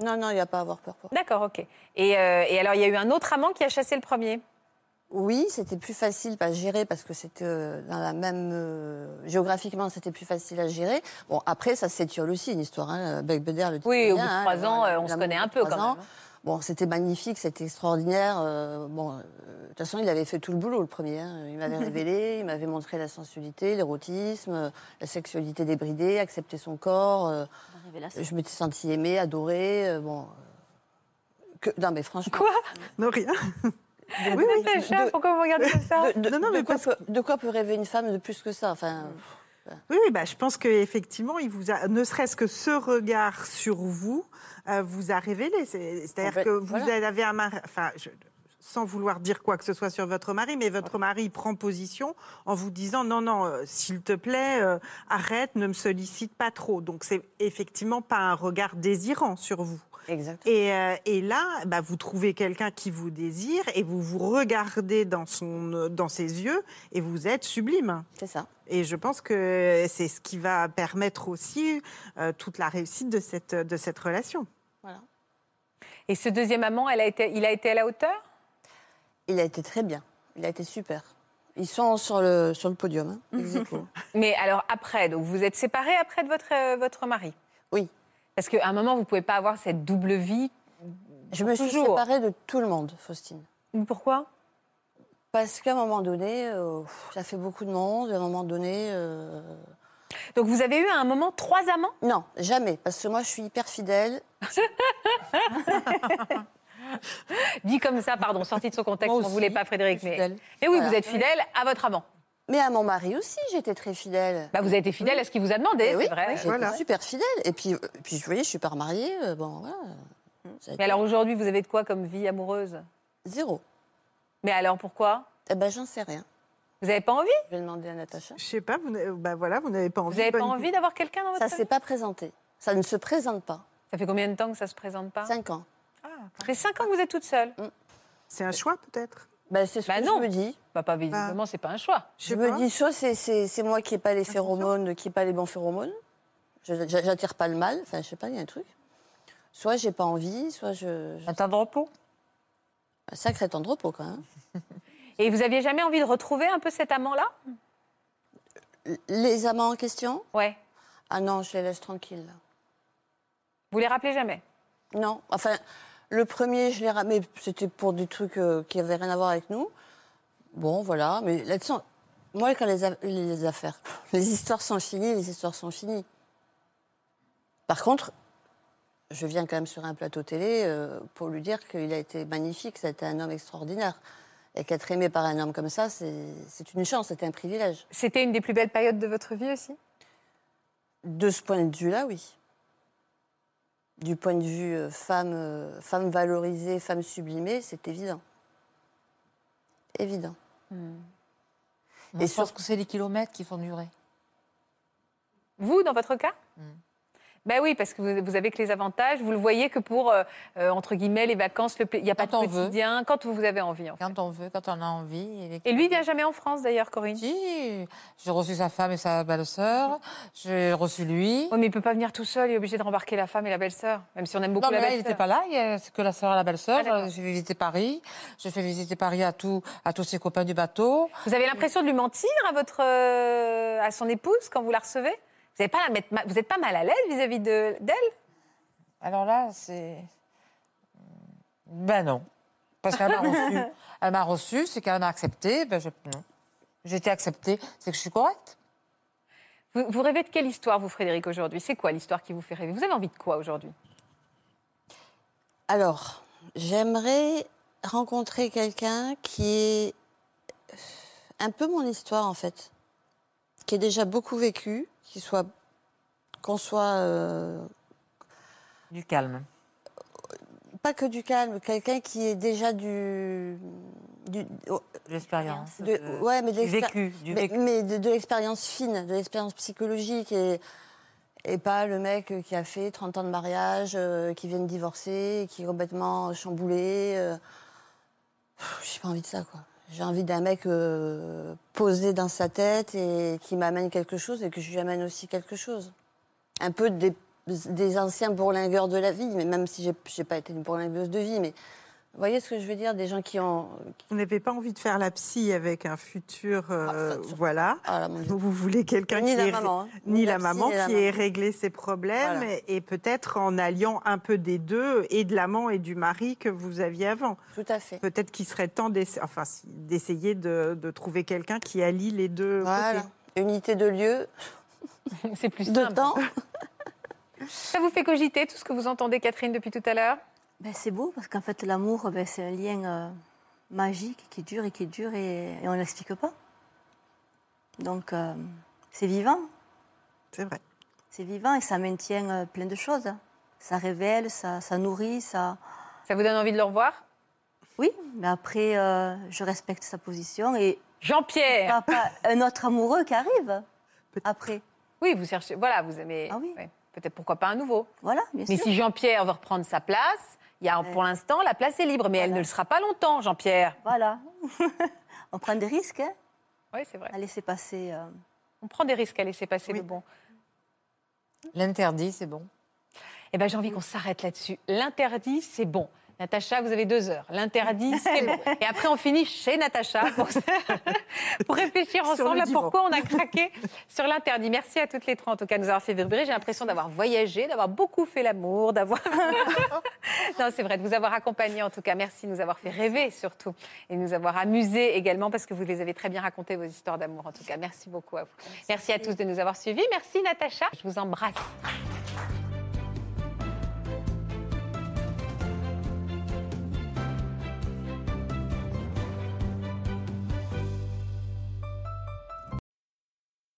Speaker 4: non, non, il n'y a pas à avoir peur pour.
Speaker 1: D'accord, ok. Et, euh, et alors, il y a eu un autre amant qui a chassé le premier.
Speaker 4: Oui, c'était plus facile à gérer parce que c'était euh, dans la même euh, géographiquement, c'était plus facile à gérer. Bon, après ça s'étire aussi une histoire. Hein. Beck Beder le dit
Speaker 1: Oui, au
Speaker 4: bien,
Speaker 1: bout de
Speaker 4: hein,
Speaker 1: trois
Speaker 4: le-
Speaker 1: ans,
Speaker 4: le-
Speaker 1: euh, on se
Speaker 4: l'amour
Speaker 1: connaît
Speaker 4: de
Speaker 1: un peu
Speaker 4: trois
Speaker 1: quand
Speaker 4: ans.
Speaker 1: même. hein.
Speaker 4: Bon, c'était magnifique, c'était extraordinaire. euh, bon, euh, de toute façon, il avait fait tout le boulot le premier. hein.
Speaker 1: [laughs]
Speaker 4: Il m'avait révélé, il m'avait montré la sensualité, l'érotisme, euh, la sexualité débridée, accepter son corps. euh, je m'étais sentie aimée, adorée. euh, bon, euh, que, non mais franchement.
Speaker 1: Quoi
Speaker 7: Non, rien.
Speaker 4: de-
Speaker 7: Oui, oui.
Speaker 4: de-
Speaker 1: Natacha,
Speaker 4: de-
Speaker 1: pourquoi vous me regardez comme ça
Speaker 4: de, de-
Speaker 7: Non, non, mais
Speaker 4: de quoi
Speaker 7: parce
Speaker 4: peut, de quoi peut rêver une femme de plus que ça enfin,
Speaker 7: Oui, oui, bah, je pense qu'effectivement, il vous a, ne serait-ce que ce regard sur vous, euh, vous a révélé. C'est- C'est-à-dire
Speaker 4: Complète-
Speaker 7: que vous
Speaker 4: voilà.
Speaker 7: avez un mari, enfin, je- sans vouloir dire quoi que ce soit sur votre mari, mais votre mari prend position en vous disant non, non, euh, s'il te plaît, euh, arrête, ne me sollicite pas trop. Donc c'est effectivement pas un regard désirant sur vous.
Speaker 4: Exactement.
Speaker 7: Et, euh, et là, bah, vous trouvez quelqu'un qui vous désire et vous vous regardez dans, son, euh, dans ses yeux et vous êtes sublime.
Speaker 4: C'est ça.
Speaker 7: Et je pense que c'est ce qui va permettre aussi euh, toute la réussite de cette, de cette relation.
Speaker 4: Voilà.
Speaker 1: Et ce deuxième amant, elle a été, il a été à la hauteur
Speaker 4: Il a été très bien. Il a été super. Ils sont sur le, sur le podium. hein, ex aequo.
Speaker 1: Mais alors après, donc vous êtes séparés après de votre, euh, votre mari
Speaker 4: Oui.
Speaker 1: Parce qu'à un moment, vous ne pouvez pas avoir cette double vie.
Speaker 4: Je me suis
Speaker 1: Toujours.
Speaker 4: séparée de tout le monde, Faustine.
Speaker 1: Pourquoi
Speaker 4: Parce qu'à un moment donné, euh, pff, ça fait beaucoup de monde. À un moment donné, euh,
Speaker 1: Donc vous avez eu à un moment trois amants
Speaker 4: non, jamais. Parce que moi, je suis hyper fidèle.
Speaker 1: Dit comme ça, pardon, sorti de son contexte,
Speaker 3: Moi
Speaker 1: on ne
Speaker 3: aussi,
Speaker 1: voulait pas, Frédéric.
Speaker 3: je suis
Speaker 1: Mais,
Speaker 3: fidèle.
Speaker 1: mais oui,
Speaker 4: Voilà.
Speaker 1: vous êtes fidèle à votre amant.
Speaker 4: Mais à mon mari aussi, j'étais très fidèle.
Speaker 1: Bah, vous avez été fidèle à ce qu'il vous a demandé,
Speaker 4: Eh
Speaker 1: c'est
Speaker 4: oui,
Speaker 1: vrai.
Speaker 4: j'étais
Speaker 7: Voilà.
Speaker 4: super fidèle. Et puis, euh, puis je voyais, je suis pas remariée. euh, bon, voilà. Ça a
Speaker 1: Mais
Speaker 4: été
Speaker 1: alors aujourd'hui, vous avez de quoi comme vie amoureuse
Speaker 4: Zéro.
Speaker 1: Mais alors pourquoi
Speaker 4: Eh ben, j'en sais rien.
Speaker 1: Vous n'avez pas envie
Speaker 4: Je vais demander à Natacha.
Speaker 7: Je sais pas, vous n'avez bah voilà, vous n'avez pas envie.
Speaker 1: Vous n'avez
Speaker 7: de
Speaker 1: pas
Speaker 7: bonne-
Speaker 1: envie d'avoir quelqu'un dans votre
Speaker 4: Ça
Speaker 1: vie
Speaker 4: s'est pas présenté. Ça ne se présente pas.
Speaker 1: Ça fait combien de temps que ça se présente pas
Speaker 4: Cinq ans.
Speaker 1: Ça fait 5 ans que vous êtes toute seule.
Speaker 7: C'est un choix peut-être.
Speaker 4: Ben, c'est ce
Speaker 1: Bah
Speaker 4: que
Speaker 1: non.
Speaker 4: je me dis.
Speaker 1: Bah, pas visiblement, c'est pas un choix.
Speaker 7: Je
Speaker 4: Je
Speaker 7: sais
Speaker 4: me
Speaker 7: pas.
Speaker 4: dis, soit c'est- c'est c'est moi qui n'ai
Speaker 1: Ah,
Speaker 4: pas les phéromones, qui n'ai pas les bons phéromones. Je- j'a- J'attire pas le mal. Enfin, je sais pas, il y a un truc. Soit j'ai pas envie, soit je. je-
Speaker 3: Un temps de repos.
Speaker 4: Un sacré hein. temps de repos, quand même.
Speaker 1: Et vous aviez jamais envie de retrouver un peu cet amant-là
Speaker 4: L- Les amants en question
Speaker 1: Ouais.
Speaker 4: Ah non, je les laisse tranquilles.
Speaker 1: Vous les rappelez jamais
Speaker 4: Non. Enfin, le premier, je l'ai ramené. C'était pour des trucs euh, qui n'avaient rien à voir avec nous. Bon, voilà. Mais là-dessus, moi, quand les, a- les affaires, les histoires sont finies, les histoires sont finies. Par contre, je viens quand même sur un plateau télé euh, pour lui dire qu'il a été magnifique, c'était un homme extraordinaire. Et qu'être aimé par un homme comme ça, c'est c'est une chance, c'est un privilège.
Speaker 1: C'était une des plus belles périodes de votre vie aussi
Speaker 4: De ce point de vue-là, oui. Du point de vue euh, femme, euh, femme valorisée, femme sublimée, c'est évident. Évident.
Speaker 3: Et
Speaker 4: Et
Speaker 3: je pense
Speaker 4: sur-
Speaker 3: que c'est les kilomètres qui font durer.
Speaker 1: Vous, dans votre cas
Speaker 3: Mm.
Speaker 1: Ben oui, parce que vous, vous avez que les avantages. Vous le voyez que pour, euh, euh, entre guillemets, les vacances, le pla- il n'y a pas
Speaker 3: Quand
Speaker 1: de
Speaker 3: on veut.
Speaker 1: quotidien, quand vous avez envie. en fait.
Speaker 3: Quand on veut, quand on a envie. Et, les
Speaker 1: Et lui, il vient jamais en France, d'ailleurs, Corinne.
Speaker 3: Si, J'ai reçu sa femme et sa belle-sœur. J'ai reçu lui.
Speaker 1: Oh, mais il peut pas venir tout seul, il est obligé de rembarquer la femme et la belle-sœur, même si on aime beaucoup
Speaker 3: Non, mais
Speaker 1: la
Speaker 3: là, il
Speaker 1: belle-sœur.
Speaker 3: n'était pas là. il y a- C'est que la sœur et la belle-sœur.
Speaker 1: Ah, d'accord.
Speaker 3: j'ai fait visiter Paris. J'ai fait visiter Paris à, tout, à tous ses copains du bateau.
Speaker 1: Vous avez l'impression de lui mentir à, votre, euh, à son épouse quand vous la recevez Vous n'êtes pas, la mettre ma- vous êtes pas mal à l'aise vis-à-vis de- d'elle
Speaker 3: Alors là, c'est. Ben non. Parce qu'elle m'a [laughs] reçu. Elle m'a reçu, c'est qu'elle m'a accepté. Ben je... non. J'ai été acceptée. C'est que je suis correcte.
Speaker 1: vous, vous rêvez de quelle histoire, vous, Frédéric, aujourd'hui C'est quoi l'histoire qui vous fait rêver Vous avez envie de quoi aujourd'hui [laughs]
Speaker 4: Alors, j'aimerais rencontrer quelqu'un qui est un peu mon histoire en fait, qui est déjà beaucoup vécu, qui soit qu'on soit euh,
Speaker 3: Du calme.
Speaker 4: pas que du calme, quelqu'un qui est déjà du, du- oh,
Speaker 3: De l'expérience.
Speaker 4: de-
Speaker 3: de-
Speaker 4: ouais mais de
Speaker 3: Du
Speaker 4: l'expéri-
Speaker 3: vécu. Du
Speaker 4: mais,
Speaker 3: vécu.
Speaker 4: mais de, de l'expérience fine, de l'expérience psychologique et et pas le mec euh, qui a fait 30 ans de mariage, euh, qui vient de divorcer, qui est complètement chamboulé. euh, J'ai pas envie de ça, quoi. J'ai envie d'un mec euh, posé dans sa tête et qui m'amène quelque chose et que je lui amène aussi quelque chose. Un peu des, des anciens bourlingueurs de la vie, mais même si j'ai- j'ai pas été une bourlingueuse de vie, mais vous voyez ce que je veux dire Des gens qui ont.
Speaker 7: Vous n'avez pas envie de faire la psy avec un futur.
Speaker 4: Ah,
Speaker 7: euh,
Speaker 4: ça, ça-
Speaker 7: voilà.
Speaker 4: Ah là, mon Dieu.
Speaker 7: Vous voulez quelqu'un qui
Speaker 4: Ni la
Speaker 7: est.
Speaker 4: maman. hein.
Speaker 7: ni la
Speaker 4: psy,
Speaker 7: maman
Speaker 4: ni la
Speaker 7: qui
Speaker 4: maman.
Speaker 7: ait réglé ses problèmes
Speaker 4: Voilà.
Speaker 7: et peut-être en alliant un peu des deux et de l'amant et du mari que vous aviez avant.
Speaker 4: Tout à fait.
Speaker 7: Peut-être qu'il serait temps d'essa- enfin, si- d'essayer de, de trouver quelqu'un qui allie les deux
Speaker 4: Voilà.
Speaker 7: côtés.
Speaker 4: Unité de lieu,
Speaker 1: C'est plus
Speaker 4: de
Speaker 1: simple.
Speaker 4: temps.
Speaker 1: Ça vous fait cogiter tout ce que vous entendez, Catherine, depuis tout à l'heure
Speaker 2: Ben, c'est beau parce qu'en fait, l'amour, ben, c'est un lien euh, magique qui dure et qui dure et, et on ne l'explique pas. Donc, euh, c'est vivant.
Speaker 7: C'est vrai.
Speaker 2: C'est vivant et ça maintient euh, plein de choses. Ça révèle, ça, ça nourrit, ça.
Speaker 1: Ça vous donne envie de le revoir
Speaker 2: Oui, mais après, euh, je respecte sa position et
Speaker 1: Jean-Pierre
Speaker 2: pas, pas un autre amoureux qui arrive après.
Speaker 1: Oui, vous cherchez. Voilà, vous aimez.
Speaker 2: Ah oui.
Speaker 1: ouais. Peut-être pourquoi pas un nouveau.
Speaker 2: Voilà, bien
Speaker 1: Mais
Speaker 2: sûr.
Speaker 1: si Jean-Pierre veut reprendre sa place, il y a pour l'instant la place est libre, mais elle
Speaker 2: Voilà.
Speaker 1: ne le sera pas longtemps, Jean-Pierre.
Speaker 2: Voilà. [laughs] on prend des risques hein,
Speaker 1: Oui, c'est vrai.
Speaker 2: à laisser passer. euh.
Speaker 1: On prend des risques à laisser passer le bon.
Speaker 3: L'interdit, c'est bon.
Speaker 1: Eh ben, j'ai envie qu'on s'arrête là-dessus. L'interdit, c'est bon. Natacha, vous avez deux heures. L'interdit, c'est
Speaker 7: [laughs]
Speaker 1: bon. Et après, on finit chez Natacha pour, [laughs] pour réfléchir
Speaker 7: Sur
Speaker 1: ensemble
Speaker 7: le
Speaker 1: à
Speaker 7: divan.
Speaker 1: pourquoi on a craqué sur l'interdit. Merci à toutes les trois, en tout cas, de nous avoir fait vibrer. J'ai l'impression d'avoir voyagé, d'avoir beaucoup fait l'amour,
Speaker 7: [laughs]
Speaker 1: d'avoir. non, c'est vrai, de vous avoir accompagné, en tout cas. Merci de nous avoir fait rêver, surtout. Et de nous avoir amusés également, parce que vous les avez très bien raconté, vos histoires d'amour, en tout cas. Merci beaucoup à vous. Merci à tous de nous avoir suivis. Merci, Natacha. Je vous embrasse.